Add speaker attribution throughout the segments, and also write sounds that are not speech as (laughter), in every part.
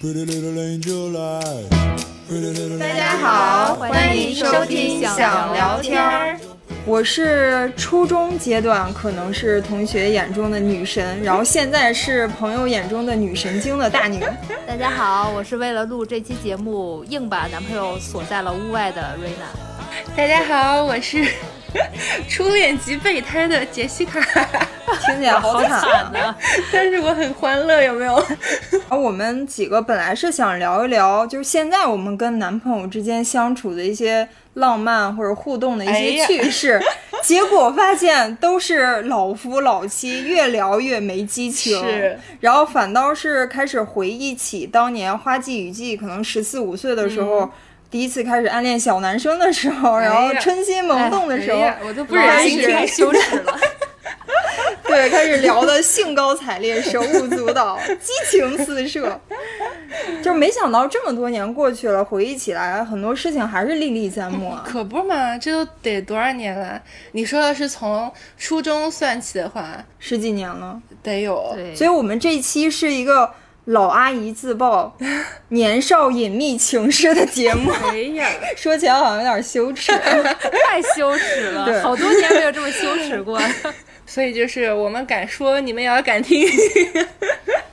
Speaker 1: Pretty little angel eyes. Pretty little
Speaker 2: 大家好，欢迎收听想聊天儿。
Speaker 3: 我是初中阶段可能是同学眼中的女神，然后现在是朋友眼中的女神经的大宁。
Speaker 4: 大家好，我是为了录这期节目，硬把男朋友锁在了屋外的瑞娜。
Speaker 5: 大家好，我是初恋及备胎的杰西卡， (laughs)
Speaker 3: 听起来好惨啊！
Speaker 5: 但是我很欢乐，有没有？
Speaker 3: 然后我们几个本来是想聊一聊，就是现在我们跟男朋友之间相处的一些浪漫或者互动的一
Speaker 5: 哎
Speaker 3: 些
Speaker 5: 呀
Speaker 3: 趣
Speaker 5: (laughs)
Speaker 3: 事，结果发现都是老夫老妻，越聊越没激情。
Speaker 5: 是，
Speaker 3: 然后反倒是开始回忆起当年花季雨季，可能十四五岁的时候。第一次开始暗恋小男生的时候，然后
Speaker 5: 嗯哎呀
Speaker 3: 春心萌动的时候，
Speaker 5: 哎呀我都不
Speaker 3: 老
Speaker 5: 忍
Speaker 3: 是
Speaker 5: 心
Speaker 3: 太
Speaker 5: 听。
Speaker 4: 羞耻
Speaker 3: (laughs)
Speaker 4: 了。
Speaker 3: 对，开始聊的兴高采烈、手舞足蹈、激情四射， (laughs) 就是没想到这么多年过去了，回忆起来很多事情还是历历在目啊。
Speaker 5: (laughs) 可不嘛，这都得多少年了？你说要是从初中算起的话，
Speaker 3: 十几年了，
Speaker 5: 得有
Speaker 4: 对，
Speaker 3: 所以我们这期是一个老阿姨自 (laughs) 曝年少隐秘情事的节 (laughs) 目，
Speaker 5: 哎呀，
Speaker 3: 说起来好像有点羞 (laughs) 耻。
Speaker 4: 太羞耻 (laughs)
Speaker 3: 对
Speaker 4: 了，好多年没有这么羞耻过。
Speaker 3: (laughs)
Speaker 5: 所以就是我们敢说，你们也要敢听。 (laughs)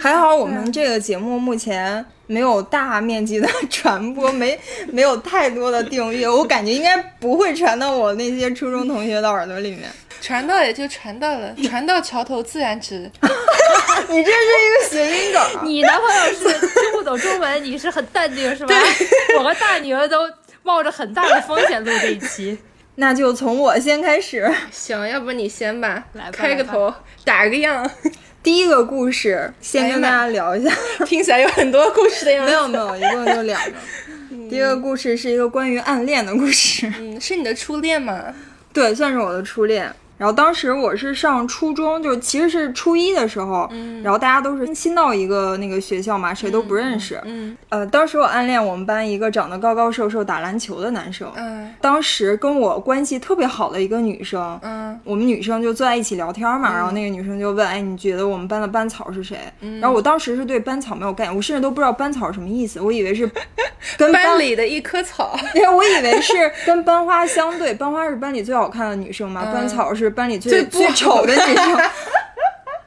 Speaker 3: 还好我们这个节目目前没有大面积的传播，没没有太多的订阅，我感觉应该不会传到我那些初中同学的耳朵里面。
Speaker 5: 传到也就传到了，传到桥头自然直。
Speaker 3: 你这是一个谐音梗。啊
Speaker 4: 你男朋友是听不懂中文，你是很淡定是吧？我和大女儿都冒着很大的风险录这一期，
Speaker 3: (laughs)
Speaker 4: (laughs)
Speaker 3: 那就从我先开始。
Speaker 5: 行，要不你先吧，
Speaker 4: 来吧
Speaker 5: 开个
Speaker 4: 来吧
Speaker 5: 头，打个样， (laughs)
Speaker 3: 第一个故事，先跟大家聊一 (laughs) 下。
Speaker 5: 听起来有很多故事的样
Speaker 3: 没
Speaker 5: 子。
Speaker 3: 有没有，一共就两个。第一个故事是一个关于暗恋的故事， (laughs)
Speaker 5: 嗯，是你的初恋吗？
Speaker 3: 对，算是我的初恋。然后当时我是上初中，就是其实是初一的时候，然后大家都是新到一个那个学校嘛，谁都不认识。
Speaker 5: 嗯
Speaker 3: 呃，当时我暗恋我们班一个长得高高瘦瘦、打篮球的男生，
Speaker 5: 嗯
Speaker 3: 当时跟我关系特别好的一个女生，
Speaker 5: 嗯，
Speaker 3: 我们女生就坐在一起聊天嘛，然后那个女生就问：“哎，你觉得我们班的班草是谁？”
Speaker 5: 嗯
Speaker 3: 然后我当时是对班草没有概念，我甚至都不知道班草什么意思，我以为是 (laughs) 跟
Speaker 5: 班
Speaker 3: 班，
Speaker 5: 里的一棵草。
Speaker 3: (laughs) 我以为是跟班花相对，班花是班里最好看的女生嘛，班草是班里最
Speaker 5: 嗯最
Speaker 3: 最
Speaker 5: 不
Speaker 3: 丑的女生。
Speaker 5: (laughs)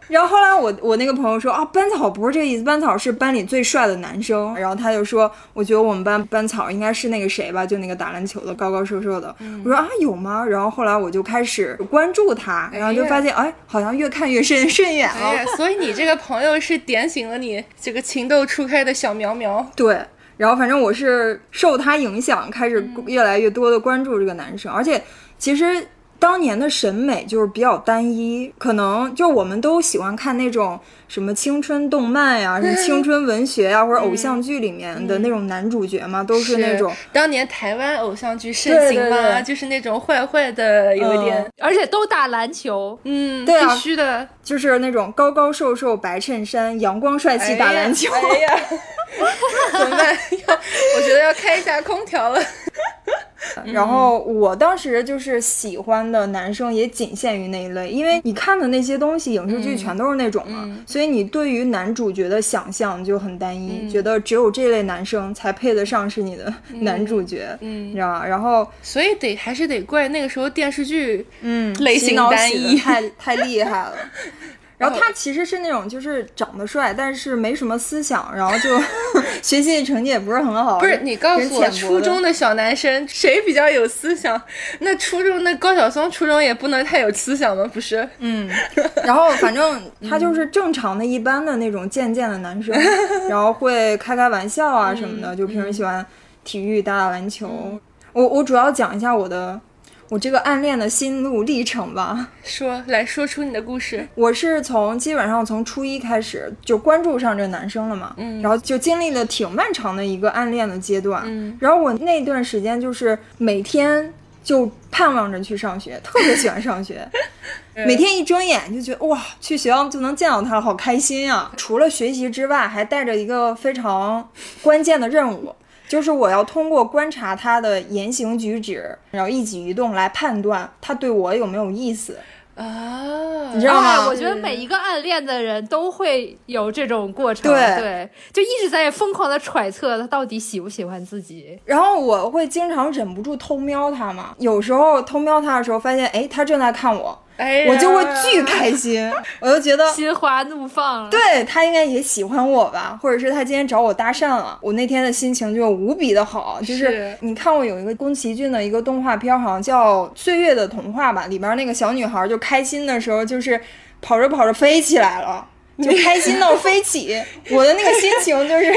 Speaker 3: 然后后来我我那个朋友说啊，班草不是这个意思，班草是班里最帅的男生。然后他就说，我觉得我们班班草应该是那个谁吧，就那个打篮球的高高瘦瘦的。
Speaker 5: 嗯
Speaker 3: 我说啊，有吗？然后后来我就开始关注他，然后就发现哎好像越看越 (laughs) 顺顺眼了。
Speaker 5: 哎呀，所以你这个朋友是点醒了你这个情窦初开的小苗苗。
Speaker 3: 对，然后反正我是受他影响，开始
Speaker 5: 嗯
Speaker 3: 越来越多的关注这个男生，而且其实。当年的审美就是比较单一，可能就我们都喜欢看那种什么青春动漫呀、
Speaker 5: (laughs)
Speaker 3: 什么青春文学呀、或者偶
Speaker 5: 嗯
Speaker 3: 像剧里面的那种男主角嘛，都是那种
Speaker 5: 当年台湾偶像剧盛
Speaker 3: 对
Speaker 5: 行
Speaker 3: 对
Speaker 5: 嘛，
Speaker 3: 对
Speaker 5: 就是那种坏坏的，有一点，
Speaker 4: 而且都打篮球，
Speaker 5: 嗯，
Speaker 3: 对啊
Speaker 5: 必须的，
Speaker 3: 就是那种高高瘦瘦、白衬衫、阳光帅气、打篮球。
Speaker 5: 哎呀，哎呀怎么办？要，我觉得要开一下空调了。
Speaker 3: 然
Speaker 5: 嗯
Speaker 3: 后我当时就是喜欢的男生也仅限于那一类，因为你看的那些东西，影视
Speaker 5: 嗯
Speaker 3: 剧全都是那种嘛，所以你对于男主角的想象就很单一，
Speaker 5: 嗯
Speaker 3: 觉得只有这类男生才配得上是你的 (laughs) 男主角，
Speaker 5: 嗯
Speaker 3: 你知道吧？然后
Speaker 5: 所以得还是得怪那个时候电视剧，
Speaker 3: 嗯，
Speaker 5: 类型
Speaker 3: 洗脑
Speaker 5: 单
Speaker 3: 洗得
Speaker 5: 一 (laughs)
Speaker 3: 太太厉害了。然后他其实是那种就是长得帅，但是没什么思想，然后就 (laughs) 学习成绩也不是很好。
Speaker 5: 不是你告
Speaker 3: 人
Speaker 5: 诉我，
Speaker 3: 哦浅薄
Speaker 5: 初
Speaker 3: 的
Speaker 5: 中的小男生谁比较有思想？那初中那高晓松初中也不能太有思想吗？不是？
Speaker 3: 嗯，然后反正他就是正常的、一般的那种贱贱的男生，然后会开开玩笑啊什么的，就平时喜欢体育、打打篮球。我我主要讲一下我的我这个暗恋的心路历程吧。
Speaker 5: 说来说出你的故事。
Speaker 3: 我是从基本上从初一开始就关注上这个男生了嘛，然后就经历了挺漫长的一个暗恋的阶段。
Speaker 5: 嗯
Speaker 3: 然后我那段时间就是每天就盼望着去上学，特别喜欢上学。每天一睁眼就觉得哇，去学校就能见到他，好开心啊！除了学习之外，还带着一个非常关键的任务，就是我要通过观察他的言行举止，然后一举一动来判断他对我有没有意思。
Speaker 5: 啊，
Speaker 3: 你知道吗？
Speaker 4: 哎我觉得每一个暗恋的人都会有这种过程，
Speaker 3: 对
Speaker 4: 对，就一直在疯狂的揣测他到底喜不喜欢自己。
Speaker 3: 然后我会经常忍不住偷瞄他嘛，有时候偷瞄他的时候发现，哎，他正在看我，
Speaker 5: 哎呀，
Speaker 3: 我就会巨开
Speaker 5: (laughs)
Speaker 3: 心，我就觉得。
Speaker 4: 心花怒放，
Speaker 3: 对他应该也喜欢我吧，或者是他今天找我搭讪了，我那天的心情就无比的好。就是
Speaker 5: 是
Speaker 3: 你看过有一个宫崎骏的一个动画片儿，好像叫《岁月的童话》吧，里边那个小女孩就开心的时候，就是跑着跑着飞起来了。就开心到飞起，我的那个心情就是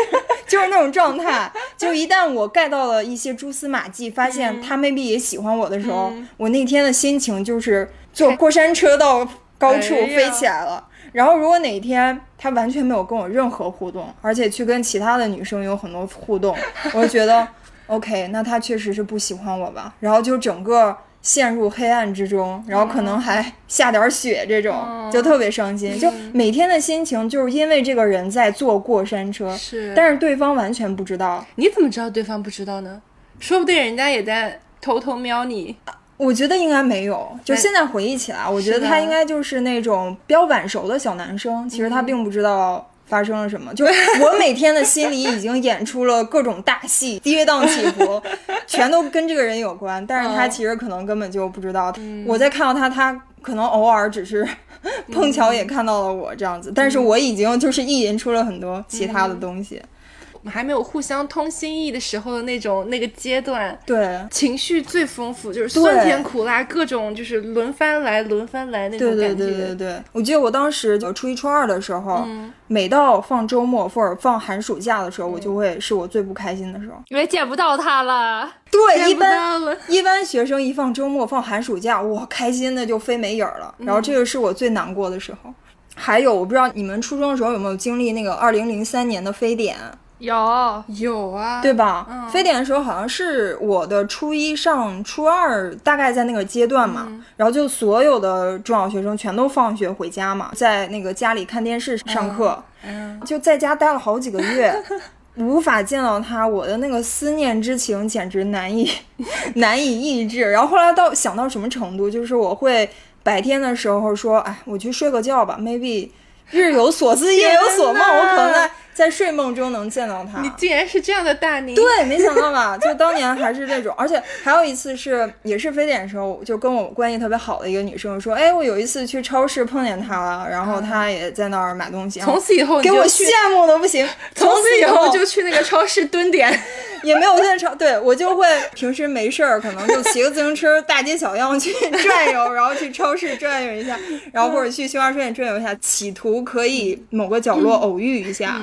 Speaker 3: 就是那种状态。就一旦我 get 到了一些蛛丝马迹，发
Speaker 5: 嗯
Speaker 3: 现他 maybe 也喜欢我的时候，我那天的心情就是坐过山车到高处
Speaker 5: 哎呀
Speaker 3: 飞起来了。然后，如果哪天他完全没有跟我任何互动，而且去跟其他的女生有很多互动，我就觉得 OK，那他确实是不喜欢我吧。然后就整个陷入黑暗之中，然后可能还下点儿雪，这种、就特别伤心。就每天的心情就是因为这个人在坐过山车，
Speaker 5: 是
Speaker 3: 但是对方完全不知道。
Speaker 5: 你怎么知道对方不知道呢？说不定人家也在偷偷瞄你。
Speaker 3: 我觉得应该没有，就
Speaker 5: 哎
Speaker 3: 现在回忆起来，我觉得
Speaker 5: 是的嗯
Speaker 3: 他应该就是那种比较晚熟的小男生，其实他并不知道。发生了什
Speaker 5: (laughs)
Speaker 3: 么？就我每天的心里已经演出了各种大戏，跌宕起
Speaker 5: (laughs)
Speaker 3: 伏，全都跟这个人有关。但是他
Speaker 5: 嗯
Speaker 3: 其实可能根本就不知道。我在看到他，他可能偶尔只是
Speaker 5: 嗯
Speaker 3: 碰巧也看到了我这样子，但是我已经就是意淫出了很多其他
Speaker 5: 嗯
Speaker 3: 的东西。
Speaker 5: 我们还没有互相通心意的时候的那种那个阶段，
Speaker 3: 对，
Speaker 5: 情绪最丰富，就是
Speaker 3: 对
Speaker 5: 酸甜苦辣，各种就是轮番来，轮番来那种
Speaker 3: 对
Speaker 5: 感
Speaker 3: 对
Speaker 5: 觉。
Speaker 3: 对对对，我记得我当时就初一初二的时候，
Speaker 5: 嗯
Speaker 3: 每到放周末或者放寒暑假的时候，我就会是我最不开心的时候。
Speaker 4: 因为见不到他了。
Speaker 3: 对，一
Speaker 5: 见嗯不
Speaker 3: 般
Speaker 5: 到了，
Speaker 3: 一般学生一放周末放寒暑假，我开心的就飞没影儿了。
Speaker 5: 嗯
Speaker 3: 然后这个是我最难过的时候。还有，我不知道你们初中的时候有没有经历那个二零零三年的非典，
Speaker 4: 有，
Speaker 5: 有啊，
Speaker 3: 对吧？
Speaker 5: 嗯
Speaker 3: 非典的时候好像是我的初一上初二，大概在那个阶段嘛。
Speaker 5: 嗯
Speaker 3: 然后就所有的中小学生全都放学回家嘛，在那个家里看电视上课。
Speaker 5: 嗯，
Speaker 3: 就在家待了好几个
Speaker 5: (laughs)
Speaker 3: 月，无法见到他，我的那个思念之情简直难以 (laughs) 难以抑制。然后后来到想到什么程度，就是我会白天的时候说，哎，我去睡个觉吧，maybe 日有所思夜有所梦，
Speaker 5: 天哪
Speaker 3: 我可能在在睡梦中能见到他。
Speaker 5: 你竟然是这样的大宁，
Speaker 3: 对，没想到
Speaker 5: (laughs)
Speaker 3: 吧？就当年还是这种，而且还有一次是也是非典的时候，就跟我关系特别好的一个女生说，哎，我有一次去超市碰见她了，然后她也在那儿买东西，然后
Speaker 5: 啊从此以后你
Speaker 3: 给
Speaker 5: 就
Speaker 3: 我
Speaker 5: 去，
Speaker 3: 羡慕的不行。
Speaker 5: (laughs) 从
Speaker 3: 此
Speaker 5: 此以后就去那个超市蹲点，
Speaker 3: 也没有在超，对我就会平时没事儿，可能就骑个自行车大街小巷去转悠，然后去超市转悠一
Speaker 5: (laughs)
Speaker 3: 下，然后
Speaker 5: 嗯
Speaker 3: 或者去新华书店转悠一下，企图可以某个角
Speaker 5: 嗯
Speaker 3: 落偶遇一下。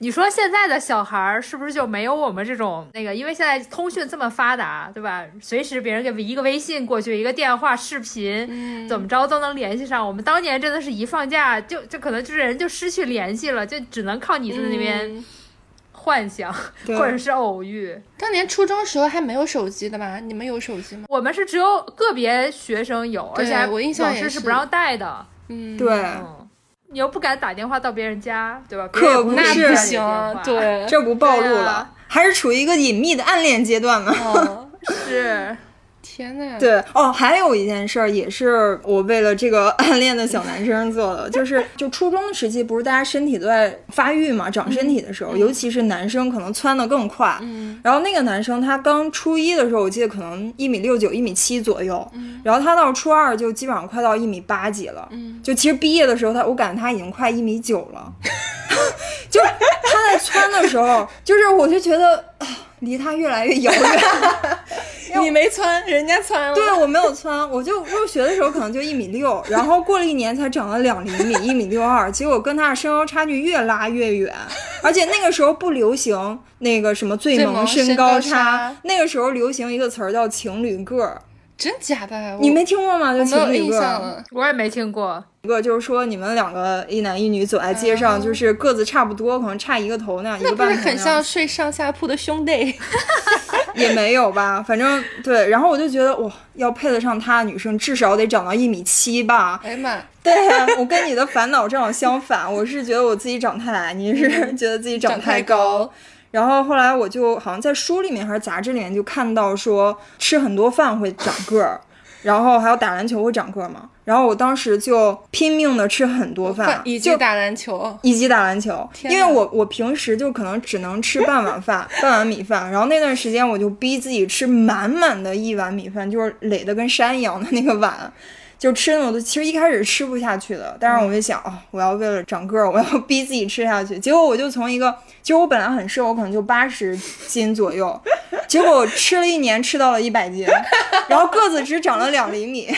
Speaker 4: 你说现在的小孩儿是不是就没有我们这种那个？因为现在通讯这么发达，对吧？随时别人给一个微信过去，一个电话、视频，
Speaker 5: 嗯
Speaker 4: 怎么着都能联系上。我们当年真的是一放假就就可能就是人就失去联系了，就只能靠你在那边
Speaker 5: 嗯
Speaker 4: 幻想、
Speaker 3: 对
Speaker 4: 或者是偶遇。
Speaker 5: 当年初中时候还没有手机的吧？你们有手机吗？
Speaker 4: 我们是只有个别学生有，而
Speaker 5: 对
Speaker 4: 且还
Speaker 5: 我印象
Speaker 4: 老
Speaker 5: 也
Speaker 4: 师是
Speaker 5: 是
Speaker 4: 不让带的。
Speaker 5: 嗯，
Speaker 3: 对，啊
Speaker 4: 嗯，你又不敢打电话到别人家，对吧？
Speaker 3: 可
Speaker 4: 别人也
Speaker 3: 不
Speaker 4: 会
Speaker 5: 那
Speaker 4: 接
Speaker 3: 是
Speaker 5: 不
Speaker 4: 你
Speaker 5: 行
Speaker 4: 电话，
Speaker 5: 对，
Speaker 3: 这不暴露
Speaker 4: 对
Speaker 3: 了，
Speaker 4: 啊
Speaker 3: 还是处于一个隐秘的暗恋阶段嘛？
Speaker 5: 哦，
Speaker 4: 是
Speaker 5: (laughs) 天呐，，
Speaker 3: 对哦，还有一件事儿也是我为了这个暗恋的小男生做的，就是就初中时期不是大家身体都在发育嘛，长身体的时候，尤其是男生可能窜得更快。
Speaker 5: 嗯
Speaker 3: 然后那个男生他刚初一的时候，我记得可能一米六九、一米七左右，然后他到初二就基本上快到一米八几了。
Speaker 5: 嗯，
Speaker 3: 就其实毕业的时候他，我感觉他已经快一米九了， (laughs) 就是他在窜的时候，就是我就觉得啊离他越来越遥远。
Speaker 5: 你没穿，人家穿
Speaker 3: (laughs)
Speaker 5: 了，
Speaker 3: 对，啊我没有窜，我就入学的时候可能就一米
Speaker 5: (laughs)
Speaker 3: 六，然后过了一年才长了两厘米，一米六二，结果跟他的身高差距越拉越远，而且那个时候不流行那个什么最
Speaker 5: 最
Speaker 3: 萌
Speaker 5: 萌身
Speaker 3: 高
Speaker 5: 高差
Speaker 3: 那个时候流行一个词儿叫情侣个儿，
Speaker 5: 真假的？
Speaker 3: 你
Speaker 5: 我
Speaker 3: 没听过吗？叫
Speaker 5: 哦我没
Speaker 3: 情
Speaker 5: 有
Speaker 3: 侣
Speaker 5: 印
Speaker 3: 个啊
Speaker 5: 象
Speaker 3: 儿，
Speaker 5: 了。
Speaker 4: 我也没听过。
Speaker 3: 一个就是说你们两个一男一女走在街上，就是个子差不多，可能差一个头那样，一
Speaker 5: 哦那
Speaker 3: 个
Speaker 5: 不
Speaker 3: 半
Speaker 5: 是
Speaker 3: 头那
Speaker 5: 很
Speaker 3: 样
Speaker 5: 像睡上下铺的兄弟？
Speaker 3: 也没有吧，反正对，然后我就觉得哇，要配得上他的女生，至少得长到一米七吧，
Speaker 5: 哎呀妈，
Speaker 3: 对呀、我跟你的烦恼正好相反，我是觉得我自己长太矮，你是 (laughs) 觉得自己嗯长
Speaker 5: 长
Speaker 3: 太
Speaker 5: 太
Speaker 3: 高。
Speaker 5: 高
Speaker 3: 然后后来我就好像在书里面还是杂志里面就看到说，吃很多饭会长个儿。然后还有打篮球会长个嘛。然后我当时就拼命的吃很多哦饭，
Speaker 5: 以及
Speaker 3: 就
Speaker 5: 打篮球，
Speaker 3: 以及打篮球，
Speaker 5: 天
Speaker 3: 因为
Speaker 5: 哪
Speaker 3: 我我平时就可能只能吃半碗饭， (laughs) 半碗米饭，然后那段时间我就逼自己吃满满的一碗米饭，就是垒的跟山一样的那个碗，就吃那么多。其实一开始吃不下去的，
Speaker 5: 嗯
Speaker 3: 但是我就想，哦，我要为了长个儿，我要逼自己吃下去。结果我就从一个，其实我本来很瘦，我可能就八十斤左右，结果我吃了一年，吃到了一百斤，然后个子只长了两厘米。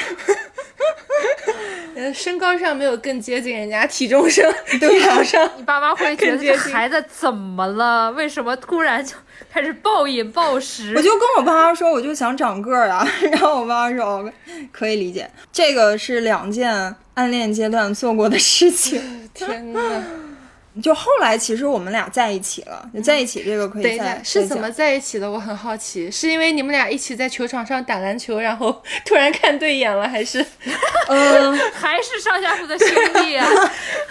Speaker 5: 呃，身高上没有更接近人家，体重
Speaker 3: (laughs)
Speaker 5: 上，
Speaker 3: 对
Speaker 5: 体
Speaker 3: 啊
Speaker 5: 重上， (laughs)
Speaker 4: 你爸妈会觉得
Speaker 5: 更
Speaker 4: 这
Speaker 5: 接近
Speaker 4: 孩子怎么了？为什么突然就开始暴饮暴食
Speaker 3: 我？就跟我爸妈说，我就想长个儿啊，然后我爸妈说哦可以理解，这个是两件暗恋阶段做过的事情。
Speaker 5: 天呐，
Speaker 3: 就后来其实我们俩在一起了，就在一起这个可以
Speaker 5: 等一
Speaker 3: 再
Speaker 5: 下，
Speaker 3: 再
Speaker 5: 是怎
Speaker 3: 讲
Speaker 5: 么嗯在一起的？我很好奇，是因为你们俩一起在球场上打篮球，然后 (laughs) 突然看对眼了，还是
Speaker 4: 还是上下铺的兄弟
Speaker 3: (laughs)
Speaker 4: 啊？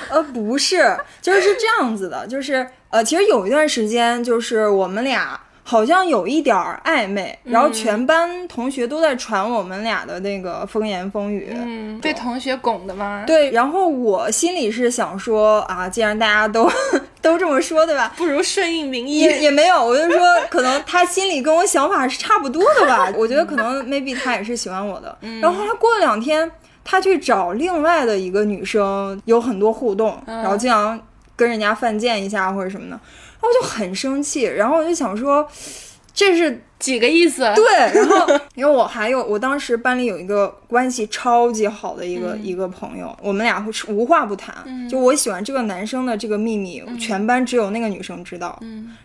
Speaker 3: 呃，不是，就是是这样子的，就是呃，其实有一段时间，就是我们俩好像有一点儿暧昧，然
Speaker 5: 嗯
Speaker 3: 后全班同学都在传我们俩的那个风言风语。
Speaker 5: 嗯，被同学拱的吗？，
Speaker 3: 对，然后我心里是想说啊，既然大家都 (laughs) 都这么说，对吧？
Speaker 5: 不如顺应民意。
Speaker 3: 也也没有，我就说可能他心里跟我想法是差不多的吧。我觉得可能 maybe 他也是喜欢我的。然后后来过了两天，他去找另外的一个女生有很多互动，然后经常跟人家犯贱一下或者什么的，然后我就很生气，然后我就想说。这是
Speaker 5: 几个意思？
Speaker 3: 对，然后因为我还有，我当时班里有一个关系超级好的一个、一个朋友，我们俩会是无话不谈、就我喜欢这个男生的这个秘密，全班只有那个女生知道。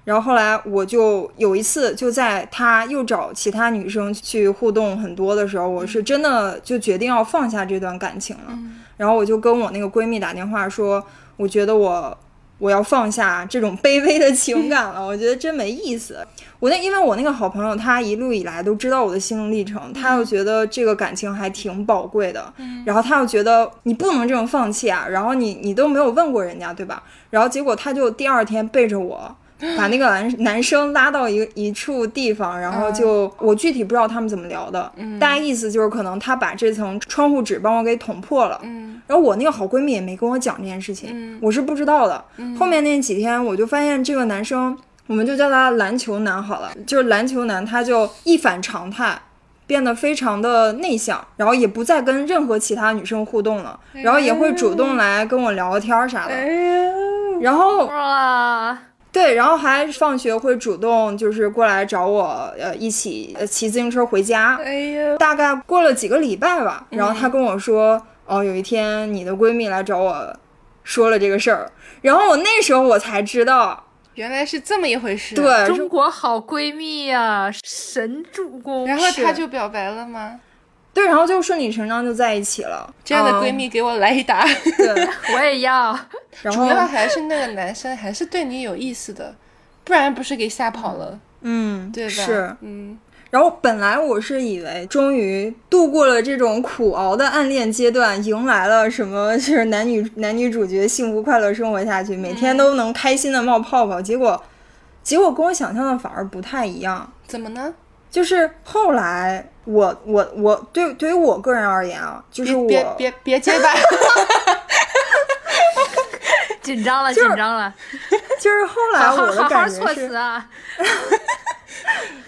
Speaker 3: 然后后来我就有一次就在他又找其他女生去互动很多的时候，我是真的就决定要放下这段感情了。然后我就跟我那个闺蜜打电话说，我觉得我我要放下这种卑微的情感了，我觉得真没意思。我那因为我那个好朋友，他一路以来都知道我的心路历程，他又觉得这个感情还挺宝贵的，然后他又觉得你不能这么放弃啊，然后你你都没有问过人家，对吧？然后结果他就第二天背着我。把那个男男生拉到一一处地方，然后就、我具体不知道他们怎么聊的，大概意思就是可能他把这层窗户纸帮我给捅破了，然后我那个好闺蜜也没跟我讲这件事情，我是不知道的。后面那几天我就发现这个男生，我们就叫他篮球男好了，就是篮球男，他就一反常态。变得非常的内向，然后也不再跟任何其他女生互动了，然后也会主动来跟我聊天儿啥的。
Speaker 5: 哎
Speaker 3: 然后
Speaker 4: 哇，
Speaker 3: 对，然后还放学会主动就是过来找我，呃，一起呃骑自行车回家。
Speaker 5: 哎呦，
Speaker 3: 大概过了几个礼拜吧，然
Speaker 5: 嗯
Speaker 3: 后她跟我说，哦，有一天你的闺蜜来找我说了这个事儿，然后我那时候我才知道，
Speaker 5: 原来是这么一回事。
Speaker 3: 对，，
Speaker 4: 中国好闺蜜呀、神助攻。
Speaker 5: 然后
Speaker 3: 是哦
Speaker 5: 他就表白了吗？
Speaker 3: 对，然后就顺理成章就在一起了。
Speaker 5: 这样的闺
Speaker 3: 嗯，
Speaker 5: 蜜给我来
Speaker 3: (laughs)
Speaker 5: 一打。
Speaker 3: 对，
Speaker 4: 我也要，
Speaker 3: 然
Speaker 5: 主要
Speaker 3: 后
Speaker 5: 还是那个男生还是对你有意思的，不然不是给吓跑了，
Speaker 3: 嗯，
Speaker 5: 对吧？
Speaker 3: 是，
Speaker 5: 嗯，
Speaker 3: 然后本来我是以为终于度过了这种苦熬的暗恋阶段，迎来了什么就是男女男女主角幸福快乐生活下去，每天都能开心的冒泡泡，结果结果跟我想象的反而不太一样。
Speaker 5: 怎么呢？
Speaker 3: 就是后来我我我对对于我个人而言啊，就是我
Speaker 5: 别别别结
Speaker 3: (laughs)
Speaker 5: 巴，
Speaker 4: 紧张了，
Speaker 3: 就
Speaker 4: 紧
Speaker 3: 是
Speaker 4: 张了，
Speaker 3: 就是后来
Speaker 4: 好好
Speaker 3: 我的
Speaker 4: 好好
Speaker 3: 感觉
Speaker 4: 措
Speaker 3: 是
Speaker 4: 辞，啊！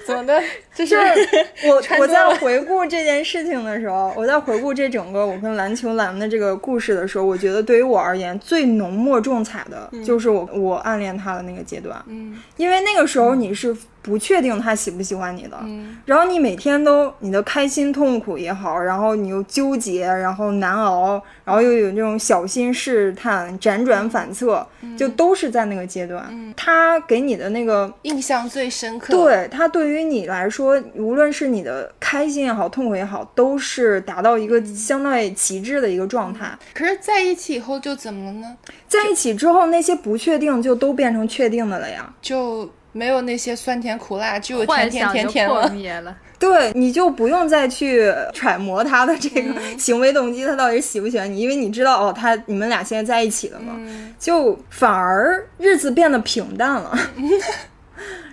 Speaker 5: 怎么的？这是
Speaker 3: 就是我
Speaker 5: 穿
Speaker 3: 我
Speaker 5: 多了
Speaker 3: 在回顾这件事情的时候，我在回顾这整个我跟篮球篮的这个故事的时候，我觉得对于我而言最浓墨重彩的就是我、我暗恋他的那个阶段，
Speaker 5: 嗯
Speaker 3: 因为那个时候你是不确定他喜不喜欢你的，
Speaker 5: 嗯
Speaker 3: 然后你每天都你的开心痛苦也好，然后你又纠结，然后难熬，然后又有那种小心试探、辗
Speaker 5: 嗯
Speaker 3: 转反侧，就都是在那个阶段。他给你的那个，
Speaker 5: 印象最深刻。，
Speaker 3: 对他对于你来说，无论是你的开心也好，痛苦也好，都是达到一个相当于极致的一个状态。
Speaker 5: 可是在一起以后就怎么了呢？
Speaker 3: 在一起之后，那些不确定就都变成确定的了呀。
Speaker 5: 就没有那些酸甜苦辣，只有甜
Speaker 4: 幻
Speaker 5: 甜
Speaker 4: 想
Speaker 5: 甜
Speaker 4: 就
Speaker 5: 甜
Speaker 4: 破
Speaker 5: 了。
Speaker 4: 灭了。
Speaker 3: 对，你就不用再去揣摩他的这个行为动机，他到底喜不喜欢你，因为你知道哦，他你们俩现在在一起了嘛，
Speaker 5: 嗯
Speaker 3: 就反而日子变得平淡了。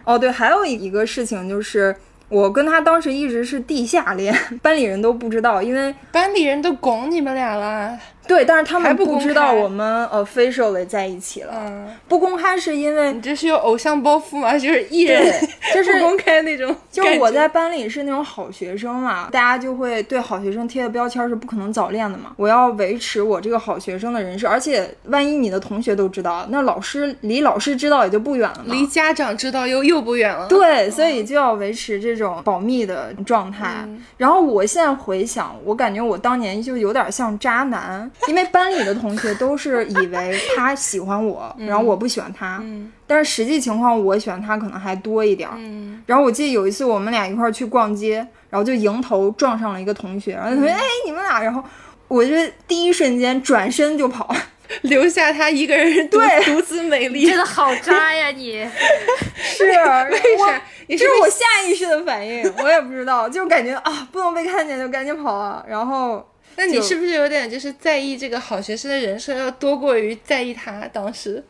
Speaker 3: 哦，对，还有一个事情就是。我跟他当时一直是地下恋，班里人都不知道，因为
Speaker 5: 班里人都拱你们俩了，
Speaker 3: 对，但是他
Speaker 5: 还
Speaker 3: 们
Speaker 5: 不
Speaker 3: 不
Speaker 5: 公
Speaker 3: 知道
Speaker 5: 开
Speaker 3: 我们呃 officially 在一起了。
Speaker 5: 嗯，
Speaker 3: 不公开是因为
Speaker 5: 你这是有偶像包袱吗？就是艺人
Speaker 3: 对，就是
Speaker 5: 不公开那种，
Speaker 3: 就是我。在班里是那种好学生嘛，大家就会对好学生贴的标签是不可能早恋的嘛。我要维持我这个好学生的人设，而且万一你的同学都知道，那老师离老师知道也就不远了嘛。
Speaker 5: 离家长知道又又不远了。，
Speaker 3: 对，所以就要维持这种保密的状态。
Speaker 5: 嗯
Speaker 3: 然后我现在回想，我感觉我当年就有点像渣男，因为班里的同学都是以为他喜欢我，然后我不喜欢他。
Speaker 5: 嗯
Speaker 3: 但是实际情况，我喜欢他可能还多一点儿。
Speaker 5: 嗯，
Speaker 3: 然后我记得有一次我们俩一块儿去逛街，然后就迎头撞上了一个同学，然后
Speaker 5: 嗯
Speaker 3: 同学、哎你们俩，然后我就第一瞬间转身就跑，
Speaker 5: 留下她一个人独
Speaker 3: 对
Speaker 5: (laughs) 独自美丽。
Speaker 4: 真的好渣呀你！
Speaker 3: 是为
Speaker 5: 啥你
Speaker 3: 这是
Speaker 5: 啊是被
Speaker 3: 我下意识的反应，我也不知道，就感觉啊不能被看见就赶紧跑啊，然后
Speaker 5: 那你
Speaker 3: 就是
Speaker 5: 不是有点就是在意这个好学生的人设，要多过于在意他当时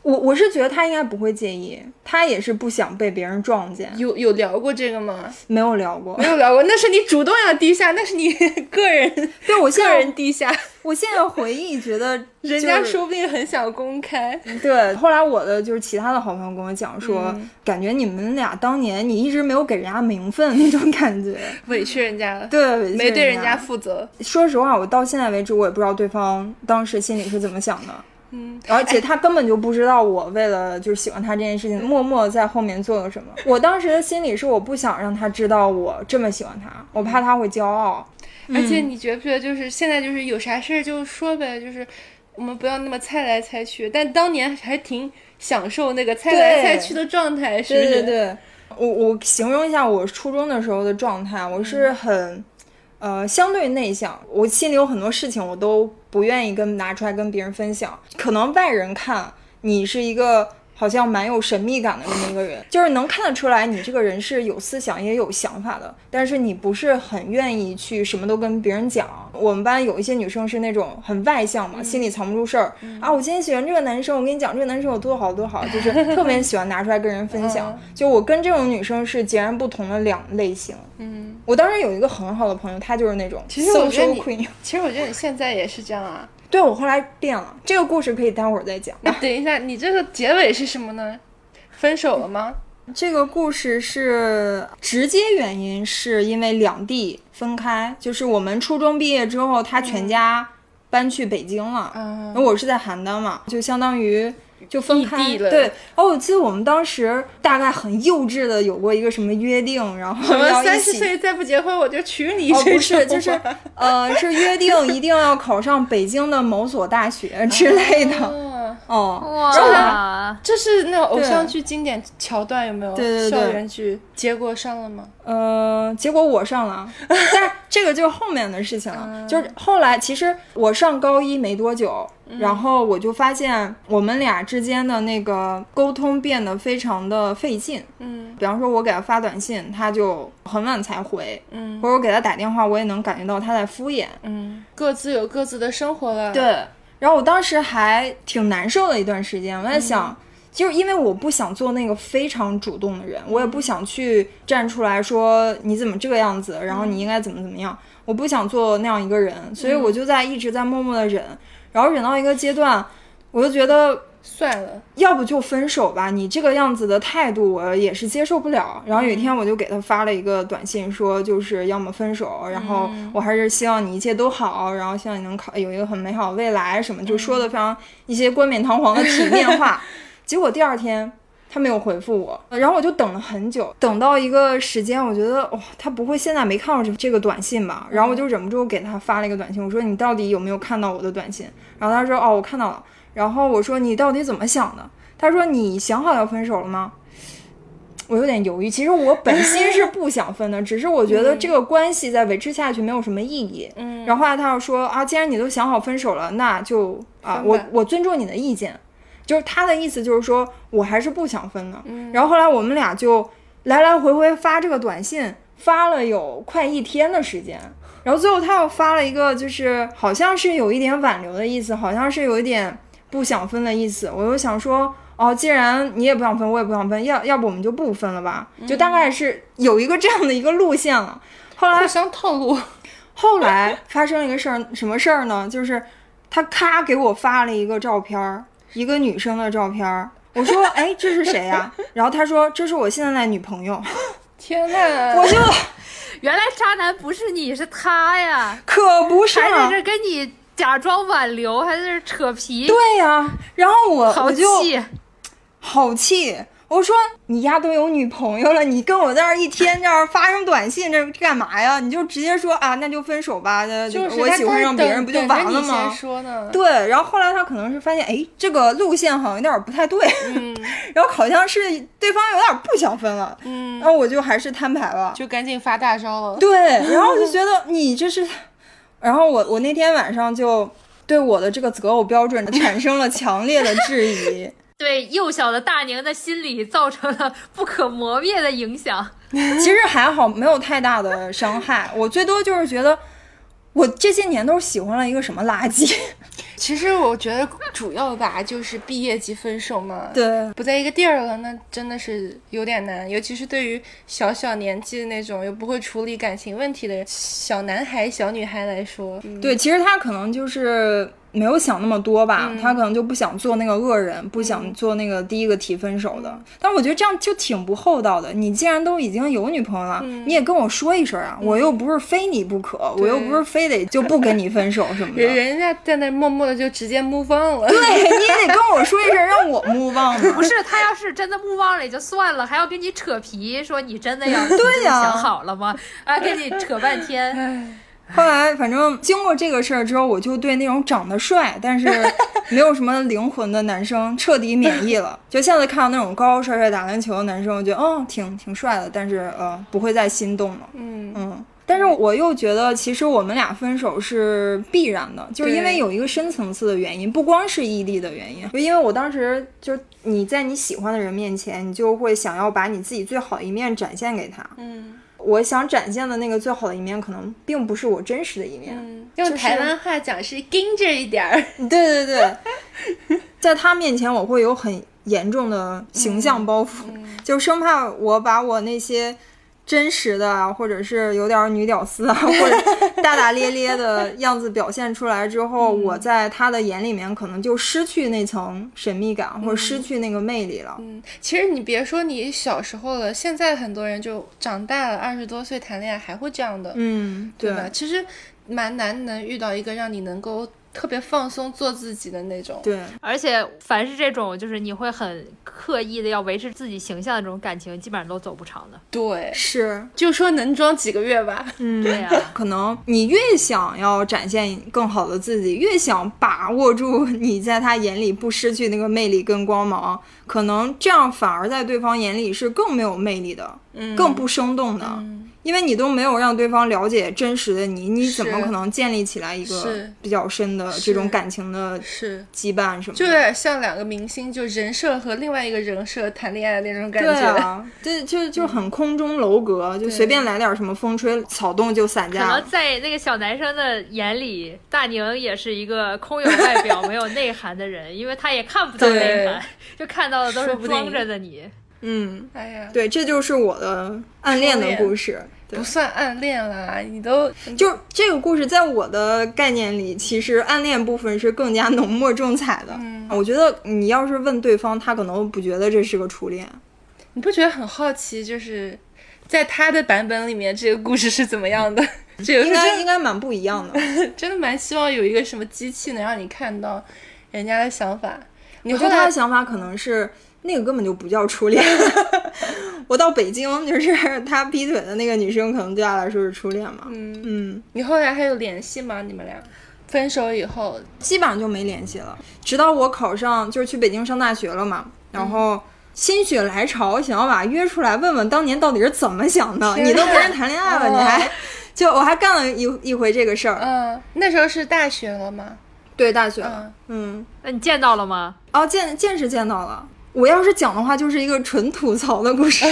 Speaker 3: 我我是觉得他应该不会介意，他也是不想被别人撞见，
Speaker 5: 有有聊过这个吗？
Speaker 3: 没有聊过
Speaker 5: 没。有聊过，那是你主动要低下，那是你 (laughs) 个人
Speaker 3: 对我现
Speaker 5: 个人
Speaker 3: 在
Speaker 5: 低下，
Speaker 3: 我现在回忆觉得就是
Speaker 5: (laughs) 人家说不定很想公开。
Speaker 3: 对，后来我的就是其他的好朋友跟我讲说，
Speaker 5: 嗯
Speaker 3: 感觉你们俩当年你一直没有给人家名分那种感觉，
Speaker 5: 委屈人家了，
Speaker 3: 对，
Speaker 5: 没对人
Speaker 3: 人
Speaker 5: 家。负责。
Speaker 3: 说实话，我到现在为止，我也不知道对方当时心里是怎么想的。
Speaker 5: 嗯，
Speaker 3: 而且他根本就不知道我为了就是喜欢他这件事情，默默在后面做了什么。我当时的心里是，我不想让他知道我这么喜欢他，我怕他会骄傲。
Speaker 5: 而且
Speaker 3: 嗯
Speaker 5: 你觉不觉得就是现在就是有啥事儿就说呗，就是我们不要那么猜来猜去。但当年还挺享受那个猜来
Speaker 3: 对
Speaker 5: 猜去的状态，是不
Speaker 3: 对对
Speaker 5: 是？
Speaker 3: 对，我我形容一下我初中的时候的状态，我是很，呃，相对内向，我心里有很多事情我都不愿意跟拿出来跟别人分享，可能外人看你是一个。好像蛮有神秘感的这么一个人，就是能看得出来你这个人是有思想也有想法的，但是你不是很愿意去什么都跟别人讲。我们班有一些女生是那种很外向嘛，心里藏不住事儿、啊。我今天喜欢这个男生，我跟你讲这个男生有多好多好，就是特别喜欢拿出来跟人分享
Speaker 5: 嗯。
Speaker 3: 就我跟这种女生是截然不同的两类型。
Speaker 5: 嗯，
Speaker 3: 我当时有一个很好的朋友，她就是那种
Speaker 5: 其实我觉
Speaker 3: social
Speaker 5: 得你
Speaker 3: queen。
Speaker 5: 其实我觉得你现在也是这样啊。
Speaker 3: 对我后来变了，这个故事可以待会儿再讲。
Speaker 5: 那等一下，你这个结尾是什么呢？分手了
Speaker 3: 嗯
Speaker 5: 吗？
Speaker 3: 这个故事是直接原因是因为两地分开，就是我们初中毕业之后，他全家搬去北京了，
Speaker 5: 嗯
Speaker 3: 然后我是在邯郸嘛，就相当于。就分开
Speaker 5: 异地了
Speaker 3: 对哦，我记得我们当时大概很幼稚的有过一个什么约定，然后
Speaker 5: 什么
Speaker 3: 要一
Speaker 5: 三十
Speaker 3: 起
Speaker 5: 岁再不结婚我就娶你
Speaker 3: 哦，
Speaker 5: 这种吗？
Speaker 3: 不是，就是呃，是约定一定要考上北京的某所大学之类的。
Speaker 5: 哦
Speaker 3: 哦，
Speaker 4: 哇，
Speaker 5: 这是那种偶像剧经典桥段有没有？
Speaker 3: 对对对
Speaker 5: 校园剧结果上了吗？
Speaker 3: 呃，结果我上 (laughs) 了，但是这个就是后面的事情了。就是后来，其实我上高一没多久，然后我就发现我们俩之间的那个沟通变得非常的费劲。
Speaker 5: 嗯
Speaker 3: 比方说，我给他发短信，他就很晚才回；
Speaker 5: 嗯
Speaker 3: 或者我给他打电话，我也能感觉到他在敷衍。
Speaker 5: 嗯，各自有各自的生活了。，
Speaker 3: 对，然后我当时还挺难受的一段时间，我在想。就是因为我不想做那个非常主动的人，我也不想去站出来说你怎么这个样子，然后你应该怎么怎么样，我不想做那样一个人，所以我就在一直在默默的忍，然后忍到一个阶段，我就觉得
Speaker 5: 算了。
Speaker 3: 要不就分手吧，你这个样子的态度我也是接受不了。然后有一天我就给他发了一个短信，说就是要么分手，然后我还是希望你一切都好，然后希望你能考有一个很美好的未来什么，就说的非常一些冠冕堂皇的体面话。结果第二天他没有回复我，然后我就等了很久，等到一个时间，我觉得哇、他不会现在没看我这这个短信吧？然后我就忍不住给他发了一个短信，我说你到底有没有看到我的短信？然后他说哦，我看到了。然后我说你到底怎么想的？他说你想好要分手了吗？我有点犹豫，其实我本心是不想分的，只是我觉得这个关系再维持下去没有什么意义。
Speaker 5: 嗯
Speaker 3: 然后后来他又说啊，既然你都想好分手了，那就啊，
Speaker 5: 分
Speaker 3: 我
Speaker 5: 吧
Speaker 3: 我尊重你的意见。就是他的意思就是说我还是不想分的。
Speaker 5: 嗯
Speaker 3: 然后后来我们俩就来来回回发这个短信，发了有快一天的时间。然后最后他又发了一个，就是好像是有一点挽留的意思，好像是有一点不想分的意思。我又想说，哦，既然你也不想分，我也不想分，要要不我们就不分了吧？就大概是有一个这样的一个路线了。后来
Speaker 5: 互相套
Speaker 3: (laughs)
Speaker 5: 路，
Speaker 3: 后来发生了一个事儿，什么事儿呢？就是他咔给我发了一个照片儿，一个女生的照片儿。我说，哎，这是谁呀、 (laughs) 然后他说，这是我现在的女朋友。
Speaker 5: 天呐！
Speaker 3: 我就
Speaker 4: 原来渣男不是你，是他呀，
Speaker 3: 可不是
Speaker 4: 还在
Speaker 3: 嘛
Speaker 4: 这，儿跟你假装挽留，还在这儿扯皮，
Speaker 3: 对呀、然后我
Speaker 4: 好
Speaker 3: 我就
Speaker 4: 气。
Speaker 3: 好气。我说你丫都有女朋友了，你跟我在那儿一天这儿发生短信，这干嘛呀？你就直接说啊，那就分手吧。那
Speaker 5: 就是
Speaker 3: 我
Speaker 5: 他
Speaker 3: 喜欢
Speaker 5: 在
Speaker 3: 上别
Speaker 5: 等
Speaker 3: 人不就
Speaker 5: 等着
Speaker 3: 完了
Speaker 5: 你
Speaker 3: 吗
Speaker 5: 先？说呢，
Speaker 3: 对，然后后来他可能是发现，哎，这个路线好像有点不太对，
Speaker 5: 嗯
Speaker 3: (laughs) 然后好像是对方有点不想分了，
Speaker 5: 嗯，
Speaker 3: 然后我就还是摊牌了。
Speaker 5: 就赶紧发大招了。
Speaker 3: 对，然后我就觉得你这是，然后我我那天晚上就对我的这个择偶标准产生了强烈的质
Speaker 5: (laughs)
Speaker 3: 疑。
Speaker 4: 对幼小的大宁的心理造成了不可磨灭的影响。
Speaker 3: 其实还好，没有太大的伤害。我最多就是觉得，我这些年都是喜欢了一个什么垃圾。 (laughs)
Speaker 5: 其实我觉得主要吧，就是毕业即分手嘛。。
Speaker 3: 对，
Speaker 5: 不在一个地儿了，那真的是有点难，尤其是对于小小年纪那种又不会处理感情问题的小男孩、小女孩来说，嗯
Speaker 3: 对，其实他可能就是没有想那么多吧，他可能就不想做那个恶人，不想做那个第一个提分手的。但我觉得这样就挺不厚道的。你既然都已经有女朋友了，你也跟我说一声啊，我又不是非你不可，我又不是非得就不跟你分手什么
Speaker 5: (laughs)
Speaker 3: 的。
Speaker 5: 人人家在那默默的就直接 move on 了。
Speaker 3: 对，你也得跟我说一声，让我目忘
Speaker 4: (laughs)
Speaker 3: 嘛。
Speaker 4: 不是他要是真的不忘了也就算了，还要跟你扯皮，说你真
Speaker 5: (laughs)
Speaker 4: 的要
Speaker 3: 对
Speaker 4: 你
Speaker 3: 呀
Speaker 4: 想好了吗？啊，跟你扯半
Speaker 5: 哎
Speaker 4: 天，
Speaker 3: 后来，反正经过这个事儿之后，我就对那种长得帅但是没有什么灵魂的男生彻底免疫了。就下次看到那种高高帅帅打篮球的男生，我觉得嗯，挺挺帅的，但是呃，不会再心动了。
Speaker 5: 嗯，
Speaker 3: 嗯，但是我又觉得，其实我们俩分手是必然的，就是因为
Speaker 5: 对
Speaker 3: 有一个深层次的原因，不光是异地的原因。就因为我当时就是你在你喜欢的人面前，你就会想要把你自己最好的一面展现给他。
Speaker 5: 嗯
Speaker 3: 我想展现的那个最好的一面，可能并不是我真实的一面。
Speaker 5: 嗯，用台湾话讲是盯着一点儿。
Speaker 3: 对对对，在他面前我会有很严重的形象包袱， (laughs) 就生怕我把我那些真实的啊，或者是有点女屌丝啊，或者大大咧咧的样子表现出来之后，我在他的眼里面可能就失去那层神秘感，或者失去那个魅力了。
Speaker 5: 嗯，其实你别说你小时候了，现在很多人就长大了，二十多岁谈恋爱还会这样的。
Speaker 3: 嗯，对
Speaker 5: 吧？其实蛮难能遇到一个让你能够特别放松做自己的那种。
Speaker 3: 对，
Speaker 4: 而且凡是这种就是你会很刻意的要维持自己形象的这种感情，基本上都走不长的。
Speaker 5: 对，
Speaker 3: 是，
Speaker 5: 就说能装几个月吧。
Speaker 3: 嗯，
Speaker 4: 对啊呀、 (laughs)
Speaker 3: 可能你越想要展现更好的自己，越想把握住你在他眼里不失去那个魅力跟光芒，可能这样反而在对方眼里是更没有魅力的，
Speaker 5: 嗯
Speaker 3: 更不生动的，因为你都没有让对方了解真实的你，你怎么
Speaker 5: 是
Speaker 3: 可能建立起来一个
Speaker 5: 是
Speaker 3: 比较深的这种
Speaker 5: 是
Speaker 3: 感情的
Speaker 5: 是，
Speaker 3: 羁绊什么的？啊
Speaker 5: 就有点像两个明星，就人设和另外一个人设谈恋爱的那种感
Speaker 3: 对
Speaker 5: 觉。
Speaker 3: 啊，这就就很空中楼阁，就随便来点什么风吹草动就散
Speaker 4: 可
Speaker 3: 架
Speaker 4: 能
Speaker 3: 了。
Speaker 4: 在那个小男生的眼里，大宁也是一个空有外表没有内涵的人，因为他也看不到
Speaker 5: 对
Speaker 4: 内涵，就看到的都是
Speaker 5: 说不定
Speaker 4: 装着的你。
Speaker 3: 嗯。
Speaker 5: 哎呀，
Speaker 3: 对，这就是我的暗恋的故事。对
Speaker 5: 不，算暗恋啦，你都
Speaker 3: 就是这个故事在我的概念里，其实暗恋部分是更加浓墨重彩的。
Speaker 5: 嗯
Speaker 3: 我觉得你要是问对方，他可能不觉得这是个初恋。
Speaker 5: 你不觉得很好奇？就是在他的版本里面，这个故事是怎么样的？ (laughs) 这个
Speaker 3: 应
Speaker 5: 是
Speaker 3: 该
Speaker 5: 真
Speaker 3: 应该蛮不一样的，
Speaker 5: 的真的蛮希望有一个什么机器能让你看到人家的想法。你
Speaker 3: 我
Speaker 5: 后
Speaker 3: 对他
Speaker 5: 来
Speaker 3: 的想法可能是那个根本就不叫
Speaker 5: (laughs)
Speaker 3: 初恋。我到北京，就是他劈腿的那个女生，可能对他来说是初恋嘛。嗯嗯，
Speaker 5: 你后来还有联系吗？你们俩分手以后，
Speaker 3: 基本上就没联系了。直到我考上，就是去北京上大学了嘛，
Speaker 5: 嗯
Speaker 3: 然后心血来潮，想要把他约出来问问当年到底是怎么想的。
Speaker 5: 天
Speaker 3: 你都跟人谈恋爱了，
Speaker 5: 哦
Speaker 3: 你还就我还干了一一回这个事儿。
Speaker 5: 嗯，那时候是大学了吗？
Speaker 3: 对，大学了
Speaker 5: 嗯，，
Speaker 3: 嗯，
Speaker 4: 那你见到了吗？
Speaker 3: 哦，见见是见到了。我要是讲的话，就是一个纯吐槽的
Speaker 5: (laughs)
Speaker 3: 故事。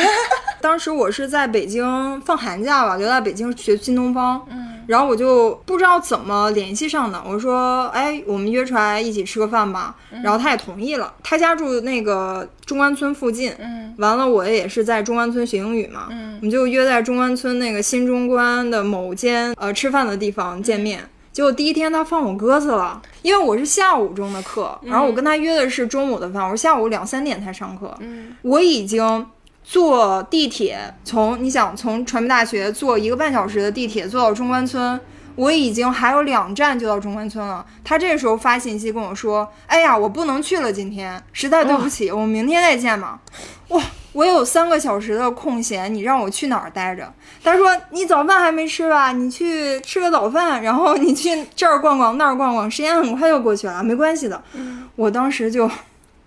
Speaker 3: 当时我是在北京放寒假吧，留在北京学新东方。
Speaker 5: 嗯，
Speaker 3: 然后我就不知道怎么联系上的，我说，哎，我们约出来一起吃个饭吧。然后他也同意了，他家住那个中关村附近，
Speaker 5: 嗯
Speaker 3: 完了我也是在中关村学英语嘛，
Speaker 5: 嗯
Speaker 3: 我们就约在中关村那个新中关的某间呃吃饭的地方见面。结果第一天他放我鸽子了，因为我是下午中的课，
Speaker 5: 嗯
Speaker 3: 然后我跟他约的是中午的饭，我下午两三点才上课，
Speaker 5: 嗯
Speaker 3: 我已经坐地铁从你想从传媒大学坐一个半小时的地铁坐到中关村，我已经还有两站就到中关村了。他这时候发信息跟我说：“哎呀，我不能去了，今天实在对不起，
Speaker 5: 嗯
Speaker 3: 我们明天再见吧。”哇，我有三个小时的空闲，你让我去哪儿待着？他说：“你早饭还没吃吧？你去吃个早饭，然后你去这儿逛逛那儿逛逛，时间很快就过去了，没关系的。”
Speaker 5: 嗯
Speaker 3: 我当时就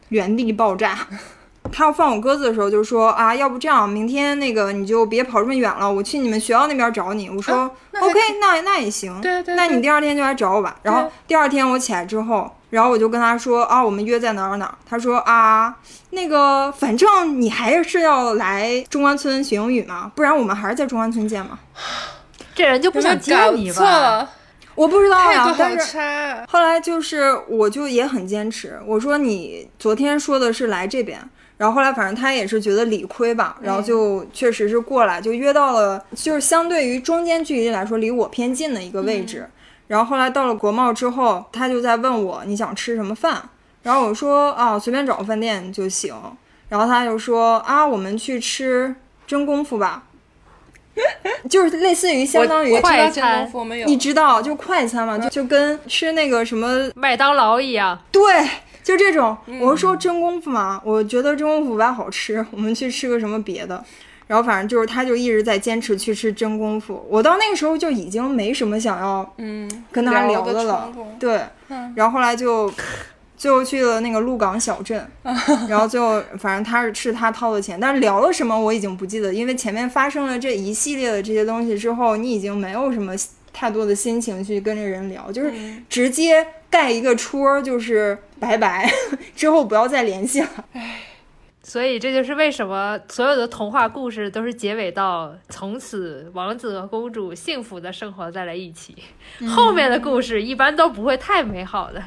Speaker 3: 原地爆炸。他要放我鸽子的时候，就说啊，要不这样，明天那个你就别跑这么远了，我去你们学校那边找你。我说、
Speaker 5: 啊那还
Speaker 3: OK，那那也行，
Speaker 5: 对对
Speaker 3: 那
Speaker 5: 对
Speaker 3: 你第二天就来找我吧。然后
Speaker 5: 对
Speaker 3: 第二天我起来之后，然后我就跟他说啊，我们约在哪儿哪儿。他说啊，那个反正你还是要来中关村学英语嘛，不然我们还是在中关村见嘛。
Speaker 4: 这人就不
Speaker 5: 有没有
Speaker 4: 想接
Speaker 5: 搞
Speaker 4: 你
Speaker 5: 错
Speaker 4: 吧？
Speaker 5: 了？
Speaker 3: 我不知道
Speaker 5: 态
Speaker 3: 呀
Speaker 5: 度，好
Speaker 3: 但是
Speaker 5: 差啊。
Speaker 3: 后来就是，我就也很坚持，我说你昨天说的是来这边，然后后来反正他也是觉得理亏吧，然后就确实是过来，就约到了，就是相对于中间距离来说，离我偏近的一个位置。然后后来到了国贸之后，他就在问我你想吃什么饭，然后我说啊随便找个饭店就行，然后他就说啊我们去吃真功夫吧，就是类似于相当于
Speaker 5: 我知道
Speaker 4: 快
Speaker 5: 京
Speaker 4: 餐
Speaker 5: 东服我们有，
Speaker 3: 你知道就快餐嘛，就就跟吃那个什么
Speaker 4: 麦当劳一样，
Speaker 3: 对，就这种。我是说真功夫嘛，我觉得真功夫不太好吃， (laughs) 我们去吃个什么别的。然后反正就是，他就一直在坚持去吃真功夫。我到那个时候就已经没什么想要
Speaker 5: 嗯，
Speaker 3: 跟他
Speaker 5: 聊
Speaker 3: 的
Speaker 5: 得
Speaker 3: 了
Speaker 5: 冲动，
Speaker 3: 对。
Speaker 5: 嗯
Speaker 3: 然后后来就最后去了那个鹿港小镇，
Speaker 5: 嗯
Speaker 3: 然后最后反正他是是他掏的钱，但是聊了什么我已经不记得，因为前面发生了这一系列的这些东西之后，你已经没有什么太多的心情去跟这个人聊，就是
Speaker 5: 嗯
Speaker 3: 直接盖一个戳儿，就是拜拜， (laughs) 之后不要再联系了。
Speaker 4: 所以这就是为什么所有的童话故事都是结尾到从此王子和公主幸福的生活在了一起，
Speaker 5: 嗯
Speaker 4: 后面的故事一般都不会太美好的，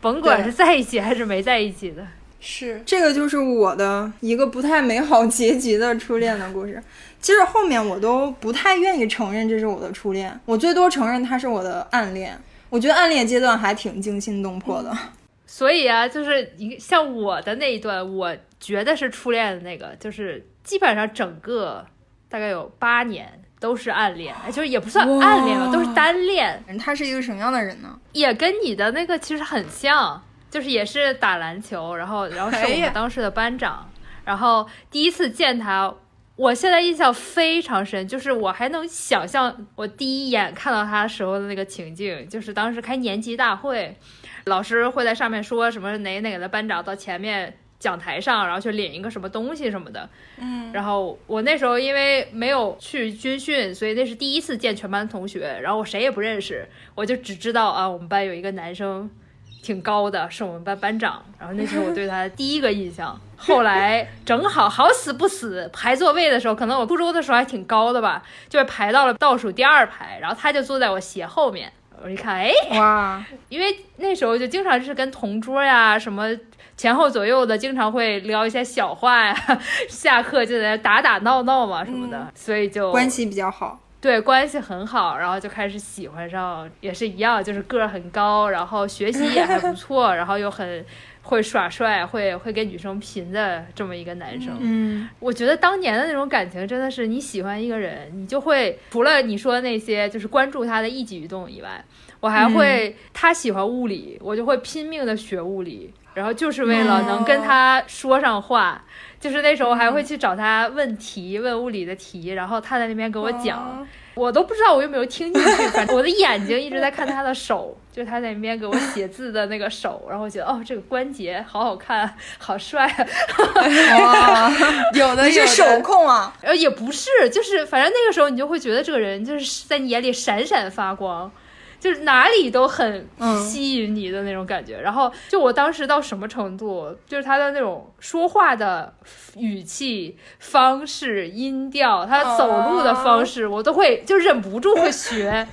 Speaker 4: 甭管
Speaker 3: 对
Speaker 4: 是在一起还是没在一起的。
Speaker 5: 是
Speaker 3: 这个就是我的一个不太美好结局的初恋的故事。其实后面我都不太愿意承认这是我的初恋，我最多承认它是我的暗恋。我觉得暗恋阶段还挺惊心动魄的。
Speaker 4: 所以啊，就是一个像我的那一段，我觉得是初恋的那个，就是基本上整个大概有八年都是暗恋，哎就是也不算暗恋吧，
Speaker 3: 哇
Speaker 4: 都是单恋，
Speaker 3: (laughs) 他是一个什么样的人呢？
Speaker 4: 也跟你的那个其实很像，就是也是打篮球，然后然后是
Speaker 5: 哎
Speaker 4: 我
Speaker 5: 呀
Speaker 4: 们当时的班长，然后第一次见他。我现在印象非常深，就是我还能想象我第一眼看到他时候的那个情境，就是当时开年级大会，老师会在上面说什么哪哪个的班长到前面讲台上，然后去领一个什么东西什么的。嗯，然后我那时候因为没有去军训，所以那是第一次见全班同学，然后我谁也不认识，我就只知道啊，我们班有一个男生挺高的，是我们班班长，然后那是我对他的第一个印象。后来正好好死不死排座位的时候，可能我初中的时候还挺高的吧，就是排到了倒数第二排，然后他就坐在我斜后面。我一看，哎，
Speaker 3: 哇，
Speaker 4: 因为那时候就经常是跟同桌呀、什么前后左右的，经常会聊一些小话呀， (laughs) 下课就在那打打闹闹嘛什么的，所以就
Speaker 3: 嗯关系比较好。
Speaker 4: 对关系很好，然后就开始喜欢上，也是一样，就是个儿很高，然后学习也还不错，然后又很会耍帅，会会跟女生贫的这么一个男生。
Speaker 3: 嗯，
Speaker 4: 我觉得当年的那种感情真的是，你喜欢一个人，你就会除了你说那些就是关注他的一举一动以外，我还会、他喜欢物理，我就会拼命的学物理，然后就是为了能跟他说上话。就是那时候还会去找他问题，问物理的题，然后他在那边给我讲，
Speaker 5: 哦
Speaker 4: 我都不知道我有没有听进去，反正我的眼睛一直在看他的手，就是他在那边给我写字的那个手，然后我觉得哦，这个关节好好看，好帅啊，
Speaker 3: 嗯 (laughs) 哇，
Speaker 5: 有的
Speaker 3: 你
Speaker 5: 有
Speaker 3: 是
Speaker 5: 的
Speaker 3: 手控啊？
Speaker 4: 呃，也不是，就是反正那个时候你就会觉得这个人就是在你眼里闪闪发光，就是哪里都很
Speaker 3: 嗯
Speaker 4: 吸引你的那种感觉。然后就我当时到什么程度，就是他的那种说话的语气、方式、音调，他走路的方式，我都会就忍不住会学。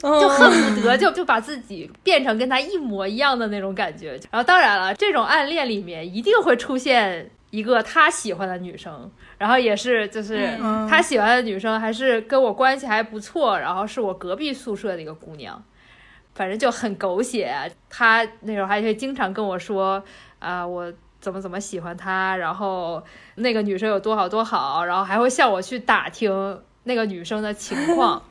Speaker 4: 就恨不得就就把自己变成跟他一模一样的那种感觉。然后当然了，这种暗恋里面一定会出现一个他喜欢的女生，然后也是就是
Speaker 3: 嗯
Speaker 4: 他喜欢的女生还是跟我关系还不错，然后是我隔壁宿舍的一个姑娘，反正就很狗血啊。他那时候还会经常跟我说啊、我。怎么怎么喜欢他，然后那个女生有多好多好，然后还会向我去打听那个女生的情况，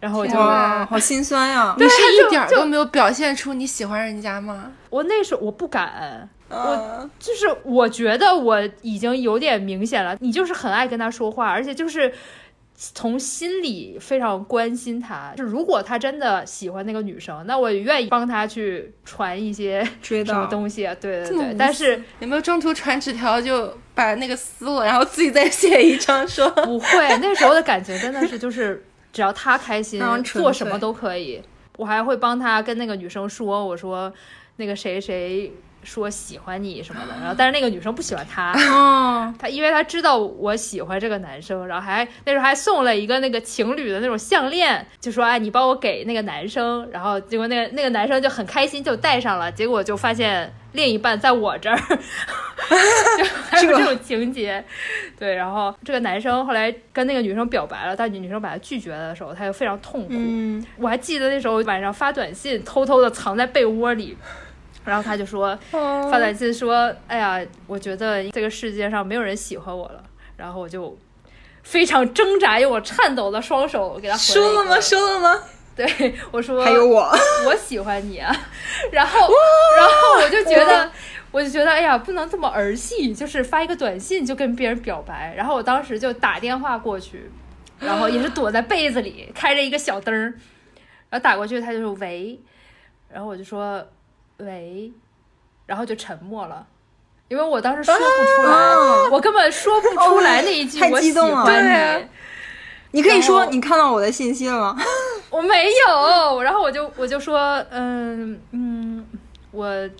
Speaker 4: 然后我就
Speaker 5: 天哪
Speaker 3: 哇，好心酸呀、
Speaker 5: 你是一 (laughs) 点儿都没有表现出你喜欢人家吗？嗯
Speaker 4: 我那时候我不敢，
Speaker 5: 我
Speaker 4: 就是我觉得我已经有点明显了，你就是很爱跟他说话，而且就是从心里非常关心他。就如果他真的喜欢那个女生，那我也愿意帮他去传一些
Speaker 3: 追
Speaker 4: 什么
Speaker 3: 到
Speaker 4: 东西啊，对
Speaker 5: 这
Speaker 4: 对
Speaker 5: 么无
Speaker 4: 对。但是
Speaker 5: 有没有中途传纸条就把那个撕了，然后自己再写一张说？
Speaker 4: 不会，那时候的感觉真的是就是只要他开心
Speaker 3: 非常，纯粹
Speaker 4: 做什么都可以。我还会帮他跟那个女生说，我说那个谁谁说喜欢你什么的，然后但是那个女生不喜欢他。
Speaker 3: 哦，
Speaker 4: 他因为他知道我喜欢这个男生，然后还那时候还送了一个那个情侣的那种项链，就说哎你帮我给那个男生，然后结果那个那个男生就很开心就戴上了，结果就发现另一半在我这儿， (laughs) 就还有这种情节，对，然后这个男生后来跟那个女生表白了，但女生把他拒绝了的时候，他就非常痛苦，
Speaker 3: 嗯，
Speaker 4: 我还记得那时候晚上发短信，偷偷的藏在被窝里，然后他就说，
Speaker 5: 嗯
Speaker 4: 发短信说，哎呀，我觉得这个世界上没有人喜欢我了。然后我就非常挣扎，用我颤抖的双手给他回
Speaker 5: 说了
Speaker 4: 一个
Speaker 5: 吗？说了吗？
Speaker 4: 对，我说
Speaker 3: 还有我，
Speaker 4: (laughs) 我喜欢你啊。然后，然后我就觉得，我就觉得，哎呀，不能这么儿戏，就是发一个短信就跟别人表白。然后我当时就打电话过去，然后也是躲在被子里， (gasps) 开着一个小灯儿，然后打过去，他就说喂，然后我就说喂，然后就沉默了。因为我当时说不出来，
Speaker 3: 啊哦
Speaker 4: 我根本说不出来那一句
Speaker 3: 太
Speaker 4: 我
Speaker 3: 激
Speaker 4: 喜
Speaker 3: 动了
Speaker 4: 欢你。
Speaker 5: 对啊
Speaker 3: 你可以说
Speaker 4: 然后
Speaker 3: 你看到我的信息了吗？
Speaker 4: 我没有，然后我就我就说，嗯嗯，我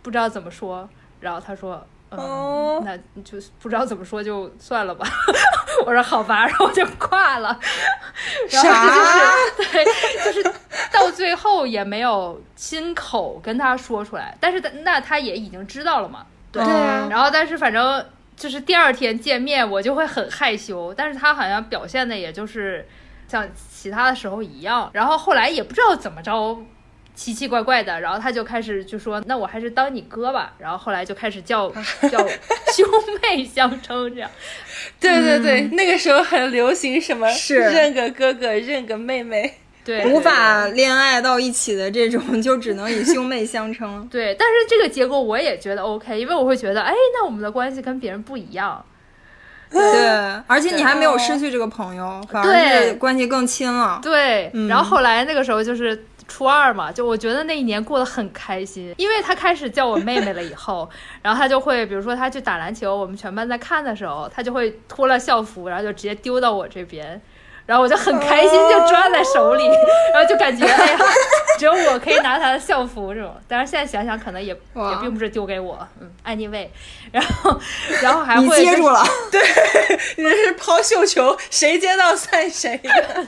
Speaker 4: 不知道怎么说，然后他说，嗯，
Speaker 5: 哦
Speaker 4: 那就不知道怎么说就算了吧， (laughs) 我说好吧，然后我就挂了，然后这就是对，就是到最后也没有亲口跟他说出来，但是他那他也已经知道了嘛，对
Speaker 3: 哦
Speaker 5: 啊
Speaker 4: 然后但是反正就是第二天见面，我就会很害羞，但是他好像表现的也就是像其他的时候一样，然后后来也不知道怎么着。奇奇怪怪的，然后他就开始就说：“那我还是当你哥吧。”然后后来就开始叫叫兄妹相称，这样
Speaker 5: 对对对，那个时候很流行什么
Speaker 3: 是
Speaker 5: 认个哥哥，认个妹妹。
Speaker 4: 对。
Speaker 3: 无
Speaker 5: (laughs)
Speaker 3: 法恋爱到一起的这种，就只能以兄妹相称
Speaker 5: (laughs)
Speaker 4: 对，但是这个结果我也觉得 OK，因为我会觉得，哎，那我们的关系跟别人不一样，
Speaker 3: 对，而且你还没有失去这个朋友，反而
Speaker 4: 对
Speaker 3: 是关系更亲了。
Speaker 4: 对，
Speaker 3: 嗯
Speaker 4: 然后后来那个时候就是初二嘛，就我觉得那一年过得很开心，因为他开始叫我妹妹了以
Speaker 3: (laughs)
Speaker 4: 后，然后他就会，比如说他去打篮球，我们全班在看的时候，他就会脱了校服，然后就直接丢到我这边。然后我就很开心，就抓在手里，
Speaker 3: 哦
Speaker 4: 然后就感
Speaker 3: (laughs)
Speaker 4: 觉哎呀，只有我可以拿他的校服这种。但是现在想想，可能也
Speaker 3: 哇
Speaker 4: 也并不是丢给我，嗯，anyway，然后然后还
Speaker 3: 你
Speaker 4: 会
Speaker 3: 接住了， (laughs)
Speaker 5: 你这是抛绣球，谁接到算谁的。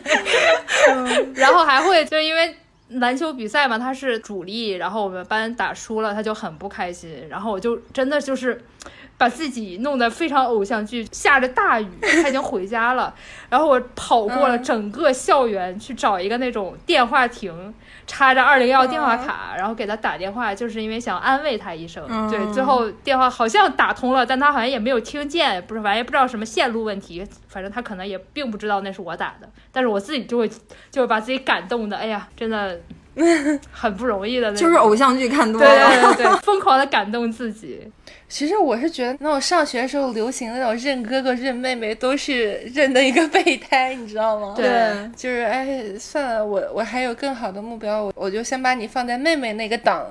Speaker 4: 然后还会就是因为篮球比赛嘛，他是主力，然后我们班打输了，他就很不开心，然后我就真的就是。把自己弄得非常偶像剧，下着大雨，他已经回家了，然后我跑过
Speaker 3: 嗯
Speaker 4: 了整个校园去找一个那种电话亭，插着二零幺电话
Speaker 3: 嗯
Speaker 4: 卡，然后给他打电话，就是因为想安慰他一声。
Speaker 3: 嗯
Speaker 4: 对，最后电话好像打通了，但他好像也没有听见，不是，反正也不知道什么线路问题，反正他可能也并不知道那是我打的，但是我自己就会就会把自己感动的，哎呀，真
Speaker 3: (laughs)
Speaker 4: 的很不容易的那种，
Speaker 3: (laughs) 就是偶像剧看多
Speaker 4: 对
Speaker 3: 了。
Speaker 4: 对对对，疯狂的感动自
Speaker 3: (laughs)
Speaker 4: 己。
Speaker 5: 其实我是觉得，那种上学的时候流行的那种认哥哥认妹妹，都是认的一个备胎，你知道吗？
Speaker 4: 对
Speaker 5: 就是哎，算了，我我还有更好的目标，我我就先把你放在妹妹那个 (laughs) 档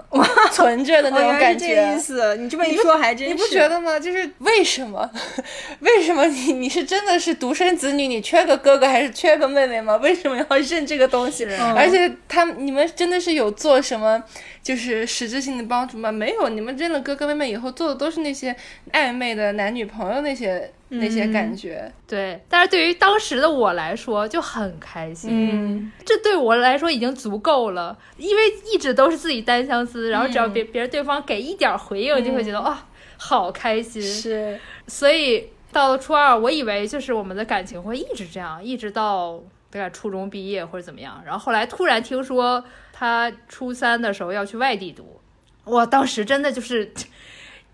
Speaker 5: 存着的
Speaker 3: 哦，
Speaker 5: 那
Speaker 3: 原
Speaker 5: 种
Speaker 3: 来
Speaker 5: 感
Speaker 3: 是这个
Speaker 5: 觉
Speaker 3: 意。思。你这么一说，还真
Speaker 5: 你
Speaker 3: 是。
Speaker 5: 不觉得吗？就是为什么， (laughs) 为什么你你是真的是独生
Speaker 3: 嗯
Speaker 5: 子女，你缺个哥哥还是缺个妹妹吗？为什么要认这个东西？而且他们你们真的是有做什么就是实质性的帮助吗？没有，你们认了哥哥妹妹以后做的都是那些暧昧的男女朋友那些
Speaker 3: 嗯
Speaker 5: 那些感觉。
Speaker 4: 对，但是对于当时的我来说就很开心，
Speaker 5: 嗯
Speaker 4: 这对我来说已经足够了，因为一直都是自己单相思，然后只要别别人对方给一点回应，就会觉得哇，好开心。
Speaker 5: 嗯是，
Speaker 4: 所以到了初二，我以为就是我们的感情会一直这样，一直到大概初中毕业或者怎么样。然后后来突然听说他初三的时候要去外地读，我当时真的就是，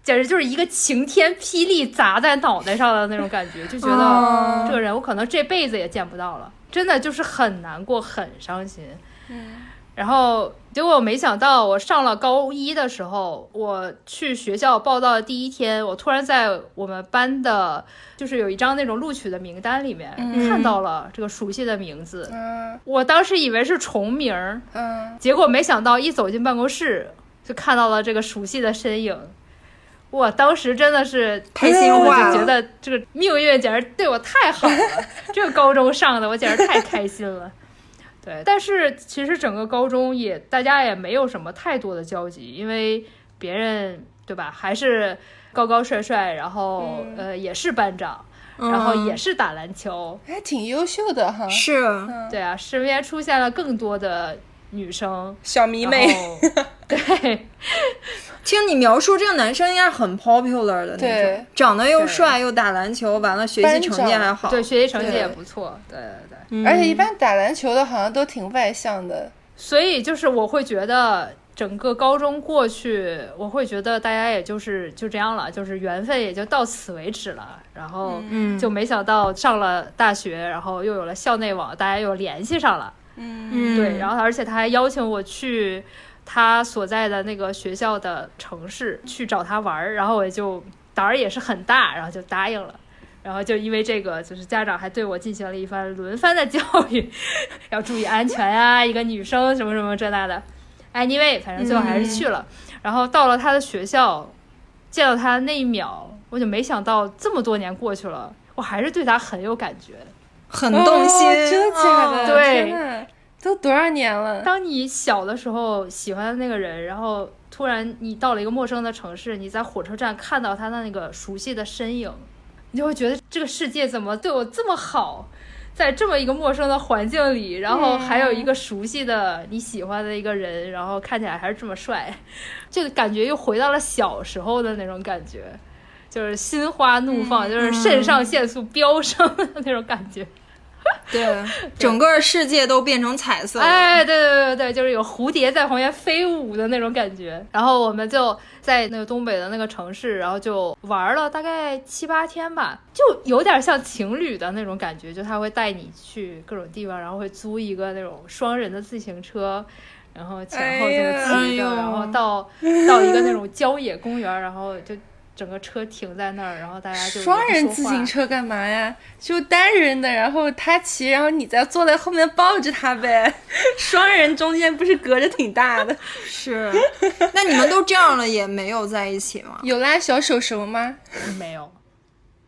Speaker 4: 简直就是一个晴天霹雳砸在脑袋上的那种感觉，就觉
Speaker 3: 哦
Speaker 4: 得这个人我可能这辈子也见不到了，真的就是很难过，很伤心。然后结果我没想到，我上了高一的时候，我去学校报到的第一天，我突然在我们班的，就是有一张那种录取的名单里面、看到了这个熟悉的名字，
Speaker 5: 嗯
Speaker 4: 我当时以为是重名儿，
Speaker 5: 嗯，
Speaker 4: 结果没想到一走进办公室就看到了这个熟悉的身影，我当时真的是
Speaker 3: 开心
Speaker 4: 我
Speaker 3: 坏
Speaker 4: 就觉
Speaker 3: 了，
Speaker 4: 得这个命运简直对我太好了，这个高中上的我简直太开心了。对，但是其实整个高中也大家也没有什么太多的交集，因为别人对吧，还是高高帅帅，然后、
Speaker 5: 嗯
Speaker 4: 呃也是班长，然后也是打篮球，
Speaker 5: 还挺优秀的哈，
Speaker 3: 是
Speaker 5: 嗯
Speaker 4: 对啊，身边出现了更多的女生
Speaker 5: 小迷妹。
Speaker 4: 然后对，
Speaker 3: 听你描述，这个男生应该是很 popular 的那种
Speaker 5: 对，
Speaker 3: 长得又帅，又打篮球，完了学习成绩还好，
Speaker 4: 对，学习成绩
Speaker 5: 对
Speaker 4: 也不错，对对对。
Speaker 3: 嗯
Speaker 5: 而且一般打篮球的好像都挺外向的，
Speaker 4: 所以就是我会觉得整个高中过去，我会觉得大家也就是就这样了，就是缘分也就到此为止了。然后
Speaker 3: 嗯
Speaker 4: 就没想到上了大学，然后又有了校内网，大家又联系上了。
Speaker 5: 嗯
Speaker 3: 嗯
Speaker 4: 对，然后而且他还邀请我去他所在的那个学校的城市去找他玩儿，然后我就胆儿也是很大，然后就答应了。然后就因为这个，就是家长还对我进行了一番轮番的教 (laughs) 育，要注意安全呀、一个女生什么什么这那的。Anyway，反正最后还是去了。然后到了他的学校，见到他那一秒，我就没想到这么多年过去了，我还是对他很有感觉。
Speaker 3: 很动心，
Speaker 5: 哦真的假的？
Speaker 4: 哦对
Speaker 5: 天呐，都多少年了？
Speaker 4: 当你小的时候喜欢的那个人，然后突然你到了一个陌生的城市，你在火车站看到他的那个熟悉的身影，你就会觉得这个世界怎么对我这么好？在这么一个陌生的环境里，然后还有一个熟悉的你喜欢的一个人，然后看起来还是这么帅，这个感觉又回到了小时候的那种感觉，就是心花怒放，就是肾上腺素飙升的那种感觉。
Speaker 3: 对，整个世界都变成彩色了。
Speaker 4: 哎，对对对对，就是有蝴蝶在旁边飞舞的那种感觉。然后我们就在那个东北的那个城市，然后就玩了大概七八天吧，就有点像情侣的那种感觉，就他会带你去各种地方，然后会租一个那种双人的自行车。然后前后这么
Speaker 3: 哎
Speaker 4: 骑着，
Speaker 3: 呀
Speaker 4: 然后到到一个那种郊野公园，然后就整个车停在那儿，然后
Speaker 5: 哎
Speaker 4: 大家就也不
Speaker 5: 双人
Speaker 4: 说
Speaker 5: 自
Speaker 4: 话
Speaker 5: 行车干嘛呀？就单人的，然后他骑，然后你再坐在后面抱着他呗。 (laughs) 双人中间不是隔着挺大的？
Speaker 3: 是，那你们都这样了，也没有在一起吗？
Speaker 5: (laughs) 有拉小手手吗？
Speaker 4: 没有，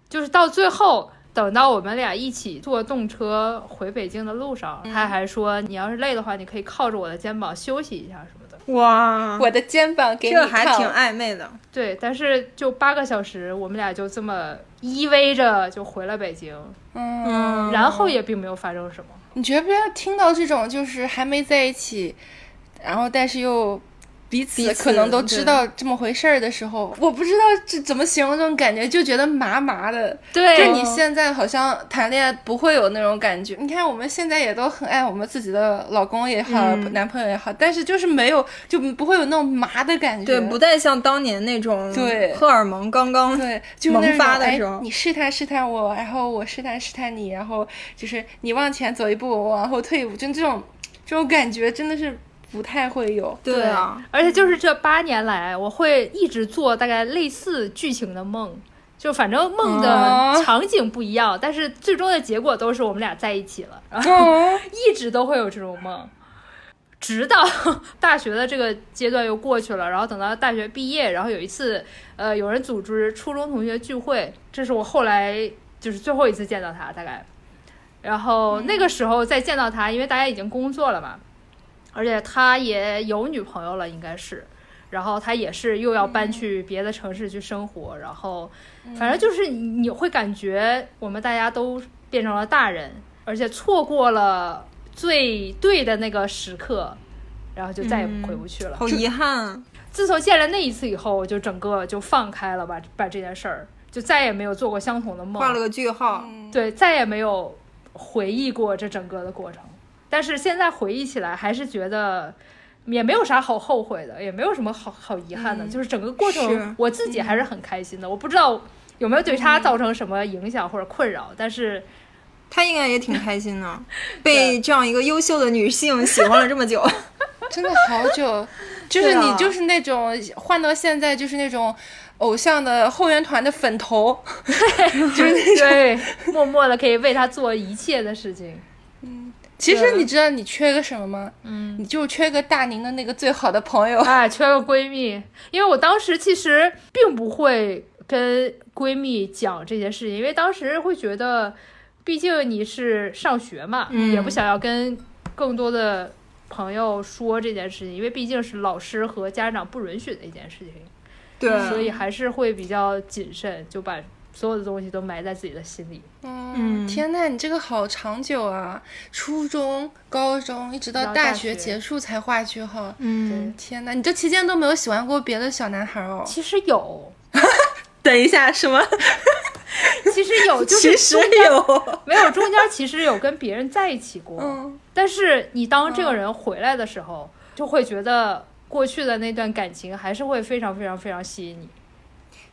Speaker 4: 就是到最后，等到我们俩一起坐动车回北京的路上，
Speaker 5: 嗯
Speaker 4: 他还说你要是累的话，你可以靠着我的肩膀休息一下什么的。
Speaker 3: 哇，
Speaker 5: 我的肩膀给你
Speaker 3: 这还
Speaker 5: 靠
Speaker 3: 挺暧昧的。
Speaker 4: 对，但是就八个小时，我们俩就这么依偎着就回了北京，
Speaker 5: 嗯，
Speaker 3: 嗯，
Speaker 4: 然后也并没有发生什么。
Speaker 5: 你觉不觉得听到这种就是还没在一起，然后但是又彼
Speaker 3: 彼
Speaker 5: 此
Speaker 3: 此
Speaker 5: 可能都知道这么回事儿的时候，我不知道这怎么形容这种感觉，就觉得麻麻的。就
Speaker 4: 对，
Speaker 5: 你现在好像谈恋爱不会有那种感觉。你看我们现在也都很爱我们自己的老公也好，
Speaker 3: 嗯
Speaker 5: 男朋友也好，但是就是没有就不会有那种麻的感觉。
Speaker 3: 对，不再像当年那种
Speaker 5: 对
Speaker 3: 荷尔蒙刚刚
Speaker 5: 对，就是那
Speaker 3: 萌
Speaker 5: 种
Speaker 3: 发的
Speaker 5: 哎
Speaker 3: 时候
Speaker 5: 你试探试探我，然后我试探试探你，然后就是你往前走一步，我往后退一步，就这种这种感觉真的是不太会有。
Speaker 3: 对啊，
Speaker 4: 而且就是这八年来，我会一直做大概类似剧情的梦，就反正梦
Speaker 5: 哦
Speaker 4: 的场景不一样，但是最终的结果都是我们俩在一起了。然
Speaker 3: (laughs)
Speaker 4: 后
Speaker 5: 哦，
Speaker 4: (laughs) 一直都会有这种梦，直到 (laughs) 大学的这个阶段又过去了，然后等到大学毕业，然后有一次，呃，有人组织初中同学聚会，这是我后来就是最后一次见到他，大概。然后那个时候再见到他，因为大家已经工作了嘛，而且他也有女朋友了，应该是。然后他也是又要搬去别的城市去生活，然后反正就是你你会感觉我们大家都变成了大人，而且错过了最对的那个时刻，然后就再也回不去了。
Speaker 3: 好遗憾。啊
Speaker 4: 自从见了那一次以后，我就整个就放开了吧，把这件事儿就再也没有做过相同的梦，
Speaker 3: 画了个句号。
Speaker 5: 嗯
Speaker 4: 对，再也没有回忆过这整个的过程。但是现在回忆起来，还是觉得也没有啥好后悔的，也没有什么好好遗憾的，就是整个过
Speaker 3: 嗯是嗯
Speaker 4: 程我自己还是很开心的。我不知道有没有对他造成什么影响或者困扰，但是
Speaker 3: 他应该也挺开心的，被这样一个优秀的女性喜欢了这么久。
Speaker 5: 真的好
Speaker 3: (laughs)
Speaker 5: 久，就是
Speaker 3: 对啊
Speaker 5: 你就是那种换到现在就是那种偶像的后援团的粉头，
Speaker 4: 对，默默的可以为他做一切的事情。
Speaker 5: 其
Speaker 4: 对
Speaker 5: 实你知道你缺个什么吗？嗯，你就缺个大宁的那个最好的朋友。
Speaker 4: (laughs) 哎，缺个闺蜜，因为我当时其实并不会跟闺蜜讲这些事情，因为当时会觉得，毕竟你是上学嘛，也
Speaker 3: 嗯
Speaker 4: 不想要跟更多的朋友说这件事情，因为毕竟是老师和家长不允许的一件事情，
Speaker 3: (laughs) 对，
Speaker 4: 所以还是会比较谨慎，就把所有的东西都埋在自己的心里。
Speaker 5: 嗯，天呐，你这个好长久啊！初中、高中一直
Speaker 4: 到
Speaker 5: 到
Speaker 4: 大
Speaker 5: 大
Speaker 4: 学
Speaker 5: 学结束才画句号。
Speaker 3: 嗯，
Speaker 5: 天呐，你这期间都没有喜欢过别的小男孩哦？
Speaker 4: 其实有，
Speaker 5: 等一下，什么？ (laughs)
Speaker 4: 其实有，就是
Speaker 5: 实有。
Speaker 4: 没有中间其实有跟别人在一起过，
Speaker 5: 嗯
Speaker 4: 但是你当这个人回来的时候，就会觉得过去的那段感情还是会非常非常非常吸引你。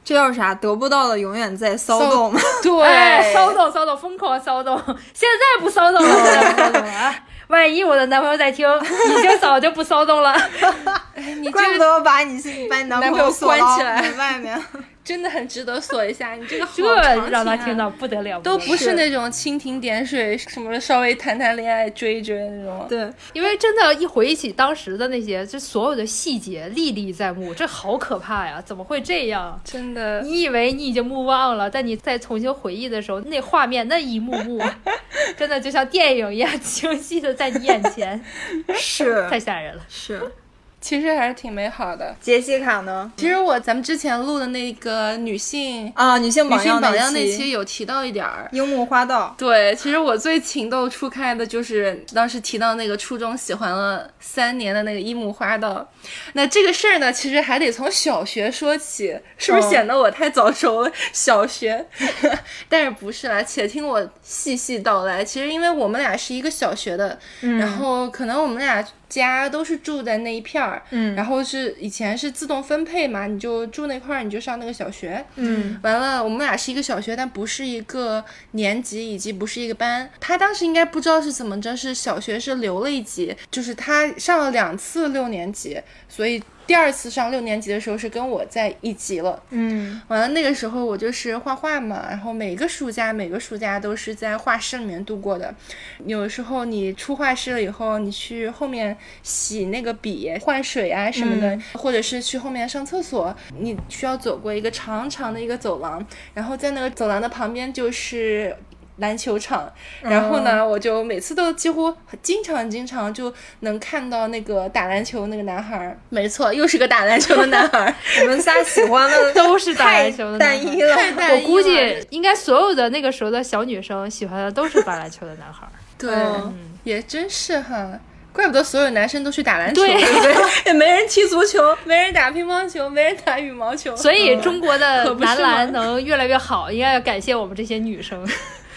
Speaker 3: 这叫啥？得不到的永远在骚
Speaker 5: 骚
Speaker 3: 动。
Speaker 5: (laughs) 对，
Speaker 4: (laughs) 哎，骚动骚动，疯狂骚动！ (laughs) 现在不骚动了，我也不骚动了啊！万一我的男朋友在听，已经早就不骚动
Speaker 5: (laughs)
Speaker 4: 了。
Speaker 5: 你
Speaker 3: 怪不得
Speaker 5: 这个嗯
Speaker 3: 我把你把你男
Speaker 5: 男
Speaker 3: 朋
Speaker 5: 朋
Speaker 3: 友
Speaker 5: 友
Speaker 3: 锁到
Speaker 5: 关起来
Speaker 3: 门外面。
Speaker 5: (laughs) 真的很值得锁一下，你这个好
Speaker 4: (laughs) 这
Speaker 5: 长
Speaker 4: 让他
Speaker 5: 情啊
Speaker 4: 听到不得了，
Speaker 5: 都
Speaker 4: 得了
Speaker 5: 不是那种蜻蜓点水，什么稍微谈谈恋爱、追一追那种。
Speaker 3: 对，
Speaker 4: 因为真的，一回忆起当时的那些，这所有的细节历历在目，这好可怕呀！怎么会这样？
Speaker 5: 真的，
Speaker 4: 你以为你已经 move on 了，但你再重新回忆的时候，那画面那一幕
Speaker 5: (laughs)
Speaker 4: 幕，真的就像电影一样清晰的在你眼
Speaker 5: (laughs)
Speaker 4: 前，太
Speaker 3: 是
Speaker 4: 吓人了。
Speaker 3: 是。
Speaker 5: 其实还是挺美好的。
Speaker 3: 杰西卡呢？
Speaker 5: 其实我咱们之前录的那个女性
Speaker 3: 啊，女性
Speaker 5: 女
Speaker 3: 榜
Speaker 5: 性
Speaker 3: 样
Speaker 5: 榜样那期
Speaker 3: 期，
Speaker 5: 有提到一点儿。
Speaker 3: 樱木花道。
Speaker 5: 对，其实我最情窦初开的就是当时提到那个初中喜欢了三年的那个樱木花道。那这个事儿呢，其实还得从小学说起，是不
Speaker 3: 嗯
Speaker 5: 是显得我太早熟了？小学， (laughs) 但是不是啦？且听我细细道来。其实因为我们俩是一个小学的，
Speaker 3: 嗯
Speaker 5: 然后可能我们俩家都是住在那一片儿，
Speaker 3: 嗯
Speaker 5: 然后是以前是自动分配嘛，你就住那块儿，你就上那个小学，
Speaker 3: 嗯
Speaker 5: 完了，我们俩是一个小学，但不是一个年级，以及不是一个班。他当时应该不知道是怎么着，是小学是留了一级，就是他上了两次六年级，所以第二次上六年级的时候是跟我在一级了。
Speaker 3: 嗯
Speaker 5: 完了那个时候我就是画画嘛，然后每个暑假每个暑假都是在画室里面度过的。有时候你出画室了以后，你去后面洗那个笔、换水啊什么的，或者是去后面上厕所，你需要走过一个长长的一个走廊，然后在那个走廊的旁边就是。篮球场，然后呢，我就每次都几乎经常经常就能看到那个打篮球那个男孩儿，没错，又是个打篮球的男孩儿，
Speaker 3: 我们仨喜欢
Speaker 5: (laughs)
Speaker 3: 的
Speaker 4: 都是打
Speaker 3: 太
Speaker 4: 篮球的男孩
Speaker 3: 单一了。
Speaker 5: 太单
Speaker 4: 我
Speaker 5: 一
Speaker 4: 估
Speaker 5: 了
Speaker 4: 计应该所有的那个时候的小女生喜欢的都是打篮球的男孩
Speaker 5: (laughs)
Speaker 4: 儿。
Speaker 5: 对，
Speaker 3: 嗯
Speaker 5: 也真是哈，怪不得所有男生都去打篮球，
Speaker 4: 对
Speaker 5: 不对？ (laughs) 也没人踢足球，没人打乒乓球，没人打羽毛球，
Speaker 4: 所以中国的
Speaker 5: 嗯可不是
Speaker 4: 男篮
Speaker 5: 吗
Speaker 4: 能越来越好，应该要感谢我们这些女生，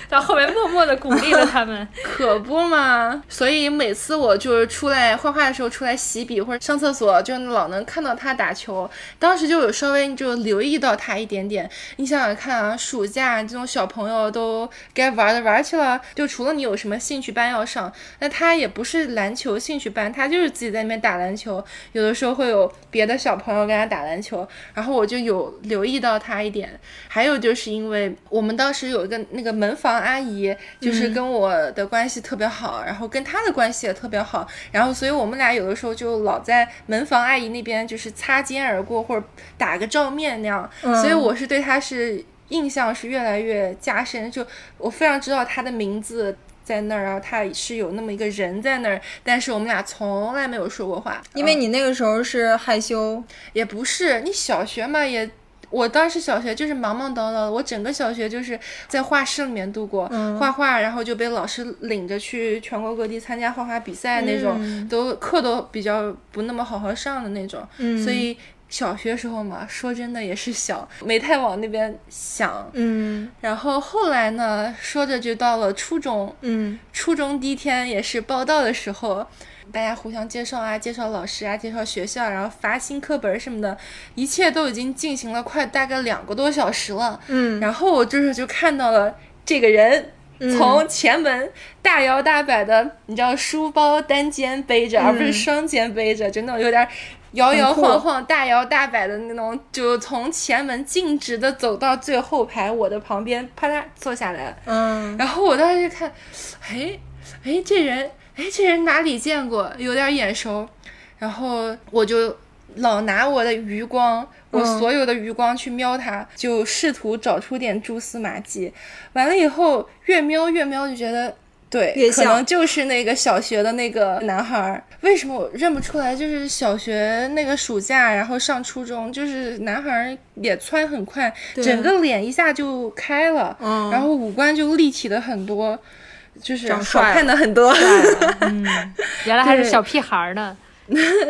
Speaker 4: 到后面默默的鼓励了他
Speaker 5: (laughs)
Speaker 4: 们。
Speaker 5: 可不嘛。所以每次我就是出来画画的时候，出来洗笔或者上厕所，就老能看到他打球。当时就有稍微就留意到他一点点。你想想看啊，暑假这种小朋友都该玩的玩去了，就除了你有什么兴趣班要上，那他也不是篮球兴趣班，他就是自己在那边打篮球。有的时候会有别的小朋友跟他打篮球，然后我就有留意到他一点。还有就是因为我们当时有一个那个门房阿姨，就是
Speaker 3: 嗯
Speaker 5: 跟我的关系特别好，然后跟她的关系也特别好，然后所以我们俩有的时候就老在门房阿姨那边就是擦肩而过或者打个照面那样，
Speaker 3: 嗯
Speaker 5: 所以我是对她是。印象是越来越加深，就我非常知道她的名字，在那儿，然后他是有那么一个人在那儿，但是我们俩从来没有说过话，
Speaker 3: 因为你那个时候是害羞，
Speaker 5: 也不是你小学嘛，也我当时小学就是忙忙叨叨的，我整个小学就是在画室里面度过，画画，然后就被老师领着去全国各地参加画画比赛那种，都课都比较不那么好好上的那种，所以。小学时候嘛，说真的也是想，没太往那边想。
Speaker 3: 嗯
Speaker 5: 然后后来呢，说着就到了初中，
Speaker 3: 嗯
Speaker 5: 初中第一天也是报到的时候，大家互相介绍啊，介绍老师啊，介绍学校，然后发新课本什么的，一切都已经进行了快大概两个多小时了。
Speaker 3: 嗯，
Speaker 5: 然后我就是就看到了这个人。从前门大摇大摆的，你知道，书包单肩背着，而不是双肩背着，就那种有点摇摇晃晃、大摇大摆的那种，就从前门径直的走到最后排，我的旁边，啪嗒坐下来了。
Speaker 3: 嗯
Speaker 5: 然后我当时就看，哎，哎，这人，哎，这人哪里见过，有点眼熟。然后我就老拿我的余光，
Speaker 3: 嗯
Speaker 5: 我所有的余光去瞄他，就试图找出点蛛丝马迹。完了以后，越瞄越瞄，就觉得。
Speaker 3: 越
Speaker 5: 对，可
Speaker 3: 像
Speaker 5: 能就是那个小学的那个男孩儿。为什么我认不出来？就是小学那个暑假，然后上初中，就是男孩儿也窜很快，整个脸一下就开了。
Speaker 3: 嗯
Speaker 5: 然后五官就立体的很多，就是
Speaker 3: 长
Speaker 5: 好
Speaker 3: 帅了
Speaker 5: 看的很多。
Speaker 4: 原来还是
Speaker 5: 对
Speaker 4: 小屁孩儿呢。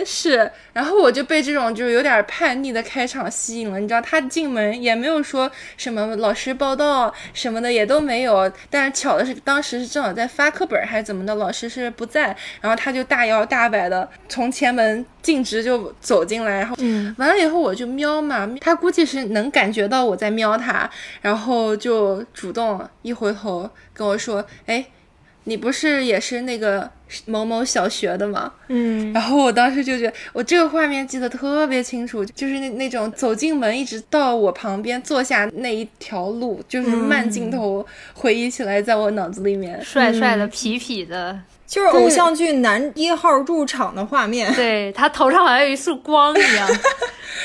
Speaker 5: 是，然后我就被这种就是有点叛逆的开场吸引了。你知道，他进门也没有说什么老师报道什么的也都没有，但是巧的是，当时是正好在发课本儿还是怎么的，老师是不在，然后他就大摇大摆的从前门径直就走进来，然后完了以后我就瞄嘛，他估计是能感觉到我在瞄他，然后就主动一回头跟我说：“哎，你不是也是那个某某小学的吗？”
Speaker 3: 嗯
Speaker 5: 然后我当时就觉得，我这个画面记得特别清楚，就是那那种走进门一直到我旁边坐下那一条路，就是慢镜头回忆起来，在我脑子里面。
Speaker 4: 帅帅的、痞痞的，
Speaker 3: 就是偶像剧男一号入场的画面，
Speaker 4: 对他头上好像有一束光一
Speaker 5: (laughs)
Speaker 4: 样。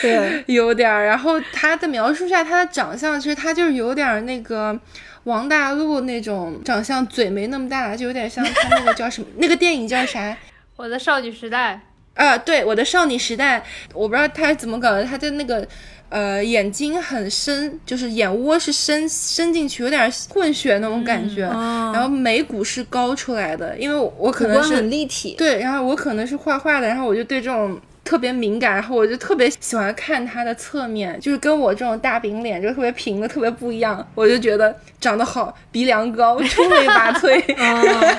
Speaker 3: 对，
Speaker 5: 有点儿，然后他的描述下他的长相，其实他就是有点儿那个王大陆那种长相，嘴没那么大，就有点像他那个叫什么，那个电影叫啥？
Speaker 4: 我的少女时代，
Speaker 5: 啊，对，我的少女时代，我不知道他是怎么搞的，他的那个呃眼睛很深，就是眼窝是深深进去，有点混血那种感觉，
Speaker 3: 哦
Speaker 5: 然后眉骨是高出来的，因为我我可
Speaker 3: 五
Speaker 5: 能
Speaker 3: 官
Speaker 5: 是
Speaker 3: 很立体，
Speaker 5: 对，然后我可能是画画的，然后我就对这种特别敏感，然后我就特别喜欢看他的侧面，就是跟我这种大饼脸就特别平的特别不一样，我就觉得长得好，鼻梁高，出类拔萃。 (laughs)
Speaker 3: 嗯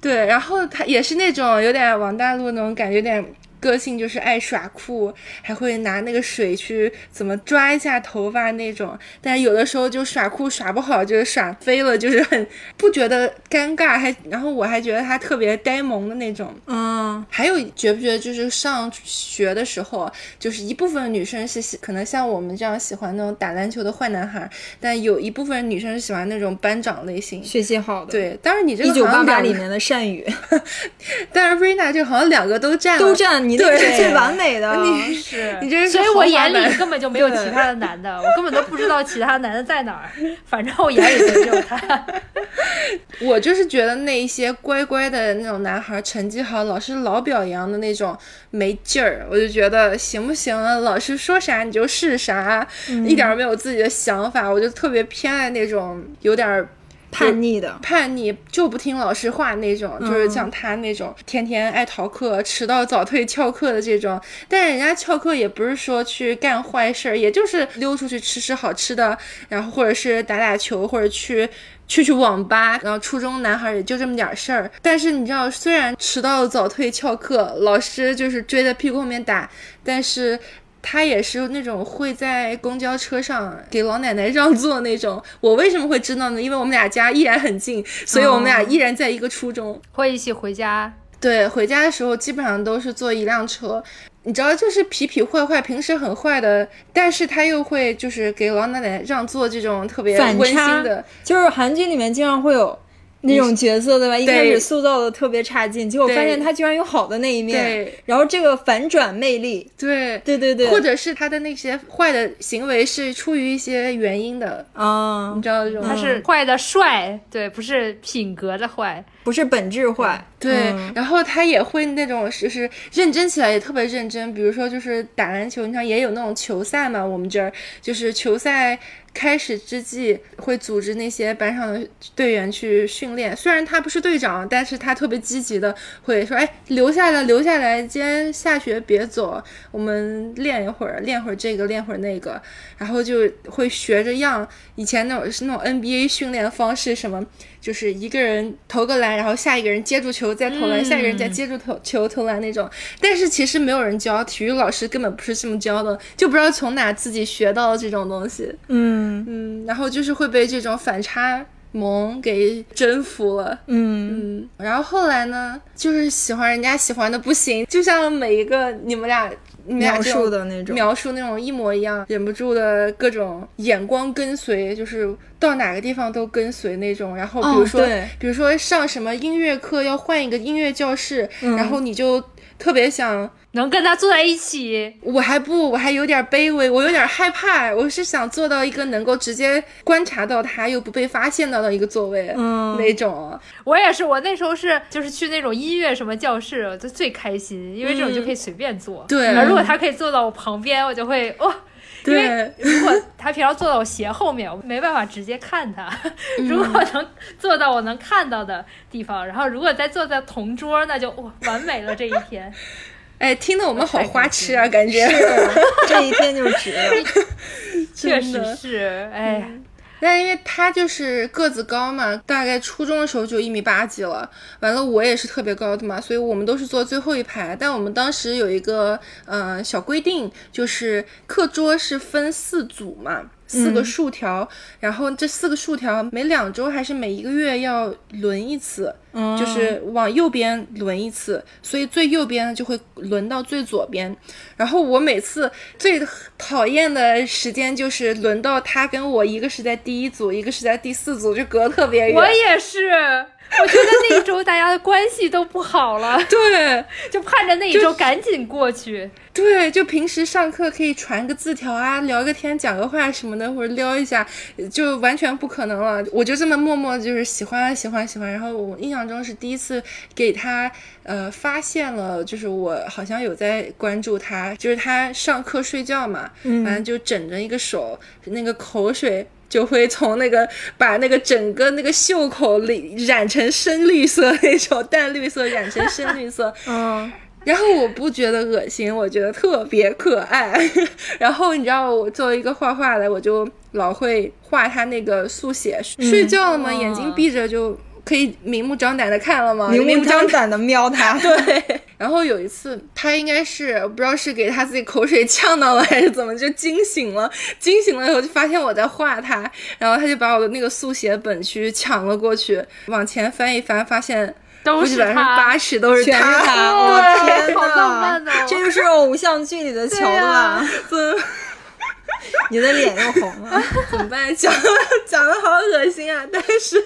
Speaker 5: 对，然后他也是那种有点王大陆那种感觉，有点。个性就是爱耍酷，还会拿那个水去怎么抓一下头发那种，但是有的时候就耍酷耍不好，就是耍飞了，就是很不觉得尴尬，还然后我还觉得他特别呆萌的那种。
Speaker 3: 嗯
Speaker 5: 还有觉不觉得就是上学的时候，就是一部分女生是喜，可能像我们这样喜欢那种打篮球的坏男孩，但有一部分女生是喜欢那种班长类型。
Speaker 3: 学习好的，，
Speaker 5: 对，当然你这
Speaker 3: 一
Speaker 5: 个
Speaker 3: 九
Speaker 5: 好
Speaker 3: 八
Speaker 5: 像
Speaker 3: 八
Speaker 5: 两
Speaker 3: 里
Speaker 5: 个，
Speaker 3: 面的善宇
Speaker 5: 但是 Rina 就好像两个都占了，
Speaker 3: 都占，你那个是
Speaker 5: 对
Speaker 3: 最完美的，
Speaker 5: 你
Speaker 4: 是
Speaker 5: 你这是
Speaker 4: 所以
Speaker 5: 豪
Speaker 4: 我
Speaker 5: 华
Speaker 4: 眼里
Speaker 5: 版
Speaker 4: 根本就没有其他的男的，我根本都不知道其他男的在哪儿，反正我眼里就只有他。
Speaker 5: 我就是觉得那一些乖乖的那种男孩，成绩好，老师老表扬的那种没劲儿，我就觉得行不行啊？老师说啥你就是啥，
Speaker 3: 嗯
Speaker 5: 一点儿没有自己的想法，我就特别偏爱那种有点儿
Speaker 3: (laughs) 叛逆的，
Speaker 5: 叛逆就不听老师话那种，就是像他那种天天爱逃课、迟到早退、翘课的这种。但是人家翘课也不是说去干坏事儿，也就是溜出去吃吃好吃的，然后或者是打打球，或者去。去去网吧，然后初中男孩也就这么点儿事儿。但是你知道，虽然迟到、早退、翘课，老师就是追在屁股后面打，但是他也是那种会在公交车上给老奶奶让座那种。 (laughs) 我为什么会知道呢？因为我们俩家依然很近，所以我们俩依然在一个初中。
Speaker 4: 会一起回家，
Speaker 5: 对，回家的时候基本上都是坐一辆车。你知道，就是痞痞坏坏，平时很坏的，但是他又会就是给老奶奶让座，这种特别
Speaker 3: 反
Speaker 5: 温馨
Speaker 3: 差
Speaker 5: 的。
Speaker 3: 就是韩剧里面经常会有那种角色对吧？一开
Speaker 5: 对
Speaker 3: 始塑造的特别差劲，结果发
Speaker 5: 对
Speaker 3: 现他居然有好的那一面
Speaker 5: 对，
Speaker 3: 然后这个反转魅力，
Speaker 5: 对
Speaker 3: 对对对，
Speaker 5: 或者是他的那些坏的行为是出于一些原因的，
Speaker 3: 啊、
Speaker 5: 你知道这种
Speaker 4: 他是坏的帅，对，不是品格的坏，
Speaker 3: 不是本质坏，
Speaker 5: 对，
Speaker 3: 嗯
Speaker 5: 然后他也会那种就是认真起来也特别认真，比如说就是打篮球，你看也有那种球赛嘛，我们这儿就是球赛开始之际会组织那些班上的队员去训练，虽然他不是队长，但是他特别积极的会说，哎，留下来，留下来，今天下学别走，我们练一会儿，练会儿这个，练会儿那个，然后就会学着样，以前那种是那种 NBA 训练方式，什么就是一个人投个篮，然后下一个人接住球再投
Speaker 3: 嗯
Speaker 5: 篮，下一个人再接住投球投篮那种。但是其实没有人教，体育老师根本不是这么教的，就不知道从哪自己学到的这种东西。
Speaker 3: 嗯
Speaker 5: 嗯，然后就是会被这种反差萌给征服了。
Speaker 3: 嗯
Speaker 5: 嗯，然后后来呢，就是喜欢人家喜欢的不行，就像每一个你们俩你们俩
Speaker 3: 描
Speaker 5: 这种
Speaker 3: 述的那种
Speaker 5: 描述那种一模一样，忍不住的各种眼光跟随，就是到哪个地方都跟随那种。然后比如
Speaker 3: 哦
Speaker 5: 说，
Speaker 3: 对
Speaker 5: 比如说上什么音乐课要换一个音乐教室，
Speaker 3: 嗯
Speaker 5: 然后你就特别想。
Speaker 4: 能跟他坐在一起，
Speaker 5: 我还不，我还有点卑微，我有点害怕。我是想做到一个能够直接观察到他又不被发现到的一个座位，
Speaker 3: 嗯
Speaker 5: 那种。
Speaker 4: 我也是，我那时候是就是去那种音乐什么教室，我就最开心，因为这种就可以随便坐。
Speaker 5: 对
Speaker 4: 而如果他可以坐到我旁边，我就会哦哇、因为
Speaker 5: 对，
Speaker 4: 如果他平常坐到我斜后面，我没办法直接看
Speaker 5: (laughs)
Speaker 4: 他。如
Speaker 5: 嗯
Speaker 4: 果能坐到我能看到的地方，然后如果再坐在同桌，那就哇完美了这一
Speaker 5: (laughs)
Speaker 4: 天。
Speaker 5: 哎，听得我们好
Speaker 4: 太
Speaker 5: 花
Speaker 4: 开
Speaker 5: 痴
Speaker 4: 心
Speaker 5: 啊，感觉。
Speaker 3: (laughs) 这一天就值了，
Speaker 4: 确
Speaker 5: 真的嗯
Speaker 4: 实是，哎呀，
Speaker 5: 但因为他就是个子高嘛，大概初中的时候就一米八几了。完了，我也是特别高的嘛，所以我们都是坐最后一排。但我们当时有一个呃小规定，就是课桌是分四组嘛，四
Speaker 4: 嗯
Speaker 5: 个竖条，然后这四个竖条每两周还是每一个月要轮一次，
Speaker 4: 哦
Speaker 5: 就是往右边轮一次，所以最右边呢就会轮到最左边。然后我每次最讨厌的时间就是轮到他跟我，一个是在第一组，一个是在第四组，就隔特别
Speaker 4: 我
Speaker 5: 远。，
Speaker 4: 也是，我觉得那一周大家的关系都不好了
Speaker 5: (laughs) 对
Speaker 4: 就盼着那一周赶紧过去。
Speaker 5: 对，就平时上课可以传个字条啊，聊个天、讲个话什么的，或者撩一下，就完全不可能了。我就这么默默地就是喜欢喜欢喜欢，然后我印象中是第一次给他呃发现了，就是我好像有在关注他，就是他上课睡觉嘛，嗯，反正就枕着一个手，那个口水。就会从那个把那个整个那个袖口里染成深绿色那种淡绿色染成深绿色，
Speaker 3: 嗯
Speaker 5: 然后我不觉得恶心，我觉得特别可爱。 (laughs) 然后你知道，我作为一个画画的，我就老会画他那个速写。睡觉了嘛，眼睛闭着就可以明目张胆的看了嘛，
Speaker 3: 明
Speaker 5: 哦明
Speaker 3: 目
Speaker 5: 目张
Speaker 3: 张胆的瞄他，
Speaker 5: 对，然后有一次，他应该是我不知道是给他自己口水呛到了还是怎么，就惊醒了。惊醒了以后就发现我在画他，然后他就把我的那个速写本去抢了过去，往前翻一翻，发现
Speaker 4: 都
Speaker 5: 估计
Speaker 4: 是
Speaker 5: 百分之
Speaker 4: 他
Speaker 5: 八十都是
Speaker 3: 全是他，我、天
Speaker 4: 好浪漫
Speaker 3: 哪，
Speaker 4: 哦
Speaker 3: 这就是偶像剧里的桥段，
Speaker 5: 怎么
Speaker 3: 你的脸又红
Speaker 5: (laughs)
Speaker 3: 了，
Speaker 5: 怎么办？讲的讲的好恶心啊！但是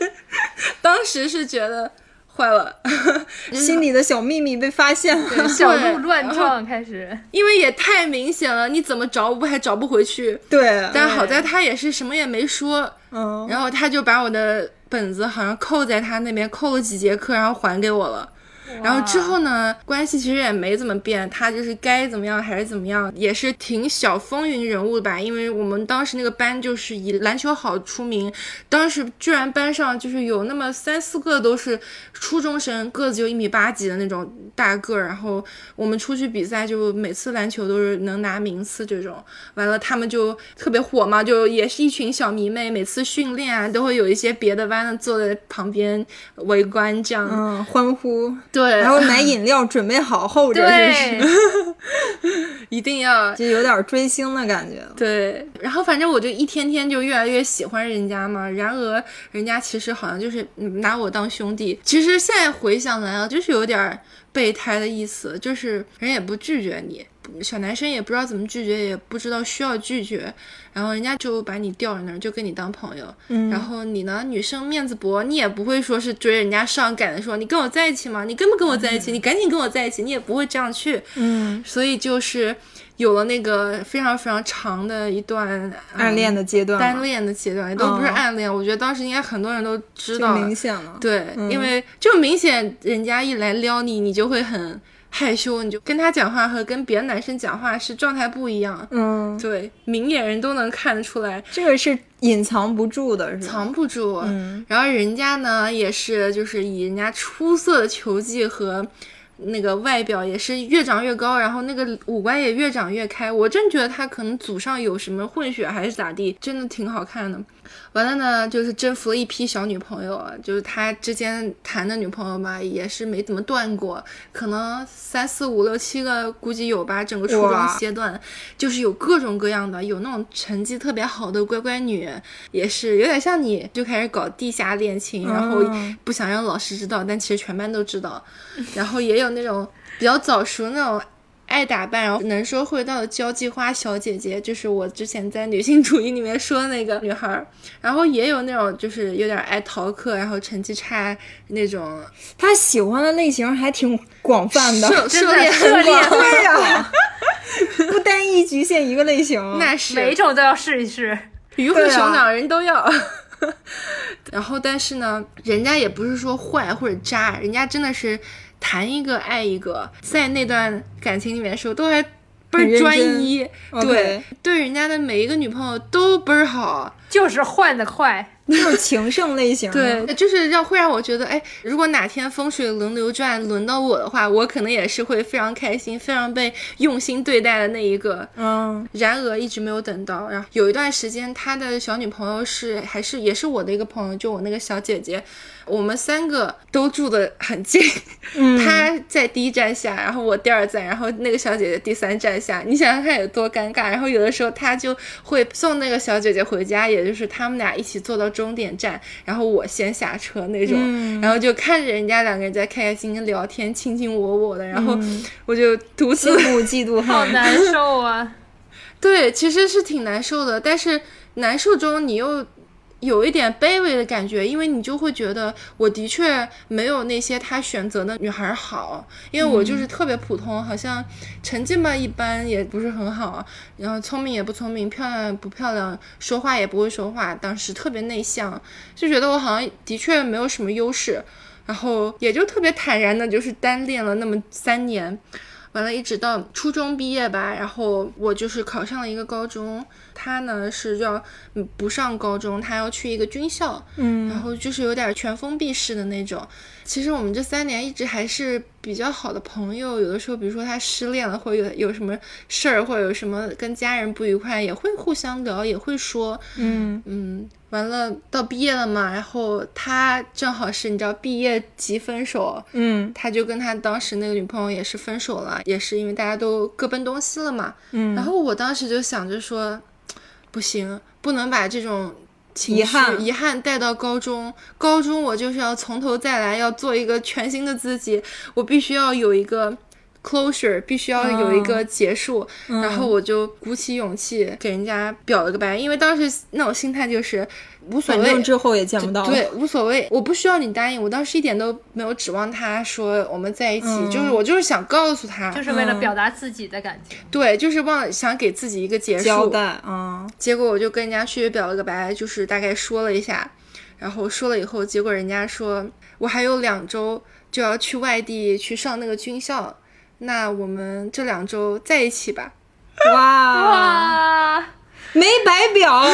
Speaker 5: 当时是觉得坏了， (laughs)
Speaker 3: 心里的小秘密被发现了，
Speaker 4: 小鹿乱
Speaker 5: 然后
Speaker 4: 撞开
Speaker 5: (laughs)
Speaker 4: 始，
Speaker 5: 因为也太明显了，你怎么找我还找不回去？
Speaker 3: 对，
Speaker 5: 但好在他也是什么也没说，
Speaker 3: 嗯，
Speaker 5: 然后他就把我的本子好像扣在他那边扣了几节课，然后还给我了。然后之后呢，关系其实也没怎么变，他就是该怎么样还是怎么样，也是挺小风云人物吧。因为我们当时那个班就是以篮球好出名，当时居然班上就是有那么三四个都是初中生，个子就一米八几的那种大个儿。然后我们出去比赛，就每次篮球都是能拿名次这种。完了，他们就特别火嘛，就也是一群小迷妹，每次训练啊都会有一些别的班的坐在旁边围观这样。
Speaker 3: 嗯，欢呼，
Speaker 5: 对，
Speaker 3: 然后买饮料准备好候着，是不是？
Speaker 4: 对，
Speaker 5: (laughs) 一定要
Speaker 3: 就有点追星的感觉了。
Speaker 5: 对，然后反正我就一天天就越来越喜欢人家嘛。然而人家其实好像就是嗯拿我当兄弟。其实现在回想来啊，就是有点儿备胎的意思，就是人也不拒绝你，小男生也不知道怎么拒绝，也不知道需要拒绝，然后人家就把你吊在那儿，就跟你当朋友。
Speaker 3: 嗯
Speaker 5: 然后你呢，女生面子薄，你也不会说是追人家上赶的说你跟我在一起吗？你跟不跟我在一起？你赶紧跟我在一起，你也不会这样去。
Speaker 3: 嗯，
Speaker 5: 所以就是有了那个非常非常长的一段、嗯
Speaker 3: 暗恋的阶段嘛，
Speaker 5: 单恋的阶段，也都不是
Speaker 3: 哦
Speaker 5: 暗恋，我觉得当时应该很多人都知
Speaker 3: 挺
Speaker 5: 道了
Speaker 3: 明。显了。嗯
Speaker 5: 对，因为就明显人家一来撩你，你就会很害羞，你就跟他讲话和跟别的男生讲话是状态不一样。
Speaker 3: 嗯，
Speaker 5: 对，明眼人都能看得出来，
Speaker 3: 这个是隐藏不住的，是吧？
Speaker 5: 藏不住。
Speaker 3: 嗯
Speaker 5: 然后人家呢，也是就是以人家出色的球技和那个外表，也是越长越高，然后那个五官也越长越开。我真觉得他可能祖上有什么混血还是咋地，真的挺好看的。完了呢，就是征服了一批小女朋友，啊就是他之前谈的女朋友吧，也是没怎么断过，可能三四五六七个估计有吧。整个初中
Speaker 3: 哇
Speaker 5: 阶段，就是有各种各样的，有那种成绩特别好的乖乖女，也是有点像你，就开始搞地下恋情，然后
Speaker 3: 嗯
Speaker 5: 不想让老师知道，但其实全班都知道。然后也有那种比较早熟那种爱打扮，然后能说会道的交际花小姐姐，就是我之前在女性主义里面说的那个女孩儿。然后也有那种就是有点爱逃课，然后成绩差那种
Speaker 3: 他喜欢的类型还挺广泛的，
Speaker 5: 涉
Speaker 4: 真
Speaker 5: 涉
Speaker 4: 的
Speaker 5: 猎
Speaker 4: 涉
Speaker 5: 很
Speaker 4: 猎
Speaker 5: 广，
Speaker 3: 对呀、
Speaker 5: (laughs)
Speaker 3: 不单一局限一个类型。
Speaker 5: 那 (laughs)
Speaker 4: 每一
Speaker 5: 是
Speaker 4: 种都要试一试。
Speaker 5: 鱼和
Speaker 3: 对
Speaker 5: 熊
Speaker 3: 啊
Speaker 5: 掌人都要。 (laughs) 然后，但是呢，人家也不是说坏或者渣，人家真的是谈一个爱一个，在那段感情里面的时候都还倍
Speaker 3: 很
Speaker 5: 儿
Speaker 3: 认
Speaker 5: 专
Speaker 3: 真
Speaker 5: 一，对
Speaker 3: OK
Speaker 5: 对人家的每一个女朋友都倍儿好，
Speaker 4: 就是换的快，
Speaker 3: 就是情圣类型。
Speaker 5: 对，，嗯就是让会让我觉得，哎，如果哪天风水轮流转轮到我的话，我可能也是会非常开心、非常被用心对待的那一个。
Speaker 3: 嗯，
Speaker 5: 然而一直没有等到，然后有一段时间，他的小女朋友是还是也是我的一个朋友，就我那个小姐姐，我们三个都住的很近， (laughs) 他在第一站下，然后我第二站，然后那个小姐姐第三站下，你想想看有多尴尬。然后有的时候他就会送那个小姐姐回家，也就是他们俩一起坐到终点站，然后我先下车那种，
Speaker 3: 嗯
Speaker 5: 然后就看着人家两个人在开开心心聊天，卿卿我我的，然后
Speaker 3: 嗯
Speaker 5: 我就独自、
Speaker 3: 羡慕嫉妒
Speaker 4: 好
Speaker 3: 恨。
Speaker 4: 难受啊！
Speaker 5: 对，其实是挺难受的，但是难受中你又有一点卑微的感觉，因为你就会觉得我的确没有那些他选择的女孩儿好，因为我就是特别普通，好像成绩嘛一般也不是很好，然后聪明也不聪明，漂亮也不漂亮，说话也不会说话，当时特别内向，就觉得我好像的确没有什么优势，然后也就特别坦然的，就是单恋了那么三年。完了，一直到初中毕业吧，然后我就是考上了一个高中，他呢是要嗯不上高中，他要去一个军校，然
Speaker 3: 嗯，
Speaker 5: 后就是有点全封闭式的那种。其实我们这三年一直还是比较好的朋友，有的时候比如说他失恋了，或者有有什么事儿，或者有什么跟家人不愉快，也会互相聊，也会说，
Speaker 3: 嗯，
Speaker 5: 嗯，完了到毕业了嘛，然后他正好是你知道毕业即分手，
Speaker 3: 嗯，
Speaker 5: 他就跟他当时那个女朋友也是分手了，也是因为大家都各奔东西了嘛。
Speaker 3: 嗯
Speaker 5: 然后我当时就想着说，不行，不能把这种情
Speaker 3: 遗
Speaker 5: 绪
Speaker 3: 憾
Speaker 5: 遗憾带到高中。高中我就是要从头再来，要做一个全新的自己，我必须要有一个 closure，必须要有一
Speaker 3: 嗯
Speaker 5: 个结束。然后我就鼓起勇气给人家表了个白，因为当时那种心态就是无所
Speaker 3: 反
Speaker 5: 谓，
Speaker 3: 正之后也见不到。
Speaker 5: 对，无所谓，我不需要你答应。我当时一点都没有指望他说我们在一起，就是
Speaker 3: 嗯
Speaker 5: 我就是想告诉他，
Speaker 4: 就是为了表达自己的感情，
Speaker 5: 对，就是忘想给自己一个结
Speaker 3: 交
Speaker 5: 束。
Speaker 3: 代啊，
Speaker 5: 结果我就跟人家去表了个白，就是大概说了一下，然后说了以后，结果人家说我还有两周就要去外地去上那个军校，那我们这两周在一起吧。
Speaker 3: 哇，
Speaker 4: 哇，
Speaker 3: 没白
Speaker 5: (laughs)
Speaker 3: 表。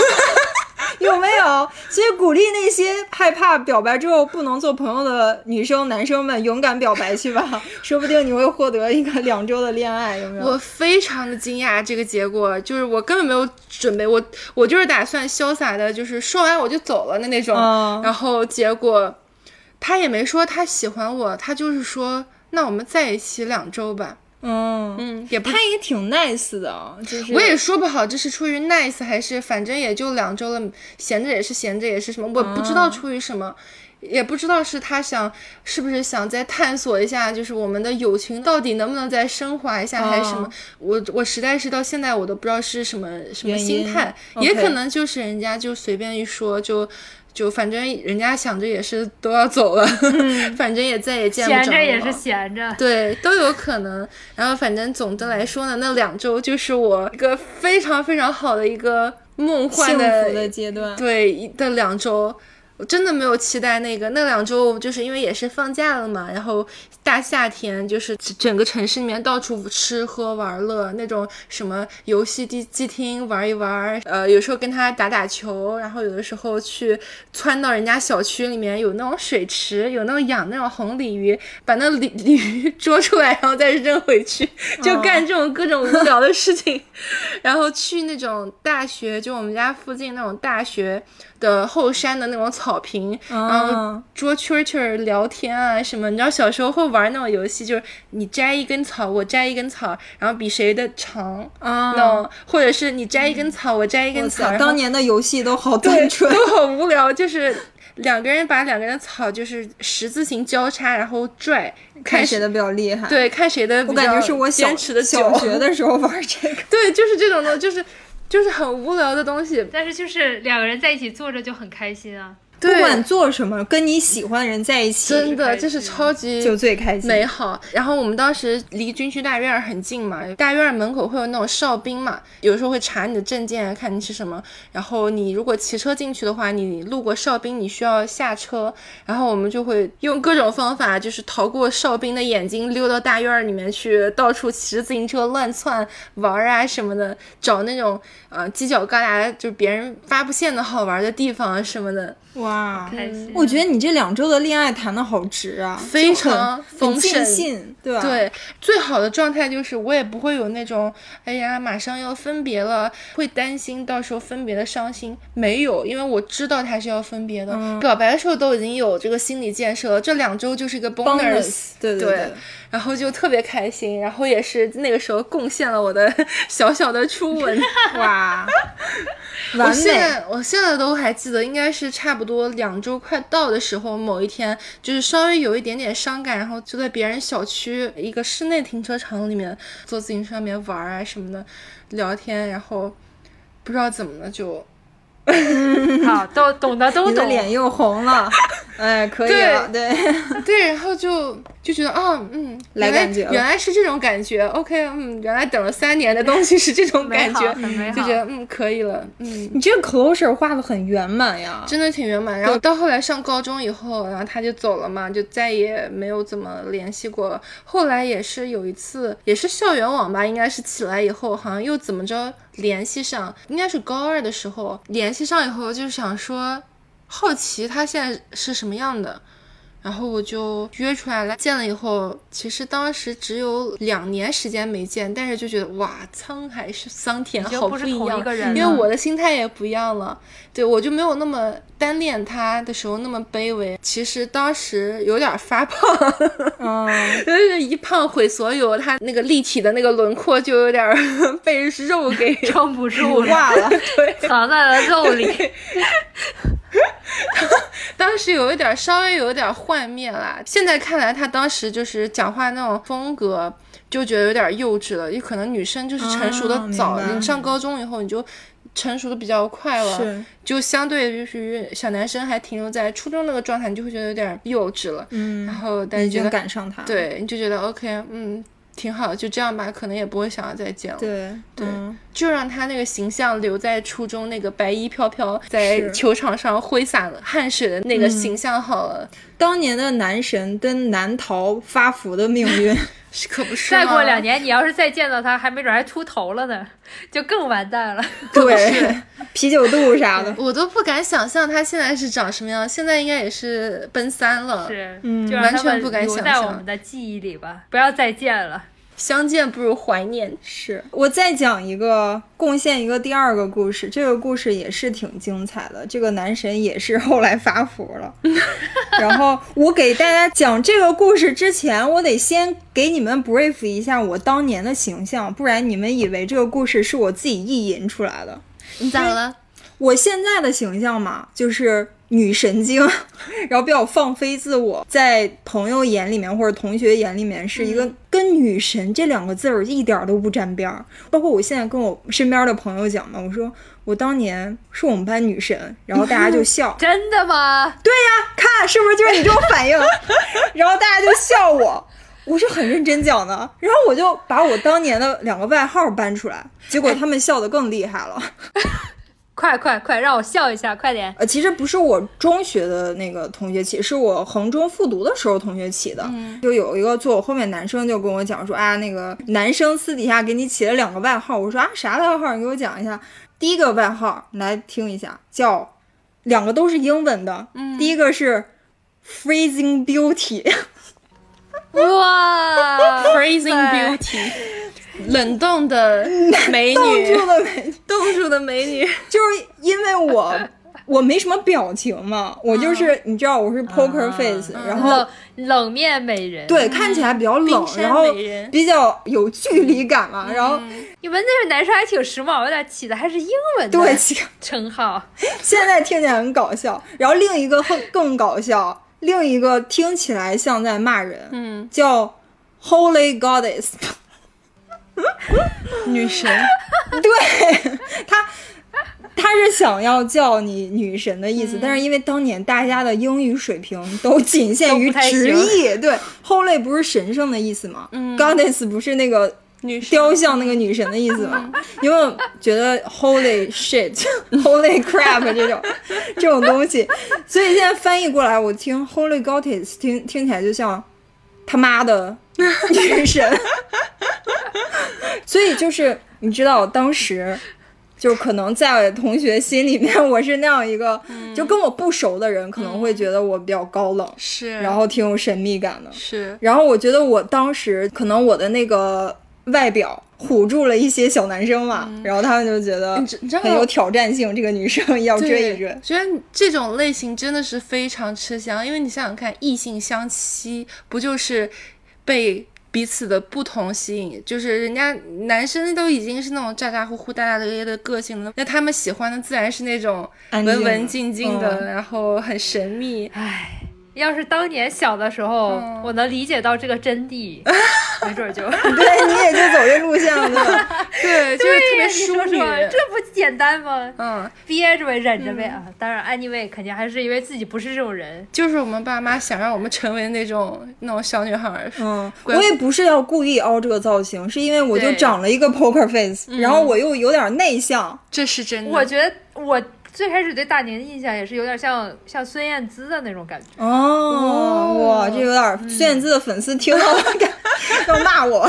Speaker 3: 有没有？所以鼓励那些害怕表白之后不能做朋友的女生、男生们勇敢表白去
Speaker 5: (laughs)
Speaker 3: 吧，说不定你会获得一个两周的恋爱，有没有？
Speaker 5: 我非常的惊讶这个结果，就是我根本没有准备，我我就是打算潇洒的，就是说完我就走了的那种。
Speaker 3: 嗯
Speaker 5: 然后结果他也没说他喜欢我，他就是说那我们在一起两周吧。
Speaker 3: 嗯，
Speaker 5: 嗯，也不
Speaker 3: 他也挺 nice 的啊，就是
Speaker 5: 我也说不好，这是出于
Speaker 3: 嗯
Speaker 5: nice 还是反正也就两周了，闲着也是闲着也是什么，我不知道出于什么。也不知道是他想是不是想再探索一下，就是我们的友情到底能不能再升华一下，还是什么
Speaker 3: 哦？
Speaker 5: 我我实在是到现在我都不知道是什么什么
Speaker 3: 原因
Speaker 5: 心态，也
Speaker 3: OK
Speaker 5: 可能就是人家就随便一说就。就反正人家想着也是都要走了，
Speaker 3: 嗯
Speaker 5: (laughs) 反正也再也见不着
Speaker 4: 闲
Speaker 5: 了。
Speaker 4: 着也是闲着。
Speaker 5: 对，都有可能。然后反正总的来说呢，那两周就是我一个非常非常好的一个梦幻
Speaker 2: 幸
Speaker 5: 的
Speaker 2: 福的阶段，
Speaker 5: 对一的两周。我真的没有期待那个那两周，就是因为也是放假了嘛，然后大夏天就是整整个城市里面到处吃喝玩乐，那种什么游戏机机厅玩一玩，呃，有时候跟他打打球，然后有的时候去窜到人家小区里面有那种水池，有那种养那种红鲤鱼，把那鲤鲤鱼捉出来，然后再扔回去，
Speaker 4: 嗯
Speaker 5: 就干这种各种无聊的事情。 (laughs) 然后去那种大学，就我们家附近那种大学的后山的那种草坪，
Speaker 3: 嗯
Speaker 5: 然后捉蛐蛐儿聊天啊什么。你知道小时候会玩那种游戏，就是你摘一根草，我摘一根草，然后比谁的长。
Speaker 3: 啊
Speaker 5: 嗯那种或者是你摘一根草，我摘一
Speaker 3: 我
Speaker 5: 根草，
Speaker 3: 操，
Speaker 5: 然后
Speaker 3: 当年的游戏都好
Speaker 5: 对
Speaker 3: 单纯，
Speaker 5: 都好无聊，就是两个人把两个人的草就是十字形交叉，然后拽，
Speaker 3: 看
Speaker 5: 看
Speaker 3: 谁
Speaker 5: 谁
Speaker 3: 的比较厉害。，
Speaker 5: 对，看谁的比
Speaker 3: 我感觉
Speaker 5: 较
Speaker 3: 是我小
Speaker 5: 坚持的久
Speaker 3: 小。学的时候玩这个。
Speaker 5: 对，就是这种的，就是就是很无聊的东西。
Speaker 4: (laughs) 但是就是两个人在一起坐着就很开心啊，
Speaker 5: (laughs) 对
Speaker 3: 不管做什么，跟你喜欢的人在一起，
Speaker 4: 开
Speaker 5: 真的
Speaker 4: 心
Speaker 5: 就是超级
Speaker 3: 就最开心。
Speaker 5: 美好。然后我们当时离军区大院儿很近嘛，大院儿门口会有那种哨兵嘛，有时候会查你的证件，看你是什么。然后你如果骑车进去的话，你路过哨兵，你需要下车。然后我们就会用各种方法，就是逃过哨兵的眼睛，溜到大院儿里面去，到处骑着自行车乱窜玩儿啊什么的，找那种呃犄角旮旯，就是别人发不现的好玩儿的地方啊什么的。
Speaker 3: 哇！
Speaker 4: 开
Speaker 5: 嗯
Speaker 4: 心。
Speaker 3: 我觉得你这两周的恋爱谈的好值啊，
Speaker 5: 非
Speaker 3: 就
Speaker 5: 常
Speaker 3: 很很
Speaker 5: 丰
Speaker 3: 尽
Speaker 5: 盛
Speaker 3: 兴，对吧？
Speaker 5: 对，最好的状态就是我也不会有那种，哎呀，马上要分别了，会担心到时候分别的伤心。没有，因为我知道他是要分别的。
Speaker 3: 嗯
Speaker 5: 表白的时候都已经有这个心理建设了，这两周就是一个
Speaker 3: bonus，
Speaker 5: bonus，
Speaker 3: 对
Speaker 5: 对
Speaker 3: 对，
Speaker 5: 然后就特别开心，然后也是那个时候贡献了我的 (laughs) 小小的初吻。
Speaker 3: 哇，
Speaker 5: (laughs) 我
Speaker 3: 完
Speaker 5: 现
Speaker 3: 美。
Speaker 5: 在我现在都还记得，应该是差不多两周快到的时候，某一天就是稍微有一点点伤感，然后就在别人小区一个室内停车场里面坐自行车上面玩啊什么的，聊天，然后不知道怎么了就 (laughs)
Speaker 4: 好，都懂的都
Speaker 3: 你的
Speaker 4: 懂。
Speaker 3: 脸又红
Speaker 5: (laughs)
Speaker 3: 了，哎，可以了，对，
Speaker 5: 对，然后就就觉得啊，嗯，
Speaker 3: 来
Speaker 5: 原来
Speaker 3: 感觉了
Speaker 5: 原来是这种感觉，OK，嗯，原来等了三年的东西是这种
Speaker 4: 美
Speaker 5: 感
Speaker 4: 好
Speaker 5: 觉
Speaker 4: 很美，
Speaker 5: 就
Speaker 4: 好
Speaker 5: 觉得嗯可以了，嗯。
Speaker 3: 你这个 closure 画的很圆满呀。
Speaker 5: 真的挺圆满。然后到后来上高中以后，然后他就走了嘛，就再也没有怎么联系过了。后来也是有一次，也是校园网吧，应该是起来以后，好像又怎么着联系上，应该是高二的时候联系上以后，就想说好奇他现在是什么样的。然后我就约出来了，见了以后，其实当时只有两年时间没见，但是就觉得哇，沧海是桑田，
Speaker 4: 经
Speaker 5: 好
Speaker 4: 不是
Speaker 5: 一
Speaker 4: 同一
Speaker 5: 样，
Speaker 4: 个人
Speaker 5: 因为
Speaker 4: 了
Speaker 5: 我的心态也不一样了。对我就没有那么单恋他的时候那么卑微。其实当时有点发胖， (laughs)
Speaker 3: 嗯，
Speaker 5: 就是一胖毁所有，他那个立体的那个轮廓就有点儿 (laughs) 被肉给
Speaker 4: 撑不住了，
Speaker 3: 挂了，
Speaker 4: 藏在了肉
Speaker 5: (laughs)
Speaker 4: 里。
Speaker 5: 当时有一点儿稍微有一点儿幻灭啦，现在看来他当时就是讲话那种风格，就觉得有点儿幼稚了。也可能女生就是成熟
Speaker 3: 啊
Speaker 5: 的
Speaker 3: 明
Speaker 5: 早，
Speaker 3: 白
Speaker 5: 你上高中以后你就成熟的比较快了
Speaker 3: 是，
Speaker 5: 就相对于小男生还停留在初中那个状态，你就会觉得有点儿幼稚了。
Speaker 3: 嗯
Speaker 5: 然后但
Speaker 3: 你
Speaker 5: 是
Speaker 3: 已
Speaker 5: 觉
Speaker 3: 经
Speaker 5: 得
Speaker 3: 赶上他，
Speaker 5: 对，你就觉得 OK，嗯，挺好，就这样吧，可能也不会想要再见了。
Speaker 3: 对
Speaker 5: 对
Speaker 3: 嗯
Speaker 5: 就让他那个形象留在初中那个白衣飘飘在
Speaker 3: 是
Speaker 5: 球场上挥洒汗水的那个形象好了，
Speaker 3: 当年的男神跟男桃发福的命运，
Speaker 5: 是可不是吗
Speaker 4: 再过两，年，你要是再见到他，还没准还秃头了呢，就更完蛋了。
Speaker 3: 对，啤酒肚啥的，
Speaker 5: 我都不敢想象他现在是长什么样，现在应该也是奔三了，
Speaker 4: 是，
Speaker 3: 嗯
Speaker 4: 就让他
Speaker 5: 完全
Speaker 4: 们
Speaker 5: 不敢
Speaker 4: 留
Speaker 5: 想
Speaker 4: 在我
Speaker 5: 象
Speaker 4: 们的记忆里吧，不要再见了。，
Speaker 5: 相见不如怀念。
Speaker 3: 是我再讲一个，贡献一个第二个故事，这个故事也是挺精彩的。这个男神也是后来发福了。然后我给大家讲这个故事之前，我得先给你们 brief 一下我当年的形象，不然你们以为这个故事是我自己意淫出来的。
Speaker 5: (laughs) 你咋了？
Speaker 3: 我现在的形象嘛，就是女神经， (laughs) 然后比较放飞自我，在朋友眼里面或者同学眼里面是一个跟女神这两个字儿一点儿都不沾边儿。包括我现在跟我身边的朋友讲嘛，我说我当年是我们班女神，然后大家就
Speaker 4: (laughs)
Speaker 3: 笑
Speaker 4: 真的吗？
Speaker 3: 对呀，看是不是就是你这种反应？ (laughs) 然后大家就笑我，我是很认真讲的。然后我就把我当年的两个外号搬出来，结果他们笑得更厉害了。
Speaker 4: 快快快，让我笑一下，快点！
Speaker 3: 呃，其实不是我中学的那个同学起，是我衡中复读的时候同学起的。就有一个坐我后面男生就跟我讲说，啊，那个男生私底下给你起了两个外号。我说啊，啥外号？你给我讲一下。第一个外号，你来听一下，叫两个都是英文的。第一个是 Freezing Beauty，
Speaker 5: (laughs)
Speaker 4: 哇
Speaker 5: Freezing
Speaker 4: 塞
Speaker 5: Beauty，冷冻的美
Speaker 3: 冻
Speaker 5: 女，
Speaker 3: 住了没？
Speaker 5: 冻住的美女，
Speaker 3: 就是因为我我没什么表情嘛，我就是你知道我是 poker face，、然后
Speaker 4: 冷冷面美人，，
Speaker 3: 对，看起来比较冷
Speaker 5: 嗯冰，山
Speaker 3: 然后
Speaker 5: 美人嗯
Speaker 3: 比较有距离感嘛，然后
Speaker 4: 你们那个男生还挺时髦的，起的还是英文的
Speaker 3: 对，
Speaker 4: 称号，
Speaker 3: 现在听起来很搞笑，然后另一个更更搞笑，另一个听起来像在骂人，
Speaker 5: 嗯，
Speaker 3: 叫 Holy Goddess，
Speaker 5: (laughs) 女神，
Speaker 3: (laughs) 对他。他是想要叫你女神的意思，
Speaker 5: 嗯
Speaker 3: 但是因为当年大家的英语水平
Speaker 5: (laughs)
Speaker 3: 都仅限
Speaker 4: 都
Speaker 3: 于
Speaker 4: 不太
Speaker 3: 直
Speaker 4: 行
Speaker 3: 译，对，Holy 不是神圣的意思吗、g
Speaker 5: 嗯
Speaker 3: o d d e s s 不是那个
Speaker 5: 女神，
Speaker 3: 雕像那个女神的意思吗？有没有觉得 holy shit、holy (laughs) crap 这种这种东西？所以现在翻译过来，我听 holy goddess 听听起来就像他妈的女神。所以就是你知道，当时就可能在同学心里面，我是那样一个，就跟我不熟的人可能会觉得我比较高冷，
Speaker 5: 是，
Speaker 3: 然后挺有神秘感的。
Speaker 5: 是，
Speaker 3: 然后我觉得我当时可能我的那个外表唬住了一些小男生嘛，然后他们就觉得
Speaker 5: 嗯你知你知道
Speaker 3: 很有挑战性，这个女生要哦追
Speaker 5: 对，
Speaker 3: 一追。
Speaker 5: 觉得这种类型真的是非常吃香，因为你想想看，异性相吸不就是被彼此的不同吸引？就是人家男生都已经是那种咋咋呼呼、大大咧咧的个性了，那他们喜欢的自然是那种
Speaker 3: 安静
Speaker 5: 文
Speaker 3: 的
Speaker 5: 文静静的，
Speaker 3: 嗯
Speaker 5: 然后很神秘。
Speaker 4: 唉。要是当年小的时候，
Speaker 5: 嗯
Speaker 4: 我能理解到这个真 (laughs) 谛，没准儿 (laughs) 就
Speaker 3: (laughs) 对，你也就走这路线了，对
Speaker 5: (laughs)
Speaker 3: 吧？
Speaker 5: 对，就是
Speaker 4: 对
Speaker 5: 特
Speaker 4: 呀，
Speaker 5: 别
Speaker 4: 你
Speaker 5: 淑
Speaker 4: 说
Speaker 5: 女。
Speaker 4: 说，这不简单吗？
Speaker 5: 嗯，
Speaker 4: (laughs) 憋着呗，忍着呗、啊！当然，anyway，肯定还是因为自己不是这种人，
Speaker 5: 就是我们爸妈想让我们成为那种那种小女孩儿。
Speaker 3: 嗯，我
Speaker 5: 乖
Speaker 3: 也不是要故意凹这个造型，是因为我就
Speaker 4: 对
Speaker 3: 长了一个 poker face，然
Speaker 5: 嗯
Speaker 3: 后我又有点内向，
Speaker 5: 这是真的。
Speaker 4: 我觉得我最开始对大年的印象也是有点像像孙燕姿的那种感觉。
Speaker 3: 哦，哇，这有
Speaker 5: 嗯
Speaker 3: 点孙燕姿的粉丝听到
Speaker 5: (laughs)
Speaker 3: 了，感要骂我。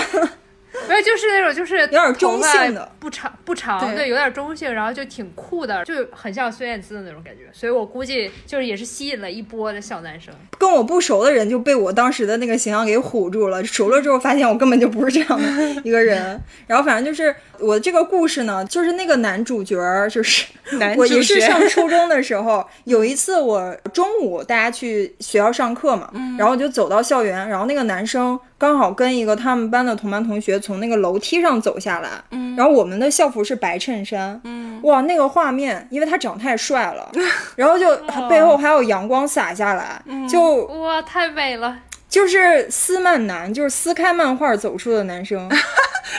Speaker 4: 没有，就是那种就是有
Speaker 3: 点中性的，
Speaker 4: 不长不长，
Speaker 5: 对
Speaker 4: 对，有点中性，然后就挺酷的，就很像孙燕姿的那种感觉，所以我估计就是也是吸引了一波的小男生。
Speaker 3: 跟我不熟的人就被我当时的那个形象给唬住了。熟了之后发现我根本就不是这样的一个
Speaker 5: (laughs)
Speaker 3: 人。然后反正就是我这个故事呢，就是那个男主角儿，就是
Speaker 5: (laughs) 男
Speaker 3: 我
Speaker 5: 主
Speaker 3: 也是
Speaker 5: 角 (laughs)
Speaker 3: 上初中的时候，有一次我中午大家去学校上课嘛，
Speaker 5: 嗯
Speaker 3: 然后我就走到校园，然后那个男生刚好跟一个他们班的同班同学从那个楼梯上走下来，
Speaker 5: 嗯
Speaker 3: 然后我们的校服是白衬衫，哇，那个画面，因为他长太帅
Speaker 5: (laughs)
Speaker 3: 了，然后就
Speaker 5: 哦
Speaker 3: 背后还有阳光洒下来，
Speaker 5: 嗯
Speaker 3: 就
Speaker 4: 哇，太美了！
Speaker 3: 就是撕漫男，就是撕开漫画走出的男
Speaker 5: (laughs)
Speaker 3: 生。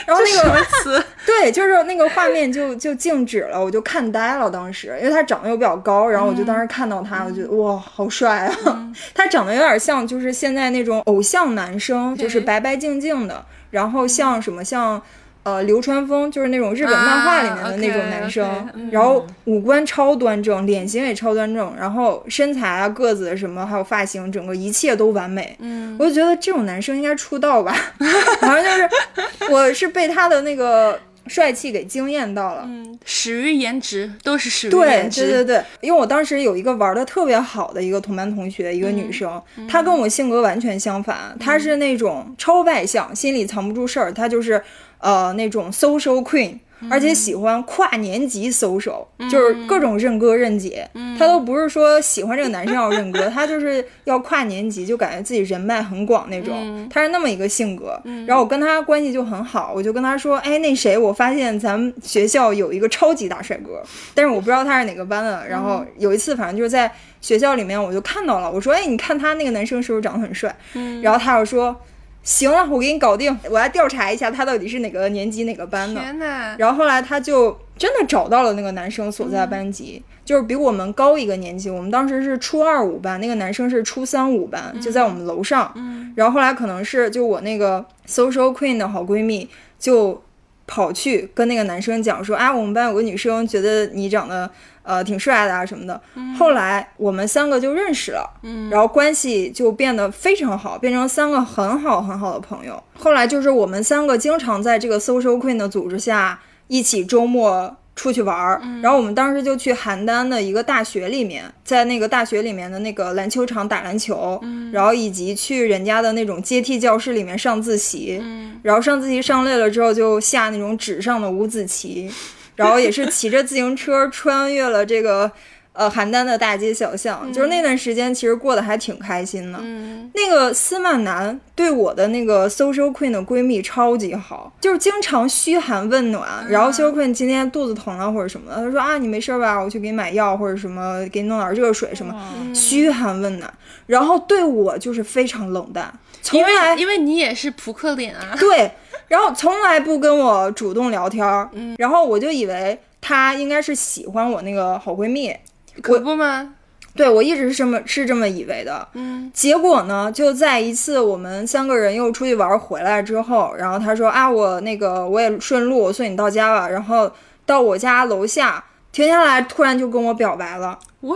Speaker 3: 然后那个
Speaker 5: 词
Speaker 3: 对，就是那个画面就就静止了，我就看呆了。当时因为他长得又比较高，然后我就
Speaker 5: 嗯
Speaker 3: 当时看到他，我觉得哇，好帅啊！ (laughs) 他长得有点像就是现在那种偶像男生，就是白白净净的，然后
Speaker 5: 嗯
Speaker 3: 像什么像。呃，流川枫就是那种日本漫画里面的那种男生，
Speaker 5: 啊，OK，OK，嗯
Speaker 3: 然后五官超端正，脸型也超端正，然后身材啊、个子什么，还有发型，整个一切都完美。
Speaker 5: 嗯，
Speaker 3: 我就觉得这种男生应该出道吧， (laughs) 反正就是我是被他的那个帅气给惊艳到了。
Speaker 5: 嗯，始于颜值，都是始于
Speaker 3: 对
Speaker 5: 颜
Speaker 3: 对
Speaker 5: 值。
Speaker 3: 对对，因为我当时有一个玩的特别好的一个同班同学，一个
Speaker 5: 嗯
Speaker 3: 女生，她跟我性格完全相反，她是那种超外向，心里藏不住事儿，她就是。呃那种 social queen。而
Speaker 5: 嗯
Speaker 3: 且喜欢跨年级 social，、就是各种认哥认姐，
Speaker 5: 嗯
Speaker 3: 他都不是说喜欢这个男生要认
Speaker 5: (laughs)
Speaker 3: 哥，他就是要跨年级，就感觉自己人脉很广那种，
Speaker 5: 嗯
Speaker 3: 他是那么一个性格。然后我跟他关系就很好，我就跟他说，哎，那谁，我发现咱们学校有一个超级大帅哥，但是我不知道他是哪个班的。然后有一次，反正就是在学校里面，我就看到了，我说，哎，你看他那个男生是不是长得很帅？然后他就说。行了，我给你搞定。我要调查一下他到底是哪个年级哪个班的。
Speaker 5: 天呐，
Speaker 3: 然后后来他就真的找到了那个男生所在的班级，就是比我们高一个年级。我们当时是初二五班，那个男生是初三五班，就在我们楼上。然后后来可能是就我那个 social queen 的好闺蜜就跑去跟那个男生讲说，啊，我们班有个女生觉得你长得呃挺帅的啊什么的。后来我们三个就认识了，然后关系就变得非常好，变成三个很好很好的朋友。后来就是我们三个经常在这个 social queen 的组织下一起周末。出去玩儿，然后我们当时就去邯郸的一个大学里面，在那个大学里面的那个篮球场打篮球，然后以及去人家的那种阶梯教室里面上自习，然后上自习上累了之后就下那种纸上的五子棋，然后也是骑着自行车穿越了这个呃邯郸的大街小巷，就是那段时间其实过得还挺开心的。
Speaker 5: 嗯
Speaker 3: 那个司曼南对我的那个 social queen 的闺蜜超级好，就是经常嘘寒问暖，然后 social queen 今天肚子疼了或者什么的，她说啊你没事吧，我去给你买药或者什么，给你弄点热水什
Speaker 4: 嗯
Speaker 3: 么，
Speaker 5: 嗯
Speaker 3: 嘘寒问暖，然后对我就是非常冷淡，从
Speaker 5: 因为
Speaker 3: 来
Speaker 5: 因为你也是扑克脸
Speaker 3: (laughs)
Speaker 5: 啊，
Speaker 3: 对，然后从来不跟我主动聊天儿，然后我就以为她应该是喜欢我那个好闺蜜，
Speaker 5: 可不吗？
Speaker 3: 对我一直是这么是这么以为的，嗯，结果呢，就在一次我们三个人又出去玩儿回来之后，然后她说啊，我那个我也顺路，我送你到家吧，然后到我家楼下停下来，突然就跟我表白了。
Speaker 5: 哇，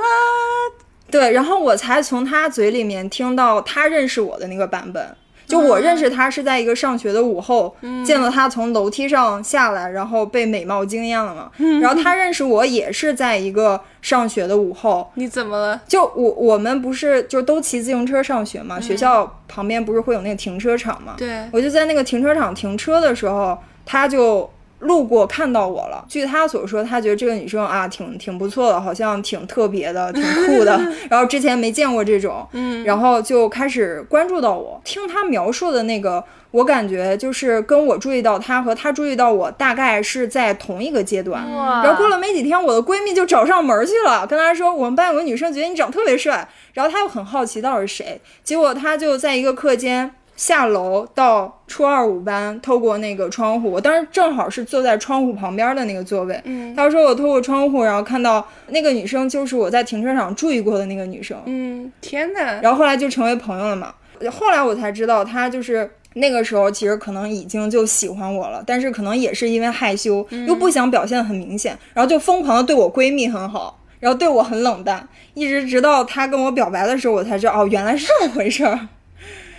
Speaker 3: 对，然后我才从他嘴里面听到他认识我的那个版本。就我认识他是在一个上学的午后，见到他从楼梯上下来，然后被美貌惊艳了嘛。然后他认识我也是在一个上学的午后，
Speaker 5: 你怎么了？
Speaker 3: 就我我们不是就都骑自行车上学嘛，学校旁边不是会有那个停车场嘛？
Speaker 5: 对
Speaker 3: 我就在那个停车场停车的时候，他就路过看到我了。据他所说，他觉得这个女生啊挺挺不错的，好像挺特别的，挺酷的，然后之前没见过这种，嗯，然后就开始关注到我。听他描述的那个，我感觉就是跟我注意到他和他注意到我大概是在同一个阶段，
Speaker 4: 哇
Speaker 3: 然后过了没几天，我的闺蜜就找上门儿去了，跟她说我们班有个女生觉得你长得特别帅，然后她又很好奇到底是谁，结果她就在一个课间下楼到初二五班，透过那个窗户，我当时正好是坐在窗户旁边的那个座位，嗯，她说我透过窗户，然后看到那个女生就是我在停车场注意过的那个女生，
Speaker 5: 嗯，天呐，
Speaker 3: 然后后来就成为朋友了嘛。后来我才知道，他就是那个时候其实可能已经就喜欢我了，但是可能也是因为害羞，又不想表现得很明显，然后就疯狂的对我闺蜜很好，然后对我很冷淡，一直直到他跟我表白的时候，我才知道哦，原来是这么回事儿，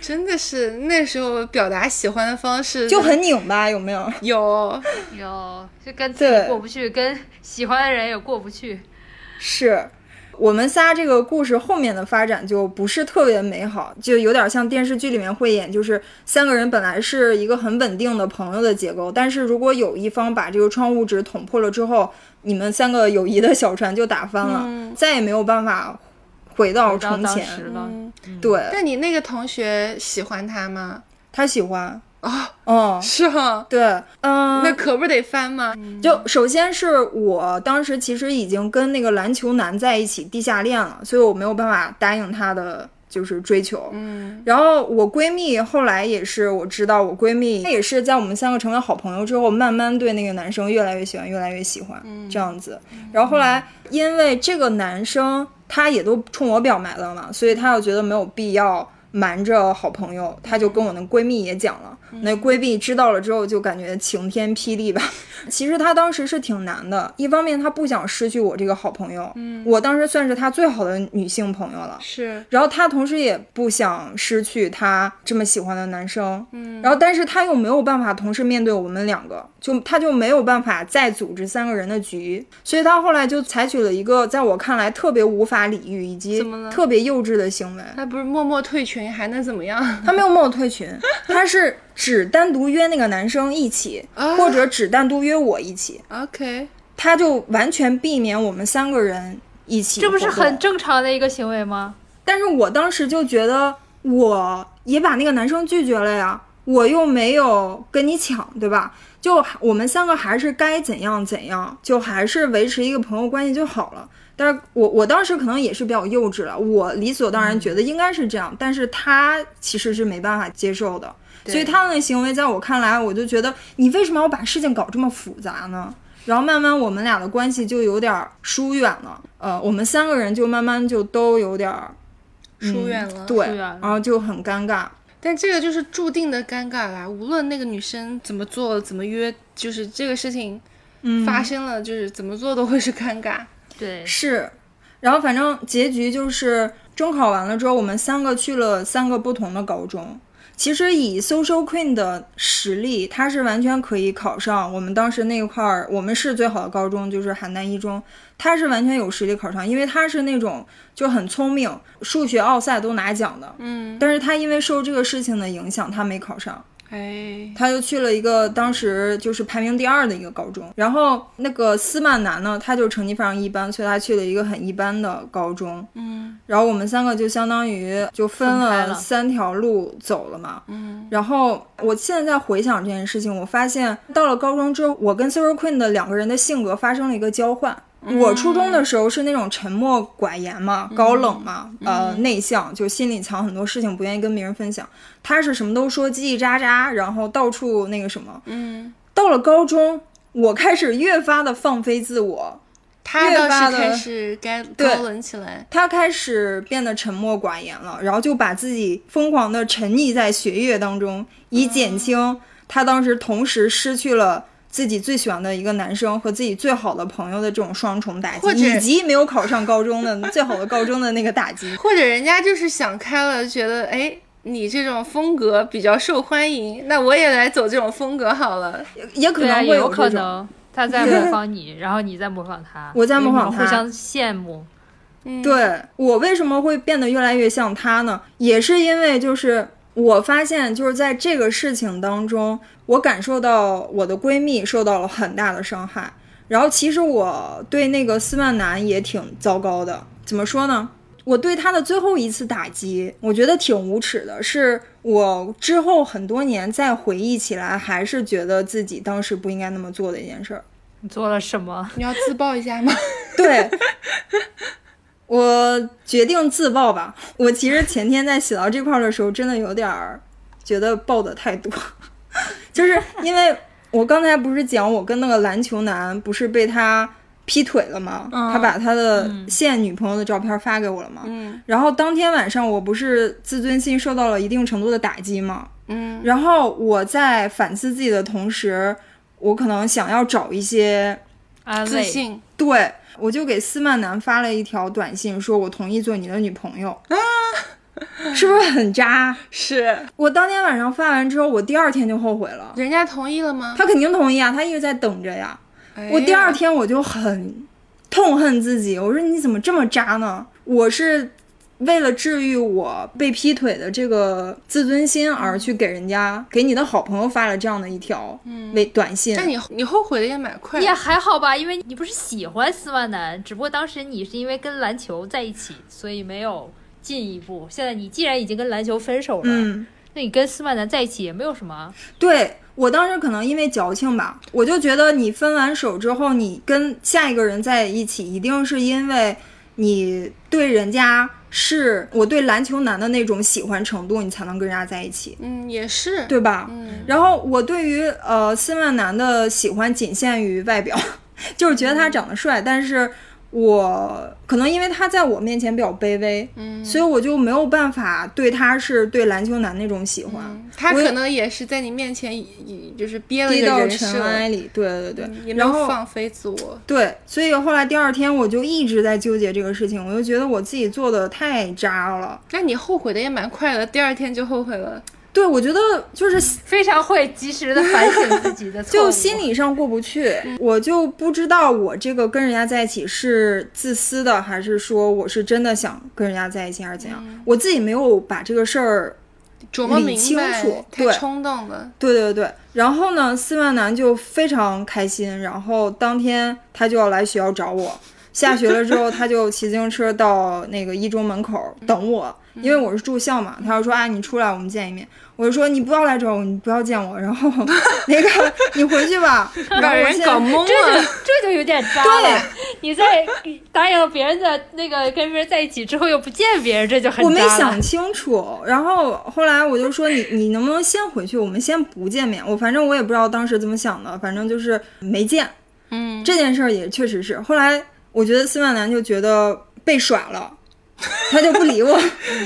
Speaker 5: 真的是那时候表达喜欢的方式
Speaker 3: 就很拧巴，有没有？
Speaker 5: 有，
Speaker 4: 有就跟自己
Speaker 3: 对
Speaker 4: 过不去，跟喜欢的人也过不去。
Speaker 3: 是我们仨这个故事后面的发展就不是特别美好，就有点像电视剧里面会演，就是三个人本来是一个很稳定的朋友的结构，但是如果有一方把这个窗户纸捅破了之后，你们三个友谊的小船就打翻了，再也没有办法回到
Speaker 4: 嗯回到
Speaker 3: 从
Speaker 4: 当时嗯
Speaker 3: 前。
Speaker 4: 了，
Speaker 3: 对
Speaker 5: 那你那个同学喜欢他吗？
Speaker 3: 他喜欢，
Speaker 4: 哦
Speaker 5: 啊、
Speaker 3: 嗯，
Speaker 5: 是哈，
Speaker 3: 对，嗯，
Speaker 5: 那可不得翻吗？
Speaker 3: 就首先是我当时其实已经跟那个篮球男在一起地下恋了，所以我没有办法答应他的就是追求。嗯，然后我闺蜜后来也是我知道，我闺蜜她也是在我们三个成为好朋友之后，慢慢对那个男生越来越喜欢，越来越喜欢、这样子。然后后来因为这个男生他也都冲我表白了嘛，所以他又觉得没有必要。瞒着好朋友，她就跟我那闺蜜也讲了。那闺蜜知道了之后，就感觉晴天霹雳吧。 (laughs) 其实她当时是挺难的，一方面她不想失去我这个好朋友，嗯，我当时算是她最好的女性朋友了。
Speaker 5: 是，
Speaker 3: 然后她同时也不想失去她这么喜欢的男生，嗯，然后但是她又没有办法同时面对我们两个，就她就没有办法再组织三个人的局，所以她后来就采取了一个在我看来特别无法理喻以及
Speaker 5: 怎么了
Speaker 3: 特别幼稚的行为，
Speaker 5: 他不是默默退群还能怎么样？ (laughs)
Speaker 3: 他没有帮我退群，他是只单独约那个男生一起，
Speaker 5: 啊
Speaker 3: 或者只单独约我一起，
Speaker 5: OK，
Speaker 3: 他就完全避免我们三个人一起。
Speaker 4: 这不是很？正常的一个行为吗？
Speaker 3: 但是我当时就觉得，我也把那个男生拒绝了呀，我又没有跟你抢，对吧？就我们三个还是该怎样怎样，就还是维持一个朋友关系就好了。但是我我当时可能也是比较幼稚了，我理所当然觉得应该是这样，但是他其实是没办法接受的。所以他的那行为，在我看来，我就觉得你为什么要把事情搞这么复杂呢？然后慢慢我们俩的关系就有点儿疏远了，呃，我们三个人就慢慢就都有点儿嗯
Speaker 5: 疏远了。
Speaker 3: 对，
Speaker 4: 疏远了
Speaker 3: 然后就很尴尬。
Speaker 5: 但这个就是注定的尴尬啦，无论那个女生怎么做、怎么约，就是这个事情
Speaker 3: 嗯
Speaker 5: 发生了，就是怎么做都会是尴尬。
Speaker 4: 对，
Speaker 3: 是，然后反正结局就是中考完了之后，我们三个去了三个不同的高中。其实以 Social Queen 的实力，她是完全可以考上我们当时那块儿我们市最好的高中，就是邯郸一中，她是完全有实力考上，因为她是那种就很聪明，数学奥赛都拿奖的。
Speaker 5: 嗯，
Speaker 3: 但是她因为受这个事情的影响，她没考上。
Speaker 5: 哎，
Speaker 3: 他就去了一个当时就是排名第二的一个高中，然后那个斯曼南呢，他就成绩非常一般，所以他去了一个很一般的高中。
Speaker 5: 嗯
Speaker 3: 然后我们三个就相当于就分
Speaker 4: 分开
Speaker 3: 了
Speaker 4: 了
Speaker 3: 三条路走了嘛。
Speaker 5: 嗯，
Speaker 3: 然后我现在回想这件事情，我发现到了高中之后，我跟 Sarah Queen 的两个人的性格发生了一个交换。
Speaker 4: 嗯
Speaker 3: 我初中的时候是那种沉默寡言嘛，高冷嘛，呃，
Speaker 4: 嗯
Speaker 3: 内向，就心里藏很多事情，不愿意跟别人分享。他是什么都说，叽叽喳喳，然后到处那个什么。
Speaker 5: 嗯，
Speaker 3: 到了高中，我开始越发的放飞自我，
Speaker 5: 他
Speaker 3: 越发
Speaker 5: 倒是
Speaker 3: 地
Speaker 5: 开始该高冷起来。
Speaker 3: 他开始变得沉默寡言了，然后就把自己疯狂的沉溺在学业当中，以减
Speaker 4: 哦
Speaker 3: 轻他当时同时失去了自己最喜欢的一个男生和自己最好的朋友的这种双重打击
Speaker 5: 或，者
Speaker 3: 以及没有考上高中的最好的高中的那个打
Speaker 4: (laughs)
Speaker 3: 击。
Speaker 5: 或者人家就是想开了，觉得哎，你这种风格比较受欢迎，那我也来走这种风格好了。
Speaker 3: 也可
Speaker 4: 对啊，
Speaker 3: 能
Speaker 4: 也
Speaker 3: 会
Speaker 4: 有
Speaker 3: 这
Speaker 4: 可
Speaker 3: 种。
Speaker 4: 能他在模仿你，然后你在模仿他，
Speaker 3: (laughs) 我在模仿
Speaker 4: 你
Speaker 3: 他
Speaker 4: 们互相羡慕。
Speaker 5: 嗯，，
Speaker 3: 对我为什么会变得越来越像他呢？也是因为就是我发现就是在这个事情当中，我感受到我的闺蜜受到了很大的伤害，然后其实我对那个斯曼南也挺糟糕的。怎么说呢？我对他的最后一次打击，我觉得挺无耻的，是我之后很多年再回忆起来，还是觉得自己当时不应该那么做的一件事儿。
Speaker 4: 你做了什么？
Speaker 5: 你要自曝一
Speaker 3: (laughs)
Speaker 5: 下吗？
Speaker 3: 嗯对，我决定自爆吧。我其实前天在写到这块儿的时候，真的有点儿觉得爆的太多， (laughs) 就是因为我刚才不是讲我跟那个篮球男不是被他劈腿了吗？他把他的现女朋友的照片发给我了吗？
Speaker 5: 嗯
Speaker 3: 然后当天晚上我不是自尊心受到了一定程度的打击吗？
Speaker 5: 嗯
Speaker 3: 然后我在反思自己的同时，我可能想要找一些
Speaker 4: 安慰
Speaker 5: 自信。
Speaker 3: 对，我就给斯曼南发了一条短信，说我同意做你的女朋友。
Speaker 5: 啊
Speaker 3: 是不是很渣？
Speaker 5: 是，
Speaker 3: 我当天晚上发完之后，我第二天就后悔了。
Speaker 5: 人家同意了吗？
Speaker 3: 他肯定同意啊，他一直在等着呀。
Speaker 5: 哎
Speaker 3: 我第二
Speaker 5: 呀
Speaker 3: 天我就很痛恨自己，我说你怎么这么渣呢？我是为了治愈我被劈腿的这个自尊心而去给人家给你的好朋友发了这样的一条微短信。
Speaker 5: 但嗯你你后悔的也蛮快的
Speaker 4: 也还好吧，因为你不是喜欢斯万南，只不过当时你是因为跟篮球在一起，所以没有进一步。现在你既然已经跟篮球分手了，
Speaker 3: 嗯，
Speaker 4: 那你跟斯万南在一起也没有什么。
Speaker 3: 对我当时可能因为矫情吧，我就觉得你分完手之后，你跟下一个人在一起，一定是因为你对人家是我对篮球男的那种喜欢程度，你才能跟人家在一起，
Speaker 5: 嗯，也是。
Speaker 3: 对吧？
Speaker 5: 嗯
Speaker 3: 然后我对于呃斯曼南的喜欢仅限于外表， (laughs) 就是觉得他长得帅，但是我可能因为他在我面前比较卑微，
Speaker 5: 嗯，
Speaker 3: 所以我就没有办法对他是对篮球男那种喜欢。
Speaker 5: 嗯他
Speaker 3: 啊我也
Speaker 5: 可能也是在你面前以以就是憋了一
Speaker 3: 低
Speaker 5: 个
Speaker 3: 到
Speaker 5: 人设
Speaker 3: 尘，埃里，对对对，
Speaker 5: 嗯也没
Speaker 3: 然
Speaker 5: 有
Speaker 3: 后
Speaker 5: 放飞自我。
Speaker 3: 对，所以后来第二天我就一直在纠结这个事情，我就觉得我自己做的太渣了。
Speaker 5: 那你后悔的也蛮快的，第二天就后悔了。
Speaker 3: 对，我觉得
Speaker 5: 嗯
Speaker 3: 就是
Speaker 4: 非常会及时的反省自己的错误，
Speaker 3: (laughs) 就心理上过不去，
Speaker 5: 嗯
Speaker 3: 我就不知道我这个跟人家在一起是自私的，
Speaker 5: 嗯
Speaker 3: 还是说我是真的想跟人家在一起，还是怎样？我自己没有把这个事儿
Speaker 5: 琢磨
Speaker 3: 理
Speaker 5: 明
Speaker 3: 清
Speaker 5: 白
Speaker 3: 楚，
Speaker 5: 太
Speaker 3: 对
Speaker 5: 冲动了。
Speaker 3: 对对对，然后呢，司马南就非常开心，然后当天他就要来学校找我。下学了之后，他就骑自行车到那个一中门口等我，
Speaker 6: 嗯
Speaker 3: 因为我是住校嘛。他就说：“啊，你出来，我们见一面。”我就说：“你不要来找我，你不要见我。”然后
Speaker 6: (laughs)
Speaker 3: 那个你回去吧。然
Speaker 6: 把
Speaker 3: 后我
Speaker 6: 人
Speaker 3: 现
Speaker 6: 搞
Speaker 3: 在
Speaker 6: 懵
Speaker 4: 这
Speaker 6: 了。
Speaker 4: 就这就有点渣了。你在答应了别人的那个跟别人在一起之后又不见别人，这就很
Speaker 3: 我没
Speaker 4: 渣了
Speaker 3: 想清楚，然后后来我就说你你能不能先回去，我们先不见面。我反正我也不知道当时怎么想的，反正就是没见。
Speaker 5: 嗯，
Speaker 3: 这件事儿也确实是。后来我觉得司马南就觉得被耍了，他就不理我。 (laughs)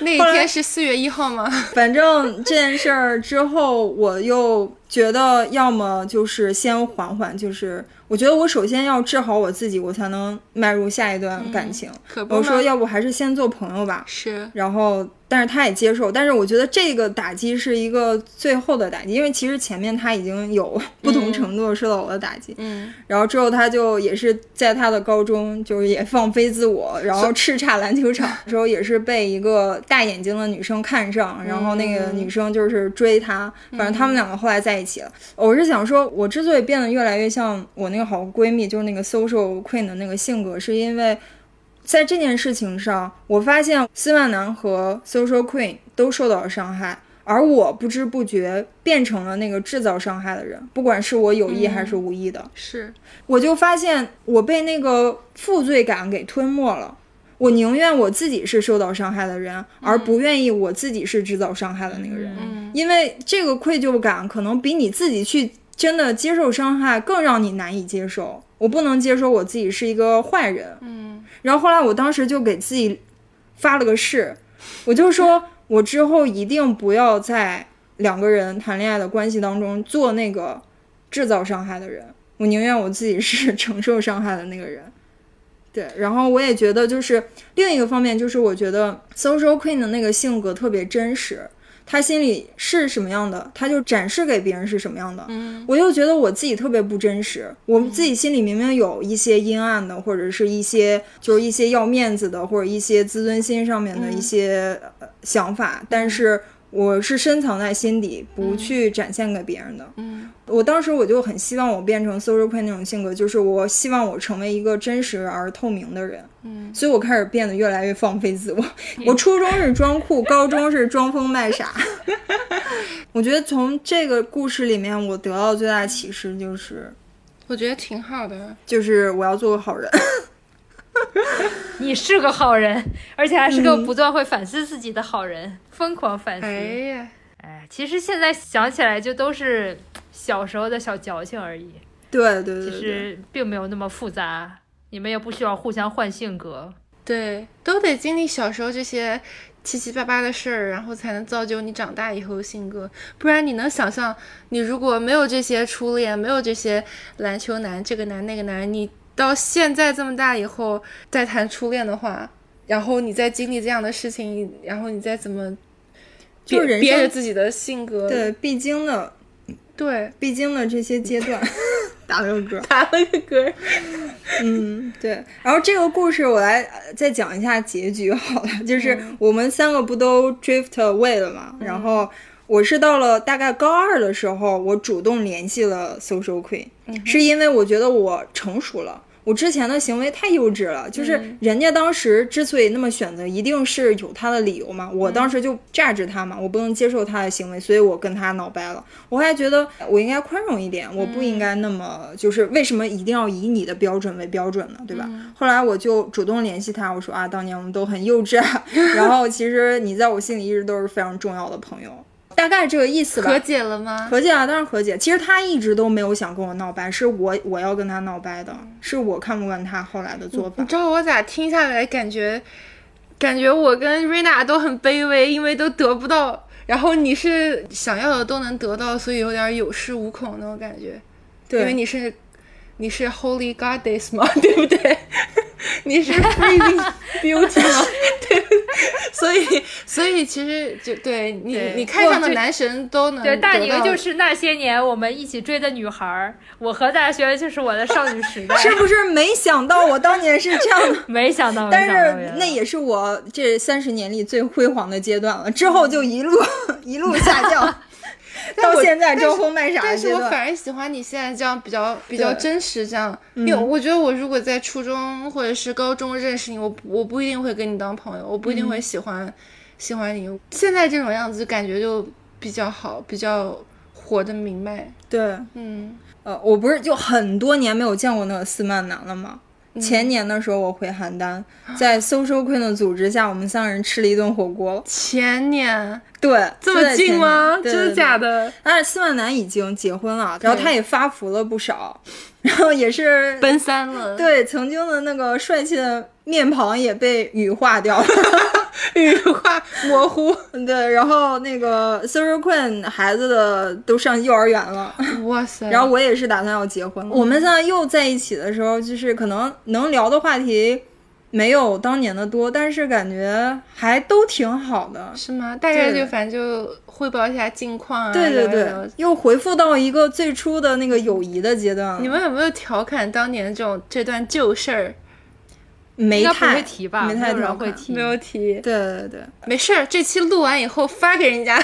Speaker 5: 那一
Speaker 3: 后来
Speaker 5: 天是四月一号吗？
Speaker 3: 反正这件事儿之后，我又觉得要么就是先缓缓，就是我觉得我首先要治好我自己，我才能迈入下一段感情。
Speaker 5: 可嗯不
Speaker 3: 我说
Speaker 5: 嘛
Speaker 3: 要不还是先做朋友吧。
Speaker 5: 是
Speaker 3: 然后，但是他也接受，但是我觉得这个打击是一个最后的打击，因为其实前面他已经有不同程度地受到我的打击，
Speaker 5: 嗯，
Speaker 3: 然后之后他就也是在他的高中，就是也放飞自我，然后叱咤篮球场，之后也是被一个大眼睛的女生看上，然后那个女生就是追他，反正他们两个后来在一起了。我是想说，我之所以变得越来越像我那个好闺蜜，就是那个 social queen 的那个性格，是因为在这件事情上，我发现斯万南和 social queen 都受到了伤害。而我不知不觉变成了那个制造伤害的人，不管是我有意还是无意的。
Speaker 5: 是，
Speaker 3: 我就发现我被那个负罪感给吞没了。我宁愿我自己是受到伤害的人，而不愿意我自己是制造伤害的那个人，
Speaker 5: 嗯
Speaker 3: 因为这个愧疚感可能比你自己去真的接受伤害更让你难以接受。我不能接受我自己是一个坏人。
Speaker 5: 嗯，
Speaker 3: 然后后来我当时就给自己发了个誓，我就说我之后一定不要在两个人谈恋爱的关系当中做那个制造伤害的人，我宁愿我自己是 (laughs) 承受伤害的那个人。对，然后我也觉得，就是另一个方面，就是我觉得 social queen 的那个性格特别真实，她心里是什么样的，她就展示给别人是什么样的。
Speaker 5: 嗯，
Speaker 3: 我就觉得我自己特别不真实，我自己心里明明有一些阴暗的，或者是一些就是一些要面子的，或者一些自尊心上
Speaker 5: 嗯
Speaker 3: 面的一些呃想法，但是我是深藏在心底，不去展现给别人的。
Speaker 5: 嗯，
Speaker 3: 我当时我就很希望我变成 social queen 那种性格，就是我希望我成为一个真实而透明的人。
Speaker 5: 嗯，
Speaker 3: 所以我开始变得越来越放飞
Speaker 5: (laughs)
Speaker 3: 自我。我初中是装酷，高中是装疯卖傻。我觉得从这个故事里面，我得到最大的启示就是，
Speaker 5: 我觉得挺好的。
Speaker 3: 就是我要做个好人。 (laughs)
Speaker 4: 你是个好人，而且还是
Speaker 3: 嗯
Speaker 4: 个不断会反思自己的好人，疯狂反思。
Speaker 5: 哎呀，
Speaker 4: 哎，其实现在想起来，就都是小时候的小矫情而已，
Speaker 3: 对对
Speaker 4: 其
Speaker 3: 对对，
Speaker 4: 实并没有那么复杂。你们也不需要互相换性格，
Speaker 5: 对，都得经历小时候这些七七八八的事儿，然后才能造就你长大以后的性格。不然你能想象，你如果没有这些初恋，没有这些篮球男、这个男那个男，你到现在这么大以后再谈初恋的话，然后你再经历这样的事情，然后你再怎么
Speaker 3: 就
Speaker 5: 憋
Speaker 3: 是人
Speaker 5: 憋着
Speaker 3: 生
Speaker 5: 自己的性格，
Speaker 3: 对必经的
Speaker 5: 对，
Speaker 3: 必经的这些阶段。 (laughs) 打了个嗝，
Speaker 5: 打了个嗝。
Speaker 3: 嗯，对。然后这个故事我来呃再讲一下结局好了，就是
Speaker 5: 嗯
Speaker 3: 我们三个不都 drift away 了嘛？然后我是到了大概高二的时候，我主动联系了 social queen，、是因为我觉得我成熟了。我之前的行为太幼稚了，就是人家当时之所以那么选择，一定是有他的理由嘛。我当时就榨制他嘛，我不能接受他的行为，所以我跟他闹掰了。我还觉得我应该宽容一点，我不应该那么就是为什么一定要以你的标准为标准呢？对吧？后来我就主动联系他，我说啊，当年我们都很幼稚啊，然后其实你在我心里一直都是非常重要的朋友，大概这个意思吧。
Speaker 5: 和解了吗？
Speaker 3: 和解啊，当然和解。其实他一直都没有想跟我闹掰，是我我要跟他闹掰的，是我看不惯他后来的做法
Speaker 5: 你。知道我咋听下来感觉，感觉我跟瑞娜都很卑微，因为都得不到，然后你是想要的都能得到，所以有点有恃无恐那种感觉。
Speaker 3: 对，
Speaker 5: 因为你是你是 Holy (laughs) Goddess 嘛，对不对？你是 (laughs) Freezing Beauty 嘛，对不对？所以所以其实就对你
Speaker 4: 对
Speaker 5: 你看上
Speaker 4: 我
Speaker 5: 的
Speaker 4: 就
Speaker 5: 男神都
Speaker 3: 嗯
Speaker 5: 能
Speaker 4: 对，大
Speaker 5: 得
Speaker 4: 宁
Speaker 5: 到
Speaker 4: 就是那些年我们一起追的女孩儿，我和大学就是我的少女时代。
Speaker 3: 是不是没想到我当年是这样
Speaker 5: (laughs)
Speaker 3: 的？
Speaker 4: 没想到，
Speaker 3: 但
Speaker 4: 没想
Speaker 3: 是
Speaker 4: 到
Speaker 3: 那也是我这三十年里最辉煌的阶段了，之后就一路 (laughs) 一路下降，
Speaker 5: 嗯 (laughs) 但
Speaker 3: 到
Speaker 5: 我
Speaker 3: 现在招风卖傻的
Speaker 5: 但是
Speaker 3: 阶
Speaker 5: 我
Speaker 3: 段。
Speaker 5: 反而喜欢你现在这样比较比较
Speaker 3: 对
Speaker 5: 真实，这样，因为我觉得我如果在初中或者是高中认识你，我不我不一定会跟你当朋友，我不一定会喜欢、喜欢你。现在这种样子感觉就比较好，比较活得明白。
Speaker 3: 对，
Speaker 5: 嗯，
Speaker 3: 呃，我不是就很多年没有见过那个斯曼男了吗？
Speaker 5: 嗯
Speaker 3: 前年的时候，我回邯郸，在 social queen 的组织下，我们三人吃了一顿火锅。
Speaker 5: 前年
Speaker 3: 对，
Speaker 5: 这
Speaker 3: 就
Speaker 5: 么
Speaker 3: 在
Speaker 5: 近
Speaker 3: 前
Speaker 5: 吗？
Speaker 3: 年对
Speaker 5: 真的
Speaker 3: 对
Speaker 5: 假的？
Speaker 3: 但是斯万南已经结婚了，然后他也发福了不少，然后也是
Speaker 5: 奔三了，
Speaker 3: 对曾经的那个帅气的面庞也被羽化掉了。 (laughs)
Speaker 5: 羽化模糊。
Speaker 3: 对，然后那个 Silver Queen 孩子的都上幼儿园了，
Speaker 5: (laughs) 哇塞！
Speaker 3: 然后我也是打算要结婚了。我们现在又在一起的时候，就是可能能聊的话题没有当年的多，但是感觉还都挺好的。
Speaker 5: 是吗？大概
Speaker 3: 对
Speaker 5: 就反正就汇报一下近况啊。
Speaker 3: 对对
Speaker 5: 聊一
Speaker 3: 对
Speaker 5: 聊，
Speaker 3: 又回复到一个最初的那个友谊的阶段了。
Speaker 5: 你们有没有调侃当年这种这段旧事儿？
Speaker 3: 没
Speaker 4: 应该不
Speaker 3: 太
Speaker 4: 会提吧？
Speaker 3: 没太
Speaker 4: 有
Speaker 3: 调
Speaker 4: 人会
Speaker 3: 侃
Speaker 4: 提。
Speaker 5: 提，
Speaker 3: 对对对，
Speaker 5: 没事儿，这期录完以后发给人家。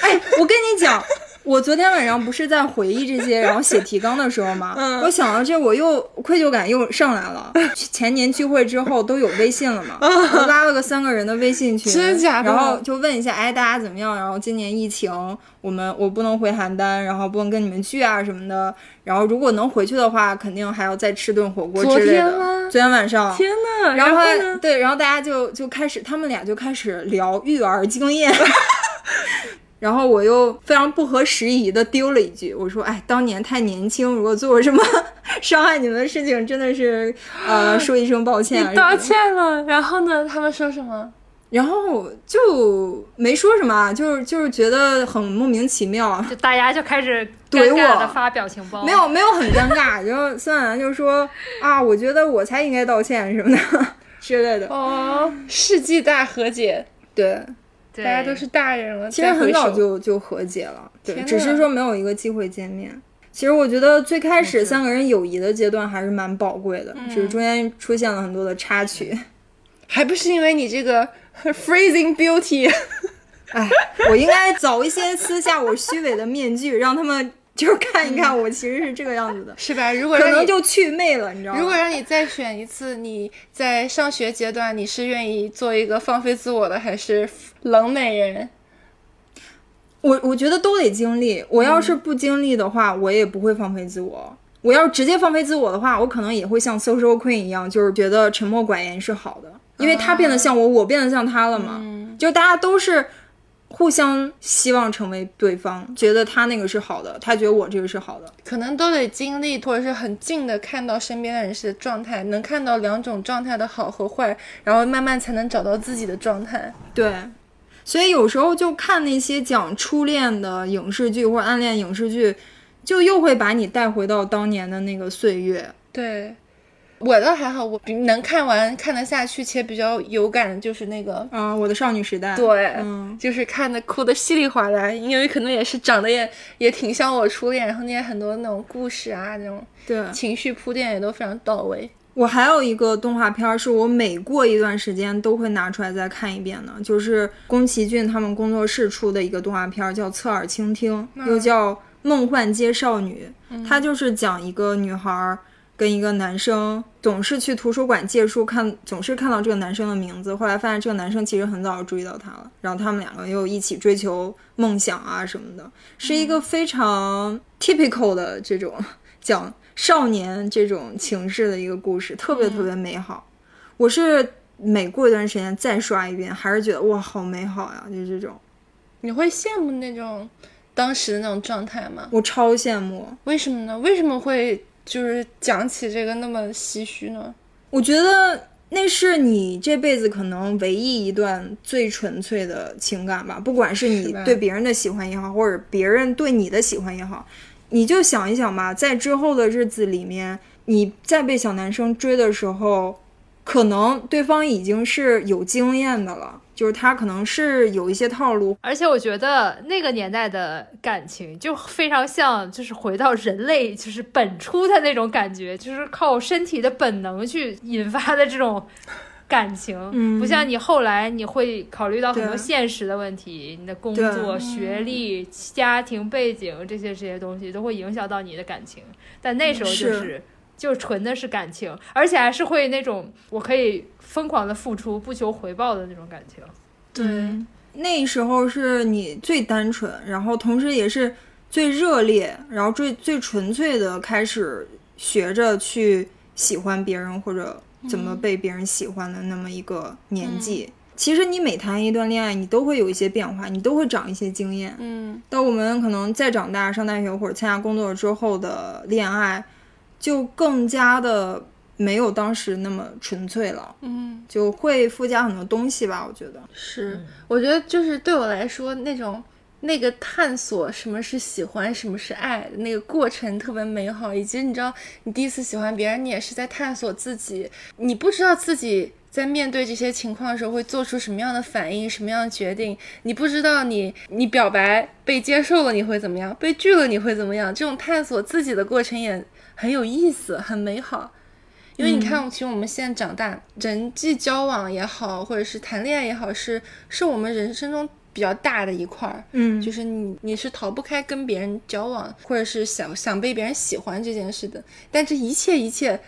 Speaker 3: 哎，我跟你讲，我昨天晚上不是在回忆这些，然后写提纲的时候嘛，
Speaker 4: 嗯
Speaker 3: 我想到这，我又愧疚感又上来
Speaker 4: (laughs)
Speaker 3: 了。前年聚会之后都有微信了嘛，
Speaker 4: 嗯
Speaker 3: 我拉了个三个人的微
Speaker 4: (laughs)
Speaker 3: 信群，
Speaker 5: 真假的
Speaker 3: 然后就问一下，哎，大家怎么样？然后今年疫情，我们我不能回邯郸，然后不能跟你们聚啊什么的。然后如果能回去的话，肯定还要再吃顿火锅
Speaker 5: 昨
Speaker 3: 之类的。
Speaker 5: 天吗
Speaker 3: 昨天晚上，
Speaker 5: 天 (laughs) 呐，
Speaker 3: 然后
Speaker 5: 后呢？
Speaker 3: 对，然后大家就就开始，他们俩就开始聊育儿经验。 (laughs) 然后我又非常不合时宜的丢了一句，我说：“哎，当年太年轻，如果做过什么伤害你们的事情，真的是呃，说一声抱歉。”
Speaker 5: 你 (laughs) 道。歉了，然后呢？他们说什么？
Speaker 3: 然后就没说什么啊，就是就是觉得很莫名其妙。
Speaker 4: 就大家就开始
Speaker 3: 怼
Speaker 4: 尴尬
Speaker 3: 我
Speaker 4: 的发表
Speaker 5: 哦
Speaker 4: 情包，
Speaker 3: 没有没有很尴尬，然后孙婉然就说啊，我觉得我才应该道歉什么的 (laughs) 之类的。
Speaker 5: 哦，世纪大和解，
Speaker 3: 对，
Speaker 4: 对，
Speaker 5: 大家都是大人了，
Speaker 3: 其实
Speaker 5: 再回
Speaker 3: 很早
Speaker 5: 首
Speaker 3: 就就和解了，对，
Speaker 5: 天
Speaker 3: 只是
Speaker 5: 呐
Speaker 3: 说没有一个机会见面。其实我觉得最开始
Speaker 4: 是
Speaker 3: 三个人友谊的阶段还是蛮宝贵的，只
Speaker 5: 嗯
Speaker 3: 是中间出现了很多的插曲。
Speaker 5: 还不是因为你这个 (laughs) freezing beauty， (laughs)
Speaker 3: 哎，我应该早一些撕下我虚伪的面具，让他们就是看一看我其实是这个样子的，
Speaker 5: 是吧？如果
Speaker 3: 可
Speaker 5: 让
Speaker 3: 能
Speaker 5: 嗯你
Speaker 3: 就祛魅了，你知道吗？
Speaker 5: 如果让你再选一次，你在上学阶段，你是愿意做一个放飞自我的，还是冷美人？
Speaker 3: 我我觉得都得经历。我要是不经历的话，我也不会放飞自我。我要是直接放飞自我的话，我可能也会像 social queen 一样，就是觉得沉默寡言是好的，因为他变得像我，我变得像他了嘛。就大家都是互相希望成为对方，觉得他那个是好的，他觉得我这个是好的。
Speaker 5: 可能都得经历，或者是很近的看到身边的人是状态，能看到两种状态的好和坏，然后慢慢才能找到自己的状态。
Speaker 3: 对，所以有时候就看那些讲初恋的影视剧或者暗恋影视剧，就又会把你带回到当年的那个岁月。
Speaker 5: 对，我倒还好，我比能看完看得下去且比较有感的就是那个，
Speaker 3: 啊、我的少女时代。
Speaker 5: 对，
Speaker 3: 嗯。
Speaker 5: 就是看的哭的稀里哗啦，因为可能也是长得也也挺像我初恋，然后那些很多那种故事啊，那种
Speaker 3: 对
Speaker 5: 情绪铺垫也都非常到位。
Speaker 3: 我还有一个动画片儿，是我每过一段时间都会拿出来再看一遍的，就是宫崎骏他们工作室出的一个动画片儿，叫《侧耳倾听》，又叫《梦幻街少女》。它就是讲一个女孩儿跟一个男生总是去图书馆借书看，总是看到这个男生的名字，后来发现这个男生其实很早就注意到她了，然后他们两个又一起追求梦想啊什么的，是一个非常 typical 的这种讲少年这种情事的一个故事，特别特别美好。我是每过一段时间再刷一遍，还是觉得哇，好美好呀，就这种，
Speaker 5: 你会羡慕那种当时的那种状态吗？
Speaker 3: 我超羡慕。
Speaker 5: 为什么呢？为什么会就是讲起这个那么唏嘘呢？
Speaker 3: 我觉得那是你这辈子可能唯一一段最纯粹的情感吧，不管是
Speaker 5: 是
Speaker 3: 你
Speaker 5: 吧
Speaker 3: 对别人的喜欢也好，或者别人对你的喜欢也好，你就想一想吧，在之后的日子里面，你再被小男生追的时候，可能对方已经是有经验的了，就是他可能是有一些套路。
Speaker 4: 而且我觉得那个年代的感情就非常像，就是回到人类就是本初的那种感觉，就是靠身体的本能去引发的这种感情，
Speaker 3: 嗯
Speaker 4: 不像你后来你会考虑到很多
Speaker 3: 对啊
Speaker 4: 现实的问题，你的工
Speaker 3: 对啊
Speaker 4: 作、学历、家庭背景这些这些东西都会影响到你的感情，但那时候就是是就纯的是感情，而且还是会那种我可以疯狂的付出、不求回报的那种感情。
Speaker 5: 对
Speaker 3: 嗯，那时候是你最单纯，然后同时也是最热烈，然后最最纯粹的开始学着去喜欢别人或者怎么被别人喜欢的那么一个年
Speaker 5: 嗯
Speaker 3: 纪。其实你每谈一段恋爱，你都会有一些变化，你都会长一些经验。
Speaker 5: 嗯，
Speaker 3: 到我们可能再长大、上大学或者参加工作之后的恋爱，就更加的没有当时那么纯粹了，
Speaker 5: 嗯，
Speaker 3: 就会附加很多东西吧。我觉得，
Speaker 5: 是，我觉得就是对我来说，那种那个探索什么是喜欢，什么是爱的那个过程特别美好，以及你知道，你第一次喜欢别人，你也是在探索自己，你不知道自己。在面对这些情况的时候，会做出什么样的反应，什么样的决定？你不知道你，你表白被接受了，你会怎么样？被拒了，你会怎么样？这种探索自己的过程也很有意思，很美好。因为你看，其实我们现在长大，人际交往也好，或者是谈恋爱也好，是是我们人生中比较大的一块儿。
Speaker 3: 嗯
Speaker 5: 就是你你是逃不开跟别人交往，或者是想想被别人喜欢这件事的。但这一切一切，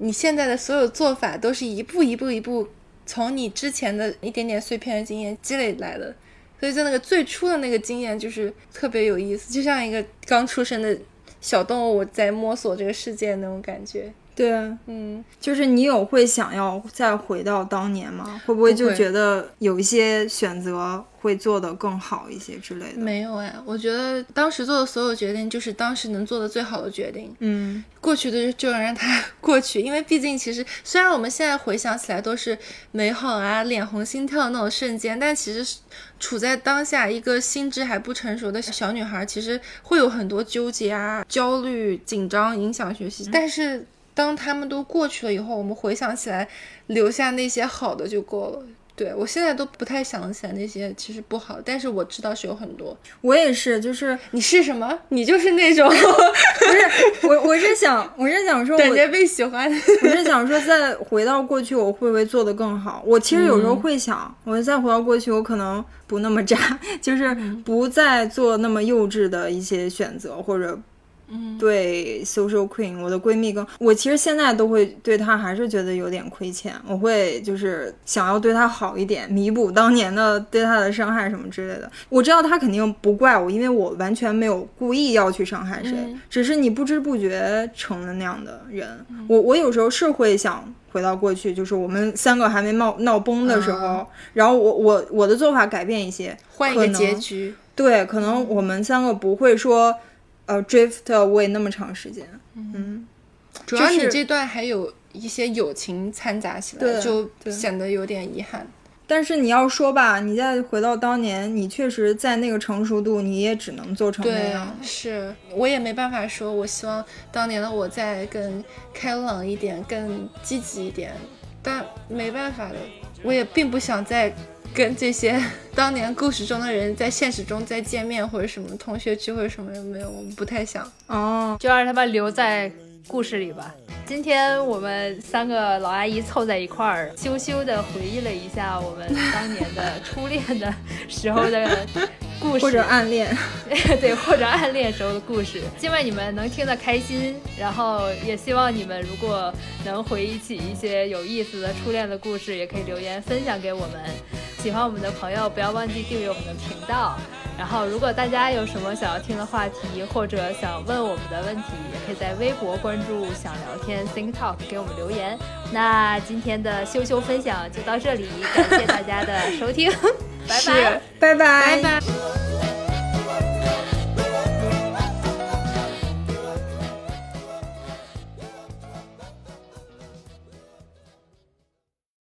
Speaker 5: 你现在的所有做法都是一步一步一步从你之前的一点点碎片的经验积累来的。所以在那个最初的那个经验就是特别有意思，就像一个刚出生的小动物在摸索这个世界那种感觉。
Speaker 3: 对，
Speaker 5: 嗯，
Speaker 3: 就是你有会想要再回到当年吗？会不会
Speaker 5: 不
Speaker 3: 就
Speaker 5: 会
Speaker 3: 觉得有一些选择会做得更好一些之类的？
Speaker 5: 没有哎，我觉得当时做的所有决定就是当时能做的最好的决定。
Speaker 3: 嗯，
Speaker 5: 过去的就让它过去，因为毕竟其实虽然我们现在回想起来都是美好啊、脸红心跳的那种瞬间，但其实是处在当下一个心智还不成熟的小女孩，其实会有很多纠结啊、焦虑、紧张，影响学
Speaker 3: 嗯
Speaker 5: 习。但是当他们都过去了以后，我们回想起来，留下那些好的就够了。对我现在都不太想起来那些其实不好，但是我知道是有很多。
Speaker 3: 我也是，就是
Speaker 5: 你是什么？你就是
Speaker 3: (laughs)
Speaker 5: 那种 (laughs)
Speaker 3: 我我是想， (laughs) 我是想说我，
Speaker 5: 感觉被喜
Speaker 3: (laughs)
Speaker 5: 欢。(laughs)
Speaker 3: 我是想说，再回到过去，我会不会做得更好？我其实有时
Speaker 5: 嗯
Speaker 3: 候会想，我再回到过去，我可能不那么渣， (laughs) 就是
Speaker 5: 嗯
Speaker 3: 不再做那么幼稚的一些选择，或者，
Speaker 5: 嗯
Speaker 3: 对 social queen，我的闺蜜跟我其实现在都会对她还是觉得有点亏欠，我会就是想要对她好一点，弥补当年的对她的伤害什么之类的。我知道她肯定不怪我，因为我完全没有故意要去伤害谁，
Speaker 5: 嗯
Speaker 3: 只是你不知不觉成了那样的人。
Speaker 5: 嗯
Speaker 3: 我我有时候是会想。回到过去，就是我们三个还没闹闹崩的时候，然后我我我的做法改变一些，
Speaker 5: 嗯换一个
Speaker 3: 可能
Speaker 5: 结局。
Speaker 3: 对，可能我们三个不会说，呃，drift away 那么长时间。嗯，
Speaker 5: 主要
Speaker 3: 就
Speaker 5: 你
Speaker 3: 是
Speaker 5: 这段还有一些友情掺杂起来，
Speaker 3: 对
Speaker 5: 就
Speaker 3: 对
Speaker 5: 显得有点遗憾。
Speaker 3: 但是你要说吧，你再回到当年，你确实在那个成熟度，你也只能做成那
Speaker 5: 对
Speaker 3: 样，。
Speaker 5: 是我也没办法说，我希望当年的我再更开朗一点，更积极一点，但没办法的，我也并不想再跟这些 (laughs) 当年故事中的人在现实中再见面，或者什么同学聚会什么也没有，我不太想。
Speaker 3: 哦，
Speaker 4: 就让他们留在故事里吧。今天我们三个老阿姨凑在一块儿，羞羞的回忆了一下我们当年的初恋的时候的故事，
Speaker 3: 或者暗恋，
Speaker 4: (laughs) 对，或者暗恋时候的故事。希望你们能听得开心，然后也希望你们如果能回忆起一些有意思的初恋的故事，也可以留言分享给我们。喜欢我们的朋友，不要忘记订阅我们的频道。然后，如果大家有什么想要听的话题，或者想问我们的问题，也可以在微博关注“想聊天 Think Talk” 给我们留言。那今天的羞羞 (laughs) 分享就到这里，感谢大家的收听，拜拜。
Speaker 3: 拜拜，
Speaker 5: 拜拜。